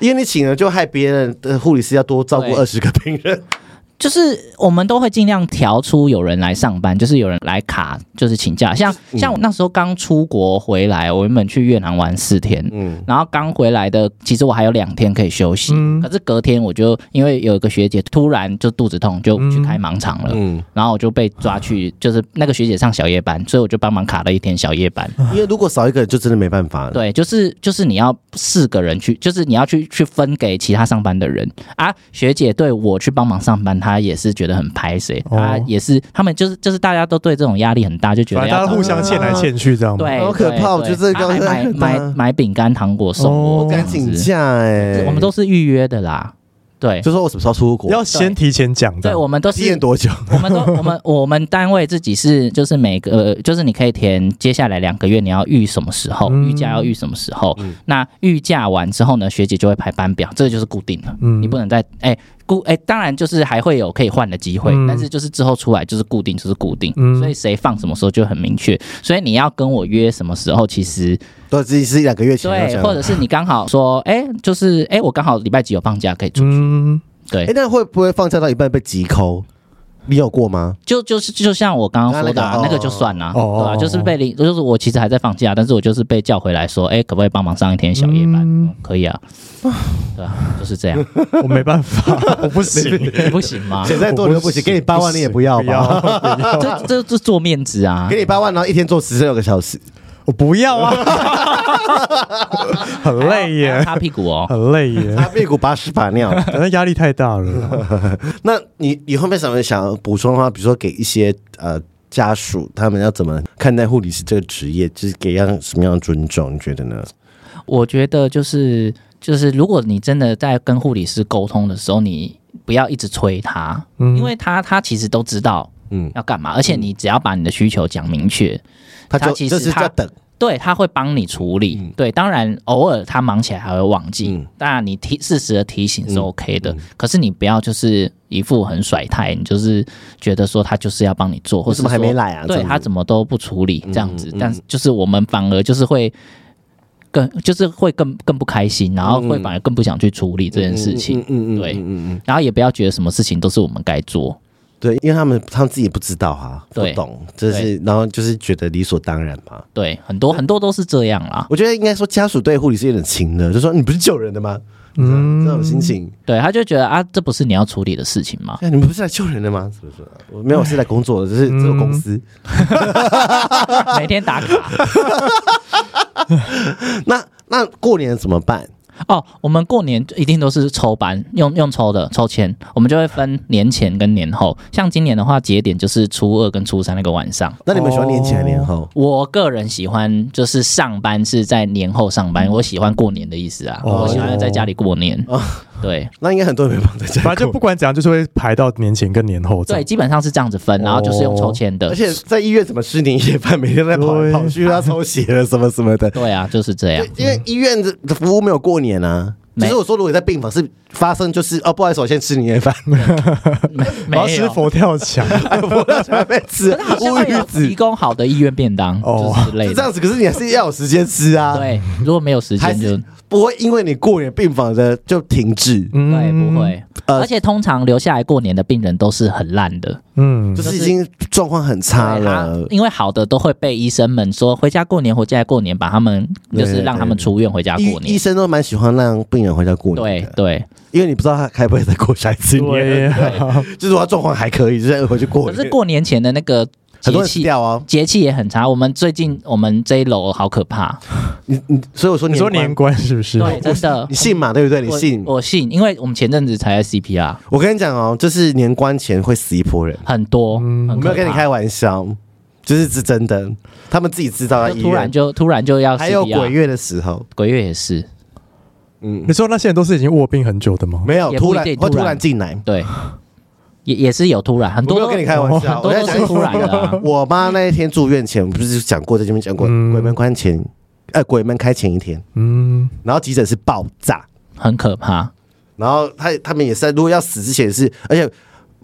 Speaker 1: 因为你请了，就害别人的护理师要多照顾
Speaker 3: 对
Speaker 1: 二十个病人。
Speaker 3: [laughs] 就是我们都会尽量调出有人来上班，就是有人来卡，就是请假。像像我那时候刚出国回来，我原本去越南玩四天，
Speaker 1: 嗯，
Speaker 3: 然后刚回来的，其实我还有两天可以休息，
Speaker 2: 嗯
Speaker 3: 可是隔天我就因为有一个学姐突然就肚子痛，就去开盲肠了，
Speaker 1: 嗯，
Speaker 3: 然后我就被抓去，就是那个学姐上小夜班，所以我就帮忙卡了一天小夜班。
Speaker 1: 因为如果少一个人，就真的没办法了。
Speaker 3: 对，就是就是你要四个人去，就是你要去去分给其他上班的人啊。学姐对我去帮忙上班，她也是觉得很拍谁，
Speaker 2: 哦
Speaker 3: 她也是他们就是就是大家都对这种压力很大，就觉
Speaker 2: 反
Speaker 3: 得
Speaker 2: 正大
Speaker 3: 要
Speaker 2: 家互相欠来欠去这样嘛，
Speaker 3: 对，
Speaker 1: 好可怕
Speaker 3: 对
Speaker 1: 我觉得这个
Speaker 3: 对她还
Speaker 1: 刚刚 [laughs]
Speaker 3: 买买买饼干糖果送我
Speaker 2: 哦，
Speaker 3: 这
Speaker 1: 赶
Speaker 3: 样子
Speaker 1: 紧假哎，
Speaker 3: 我们都是预约的啦，对。
Speaker 1: 就说我什么时候出国，
Speaker 2: 要先提前讲
Speaker 3: 对，
Speaker 2: 的，
Speaker 3: 我们都
Speaker 1: 体验
Speaker 3: 是，
Speaker 1: 多久？
Speaker 3: 我
Speaker 2: [laughs]
Speaker 3: 们都，我们我们单位自己是，就是每个，呃就是你可以填接下来两个月你要预什么时候，
Speaker 2: 嗯
Speaker 3: 预假要预什么时候。那预假完之后呢，学姐就会排班表，这个就是固定的，
Speaker 2: 嗯
Speaker 3: 你不能再哎固哎，当然就是还会有可以换的机会，
Speaker 2: 嗯
Speaker 3: 但是就是之后出来就是固定就是固定，
Speaker 2: 嗯
Speaker 3: 所以谁放什么时候就很明确。所以你要跟我约什么时候，其实
Speaker 1: 都只是一两个月前要
Speaker 3: 对，
Speaker 1: 讲
Speaker 3: 或者是你刚好说，哎，就是哎，我刚好礼拜几有放假可以出去，
Speaker 2: 嗯，
Speaker 3: 对
Speaker 1: 哎，，那会不会放假到一半被急扣？你有过吗？
Speaker 3: 就就是就像我刚刚说的、啊
Speaker 1: 刚刚，那
Speaker 3: 那
Speaker 1: 个
Speaker 3: 个
Speaker 1: 哦
Speaker 3: 就算啦、
Speaker 2: 哦
Speaker 3: 对吧、啊就是被领，就是我其实还在放假，但是我就是被叫回来说，哎、可不可以帮忙上一天小夜班？
Speaker 2: 嗯
Speaker 3: 嗯可以啊，对啊，就是这样，
Speaker 2: 我没办法，
Speaker 3: [laughs]
Speaker 2: 我不行，
Speaker 3: 你不行吗？
Speaker 1: 现在多留不起，给你八万你也不要
Speaker 2: 不要
Speaker 1: 吧？
Speaker 3: 这这这做面子啊
Speaker 1: 给！你八万，然后一天做十六个小时，
Speaker 2: 我不要
Speaker 3: [laughs]
Speaker 2: 啊，很累
Speaker 3: 还要
Speaker 2: 耶，
Speaker 3: 擦屁
Speaker 2: [laughs]
Speaker 3: 股哦。
Speaker 2: 很累耶，
Speaker 1: 擦屁股把屎把
Speaker 3: [laughs]
Speaker 1: 尿。
Speaker 2: 反正压力太大了。
Speaker 1: 那你你后面想想要补充的话，比如说给一些呃家属，他们要怎么看待护理师这个职业，就是给样什么样的尊重？你觉得呢？
Speaker 3: 我觉得就是就是，如果你真的在跟护理师沟通的时候，你不要一直催他，
Speaker 2: 嗯
Speaker 3: 因为他他其实都知道
Speaker 1: 嗯，
Speaker 3: 要干嘛，而且你只要把你的需求讲明确，
Speaker 1: 他就
Speaker 3: 他其实
Speaker 1: 就是
Speaker 3: 他
Speaker 1: 在等，
Speaker 3: 对，他会帮你处理。
Speaker 1: 嗯
Speaker 3: 对，当然偶尔他忙起来还会忘记，
Speaker 1: 嗯
Speaker 3: 当然你提适时的提醒是
Speaker 1: 嗯
Speaker 3: OK 的。
Speaker 1: 嗯
Speaker 3: 可是你不要就是一副很甩态，你就是觉得说他就是要帮你做，或
Speaker 1: 为
Speaker 3: 是
Speaker 1: 什么还
Speaker 3: 说
Speaker 1: 没来啊？这
Speaker 3: 对
Speaker 1: 样
Speaker 3: 他
Speaker 1: 子
Speaker 3: 怎么都不处理这样子。
Speaker 1: 嗯嗯
Speaker 3: 但是就是我们反而就是会。更就是会更更不开心，然后会反而更不想去处理这件事
Speaker 1: 嗯
Speaker 3: 情，
Speaker 1: 嗯嗯嗯
Speaker 3: 对
Speaker 1: 嗯嗯嗯，
Speaker 3: 然后也不要觉得什么事情都是我们该做，
Speaker 1: 对，因为他们他们自己不知道啊，不
Speaker 3: 对
Speaker 1: 懂，就是然后就是觉得理所当然嘛。
Speaker 3: 对，很多很多都是这样啦。
Speaker 1: 我觉得应该说家属对护理是有点情的，就说你不是救人的吗？嗯，这种心情，
Speaker 3: 对，他就觉得啊，这不是你要处理的事情
Speaker 1: [laughs]
Speaker 3: 吗？
Speaker 1: 哎，你们不是来救人的吗？是不是？我没有，我是来工作的，就是这个公司。
Speaker 3: 每天打卡
Speaker 2: 嗯
Speaker 1: [laughs] 那那过年怎么办？
Speaker 3: 哦。我们过年一定都是抽班，用用抽的抽签，我们就会分年前跟年后。像今年的话，节点就是初二跟初三那个晚上。
Speaker 1: 那你们喜欢年前还是年
Speaker 2: 哦
Speaker 1: 后？
Speaker 3: 我个人喜欢就是上班是在年后上班，我喜欢过年的意思啊，
Speaker 2: 哦
Speaker 3: 我喜欢在家里过年。对
Speaker 1: 那应该很多人没办法在家
Speaker 2: 反正就
Speaker 1: 过
Speaker 2: 不管怎样，就是会排到年前跟年后这
Speaker 3: 对，
Speaker 2: 样。
Speaker 3: 基本上是这样子分，然后就是用抽签的。
Speaker 1: 而且在医院怎么吃年夜饭？每天在跑来
Speaker 2: 对
Speaker 1: 跑
Speaker 2: [laughs]
Speaker 1: 去，要抽血了什么什么的。
Speaker 3: 对啊，就是这样。
Speaker 1: 因为医院的的服务没有过年啊。
Speaker 3: 没
Speaker 1: 就是我说，如果你在病房是发生，就是哦，不好意思，我先吃年夜饭， [laughs]
Speaker 3: 没
Speaker 2: 然后
Speaker 3: 没
Speaker 2: 吃
Speaker 3: 有，
Speaker 2: 佛跳墙，
Speaker 1: 哎我要全被吃
Speaker 3: [laughs] 好像
Speaker 1: 乌
Speaker 3: 会有
Speaker 1: 鱼子
Speaker 3: 提，供好的医院便当
Speaker 2: 哦
Speaker 3: 就是之类
Speaker 1: 就这
Speaker 3: 的。
Speaker 1: 样子。可是你还是要有时间吃啊，，
Speaker 3: 对，如果没有时
Speaker 1: 还
Speaker 3: 间就是
Speaker 1: 不会因为你过年病房的就停止，
Speaker 3: 对，
Speaker 2: 嗯，
Speaker 3: 不，会。
Speaker 1: 呃
Speaker 3: 而且通常留下来过年的病人都是很烂的，
Speaker 2: 嗯
Speaker 1: 就，是已
Speaker 3: 是
Speaker 1: 经状况很差
Speaker 3: 对啊
Speaker 1: 了。
Speaker 3: 因为好的都会被医生们说回家过年，回家过年，把他们就
Speaker 1: 对
Speaker 3: 是让他们
Speaker 1: 对
Speaker 3: 出院回家
Speaker 1: 医
Speaker 3: 过
Speaker 1: 医
Speaker 3: 年。
Speaker 1: 生都蛮喜欢让病人回家过年
Speaker 3: 对
Speaker 1: 的，
Speaker 3: 对，
Speaker 1: 因为你不知道他该不会再过下一次
Speaker 2: 对
Speaker 1: 年， [laughs]
Speaker 2: 呀，
Speaker 1: 就是他状况还可以，就是哎回去过
Speaker 3: 可
Speaker 1: 年。
Speaker 3: 是过年前的那个
Speaker 1: 很
Speaker 3: 节
Speaker 1: 多人死
Speaker 3: 气。
Speaker 1: 掉哦，
Speaker 3: 节气也很差，我们最近我们这一楼好可怕，
Speaker 1: 你你，所以我说
Speaker 2: 你说
Speaker 1: 关
Speaker 2: 年关是不是？
Speaker 3: 对，真的
Speaker 1: 你，信嘛，对不对？你
Speaker 3: 我
Speaker 1: 信？
Speaker 3: 我信，因为我们前阵子才在 CPR，
Speaker 1: 我跟你讲哦，就是年关前会死一波人，
Speaker 3: 很多，
Speaker 2: 嗯
Speaker 1: 我
Speaker 3: 很
Speaker 1: 没
Speaker 3: 可
Speaker 1: 有跟你
Speaker 3: 怕
Speaker 1: 开玩笑，就是是真的，他们自己知道在
Speaker 3: 就
Speaker 1: 医
Speaker 3: 突然
Speaker 1: 院，
Speaker 3: 就突然就要 CPR，
Speaker 1: 还有鬼月的时候，
Speaker 3: 鬼月也是，
Speaker 1: 嗯
Speaker 2: 你，说那些人都是已经卧病很久的吗？
Speaker 1: 没有
Speaker 3: 也
Speaker 1: 突
Speaker 3: 不一
Speaker 1: 然
Speaker 3: 定
Speaker 1: 会
Speaker 3: 突
Speaker 1: 突
Speaker 3: 然
Speaker 1: 然进来，
Speaker 3: 对，也也是有突然，很
Speaker 1: 我
Speaker 3: 多
Speaker 1: 没有
Speaker 3: 都
Speaker 1: 跟你开玩笑，
Speaker 3: 很多
Speaker 1: 我在
Speaker 3: 都是
Speaker 1: 讲
Speaker 3: 突然的啊、
Speaker 1: [laughs] 我妈那一天住院前，我不是讲过，在这边讲过，
Speaker 2: 嗯
Speaker 1: 鬼门关前，呃，鬼门开前一天，
Speaker 2: 嗯，
Speaker 1: 然后急诊室爆炸，
Speaker 3: 很可怕。
Speaker 1: 然后他他们也是在，如果要死之前是，而且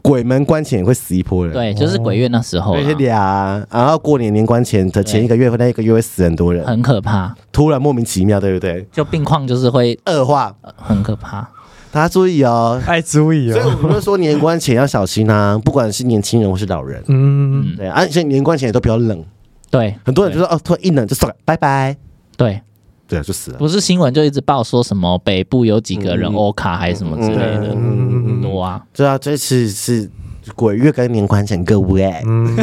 Speaker 1: 鬼门关前也会死一波人，
Speaker 3: 对，就是鬼月那时候啦
Speaker 1: 而且俩，然后过年年关前的前一个月或那一个月会死很多人，
Speaker 3: 很可怕，
Speaker 1: 突然莫名其妙，对不对？
Speaker 3: 就病况就是会
Speaker 1: 恶化，
Speaker 3: 呃很可怕。
Speaker 1: 大家注意哦。
Speaker 2: 爱注意
Speaker 1: 所以
Speaker 2: 哦，
Speaker 1: 我们就说年关前要小心 [laughs] 啊，不管是年轻人或是老人，
Speaker 2: 嗯，
Speaker 1: 对，啊而且年关前也都比较冷，
Speaker 3: 对，
Speaker 1: 很多人就说哦，突然一冷就算了，拜拜，
Speaker 3: 对，
Speaker 1: 对啊，就死了。
Speaker 3: 不是新闻就一直报说什么北部有几个人
Speaker 1: 嗯
Speaker 3: 欧卡还是什么之类的，
Speaker 1: 嗯
Speaker 3: 很多啊。
Speaker 1: 对啊，这次是鬼月跟年关前各位，
Speaker 2: 嗯，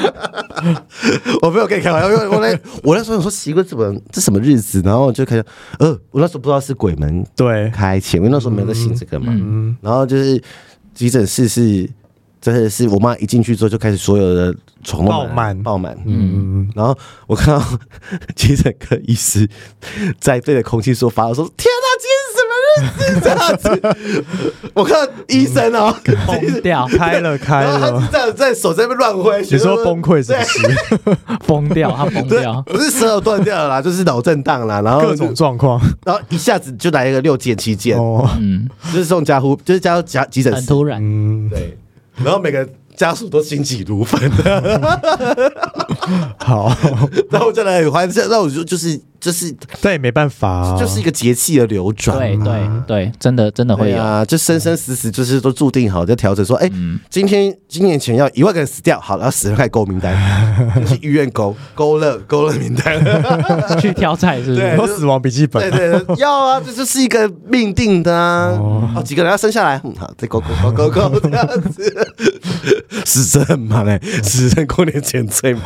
Speaker 1: [laughs] 我没有跟你开玩笑，因为我那我那时候我说奇怪，怎么这什么日子？然后我就开始，呃，我那时候不知道是鬼门
Speaker 2: 对，
Speaker 1: 开前，因为那时候没有在信这个嘛。
Speaker 2: 嗯，
Speaker 1: 然后就是急诊室是真的是我妈一进去之后就开始所有的床都
Speaker 2: 爆满
Speaker 1: 爆满，
Speaker 2: 嗯，
Speaker 1: 然后我看到急诊科医师在对着空气说发，我说天哪、今天是什么日子？这样子，我看到医生哦， [laughs]
Speaker 3: 疯掉，
Speaker 2: 开了开
Speaker 1: 然后他
Speaker 2: 了
Speaker 1: 就，这样在手在那边乱挥，
Speaker 2: 你说崩溃是不是？
Speaker 3: 疯掉，他疯
Speaker 1: 对
Speaker 3: 掉，，
Speaker 1: 啊不是舌头断掉了啦，就是脑震荡啦，然后
Speaker 2: [laughs] 各种状况
Speaker 1: 然后一下子就来一个六件七件，
Speaker 2: 哦，
Speaker 3: 嗯，
Speaker 1: 就是送加护，就是加加急诊
Speaker 3: 很
Speaker 1: 室，
Speaker 3: 突然，
Speaker 2: 嗯，
Speaker 1: 对，然后每个家属都心急如焚，
Speaker 2: 好，
Speaker 1: 然后我就来很欢笑，那我就就是就是
Speaker 2: 但也没办法啊，
Speaker 1: 就是一个节气的流转，
Speaker 3: 对对对，真的真的会
Speaker 1: 对
Speaker 3: 有，
Speaker 1: 啊，就生生死死就是都注定好，就调整说，哎，今天今年前要一万个人死掉，好，然后死人开始勾名单，就是医院勾勾勒勾勒名单，
Speaker 3: 去挑菜是不
Speaker 1: 对
Speaker 3: 是？
Speaker 2: 有死亡笔
Speaker 1: [laughs]
Speaker 2: 记
Speaker 1: 对
Speaker 2: 本，
Speaker 1: 对对，要啊，这就是一个命定的啊，哦，几个人要生下来，嗯，好，再勾勾勾勾
Speaker 2: [laughs]
Speaker 1: 勾这样子，时政很忙哎，
Speaker 2: 哦
Speaker 1: 时政过年前最忙，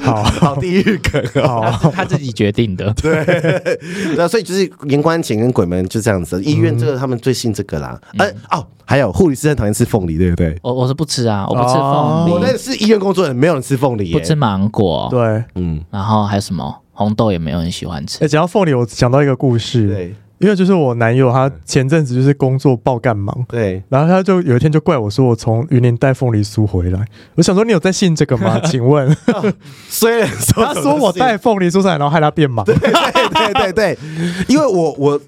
Speaker 2: 好，
Speaker 1: 好地狱梗哦。
Speaker 3: 他
Speaker 2: 好，
Speaker 3: 自他自己决定的，
Speaker 1: 对啊，所以就是年关前跟鬼门就这样子，医院这个他们最信这个啦。
Speaker 2: 嗯
Speaker 1: 呃、哦，还有护理师很讨厌吃凤梨，对不对？
Speaker 3: 我我是不吃啊，我不吃
Speaker 2: 哦
Speaker 1: 我
Speaker 3: 凤
Speaker 1: 那
Speaker 3: 梨，
Speaker 1: 个是医院工作人员，没有人吃凤梨、耶
Speaker 3: 不吃芒果，
Speaker 2: 对。
Speaker 1: 嗯，
Speaker 3: 然后还有什么红豆也没有人喜欢吃
Speaker 2: 哎，讲到凤梨，我想到一个故事，
Speaker 1: 对嗯
Speaker 2: 因为就是我男友他前阵子就是工作爆干忙，
Speaker 1: 对，
Speaker 2: 然后他就有一天就怪我说我从云林带凤梨酥回来，我想说你有在信这
Speaker 1: [laughs]
Speaker 2: 个吗？请问
Speaker 1: 虽然说
Speaker 2: 他说我带，凤梨酥上来，然后害他变盲，
Speaker 1: 对对对对对，因为我我。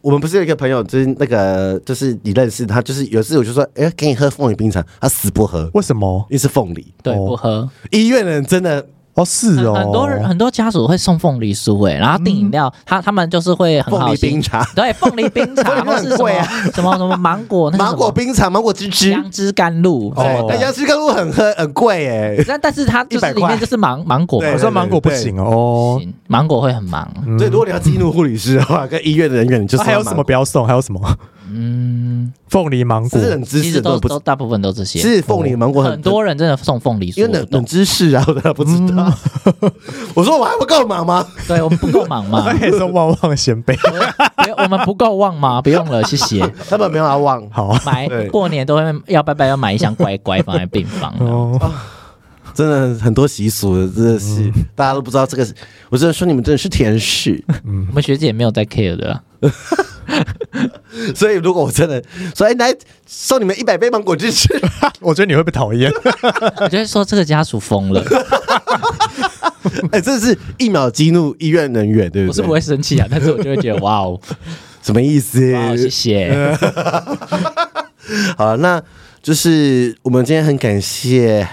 Speaker 1: 我们不是有一个朋友，就是那个，就是你认识他，就是有一次我就说，哎、给你喝凤梨冰茶，他死不喝，
Speaker 2: 为什么？
Speaker 1: 因为是凤梨。
Speaker 3: 对，
Speaker 2: 哦
Speaker 3: 不喝，
Speaker 1: 医院的人真的
Speaker 2: 哦，是
Speaker 3: 很
Speaker 2: 哦，
Speaker 3: 很多人很多家属会送凤梨酥哎，然后订饮料，他他们就是会
Speaker 1: 嗯
Speaker 3: 很
Speaker 1: 凤
Speaker 3: 好
Speaker 1: 梨
Speaker 3: 心
Speaker 1: 冰茶、
Speaker 3: 对，凤梨冰
Speaker 1: [laughs] 凤梨
Speaker 3: 茶
Speaker 1: 冰
Speaker 3: 或
Speaker 1: 很
Speaker 3: 是什么
Speaker 1: 贵啊
Speaker 3: 什么什么芒果，那是什么
Speaker 1: 芒果冰茶、芒果汁汁，
Speaker 3: 杨枝甘露。
Speaker 2: 哦
Speaker 1: 对，但杨枝甘露很喝很贵哎，
Speaker 3: 但但是它就
Speaker 1: 100
Speaker 3: 是里
Speaker 1: 块
Speaker 3: 面就是芒芒果嘛，
Speaker 1: 对
Speaker 2: 好像芒果不行哦。
Speaker 3: 行芒果会很忙。
Speaker 2: 嗯
Speaker 1: 所以如果你要激怒护理师的话，跟医院的人员，你就是
Speaker 2: 啊还有什么不要送？还有什么？
Speaker 3: 嗯，
Speaker 2: 凤梨芒
Speaker 1: 这
Speaker 2: 果
Speaker 1: 是冷知
Speaker 3: 其
Speaker 1: 识，
Speaker 3: 实都
Speaker 1: 不
Speaker 3: 都大部分都这些。
Speaker 1: 是凤梨芒果
Speaker 3: 很，多人真的送凤梨酥，
Speaker 1: 因为
Speaker 3: 我
Speaker 1: 冷
Speaker 3: 懂
Speaker 1: 冷知识啊，我都不知道。 [laughs] 我说我还不够忙吗？
Speaker 3: 对我们不够忙吗？
Speaker 1: [laughs]
Speaker 2: 可以送哎旺旺鲜贝。 [laughs]
Speaker 3: 不用我们不够旺吗？不用了，
Speaker 1: [laughs]
Speaker 3: 谢谢。
Speaker 1: 他们没有要忘。
Speaker 2: 好啊
Speaker 1: [laughs]
Speaker 3: 买
Speaker 1: 对
Speaker 3: 过年都会要拜拜，要买一箱乖乖放在病房。
Speaker 2: 哦，
Speaker 1: 真的很多习俗的，真的是、大家都不知道这个是。我真的说你们真的是天使，
Speaker 3: 我们学姐也没有在 care 的啊，
Speaker 1: 所以如果我真的说，哎、来送你们一百杯芒果汁吃，
Speaker 2: 我觉得你会被讨
Speaker 1: [laughs]
Speaker 2: 厌。
Speaker 3: 我就会说这个家属疯了，
Speaker 1: 哎、真的是一秒激怒医院人员，对
Speaker 3: 我
Speaker 1: 不
Speaker 3: 是
Speaker 1: 对？
Speaker 3: 不会生气啊，但是我就会觉得哇 [laughs] 哦，
Speaker 1: 什么意思？
Speaker 3: 哇哦，谢谢，
Speaker 1: 好了，那就是我们今天很感谢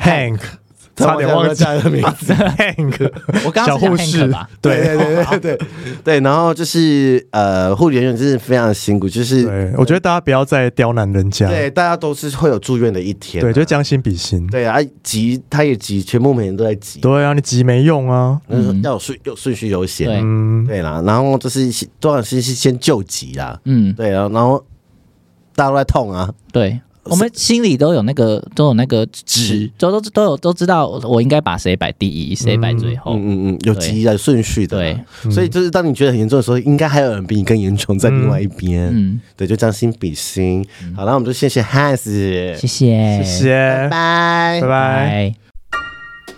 Speaker 2: Hank，差点忘记
Speaker 1: 他的名字。
Speaker 2: [laughs] Hank，
Speaker 3: 我刚
Speaker 2: 小
Speaker 3: 刚是
Speaker 2: 护
Speaker 3: 讲
Speaker 2: 士
Speaker 3: Hank 吧
Speaker 2: 对。
Speaker 1: 对对对对对对，然后就是呃，护理人员真的非常辛苦，就是
Speaker 2: 对，我啊觉得大家不要再刁难人家。
Speaker 1: 对大家都是会有住院的一天、
Speaker 2: 对，就将心比心。
Speaker 1: 对啊，急他也急，全部每人都在急，
Speaker 2: 对啊，你急没用啊。
Speaker 1: 嗯，要有顺有顺序优先，
Speaker 3: 对
Speaker 2: 嗯，
Speaker 1: 对啦，然后就是先多少先是先救急啦，
Speaker 3: 嗯，
Speaker 1: 对啊，然后大家都在痛啊，
Speaker 3: 对，我们心里都有那个都有那个值，都都都有都知道我应该把谁摆第一，谁摆最后。
Speaker 1: 嗯嗯嗯，有急的顺序的啦，嗯所以就是当你觉得很严重的时候，应该还有人比你更严重在另外一边，
Speaker 3: 嗯，
Speaker 1: 对，就将心比心。好，那我们就嗯谢谢汉斯，
Speaker 3: 谢谢，
Speaker 2: 谢谢，
Speaker 1: 拜
Speaker 2: 拜
Speaker 1: 拜。
Speaker 2: 拜。
Speaker 3: 拜。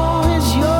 Speaker 4: as you're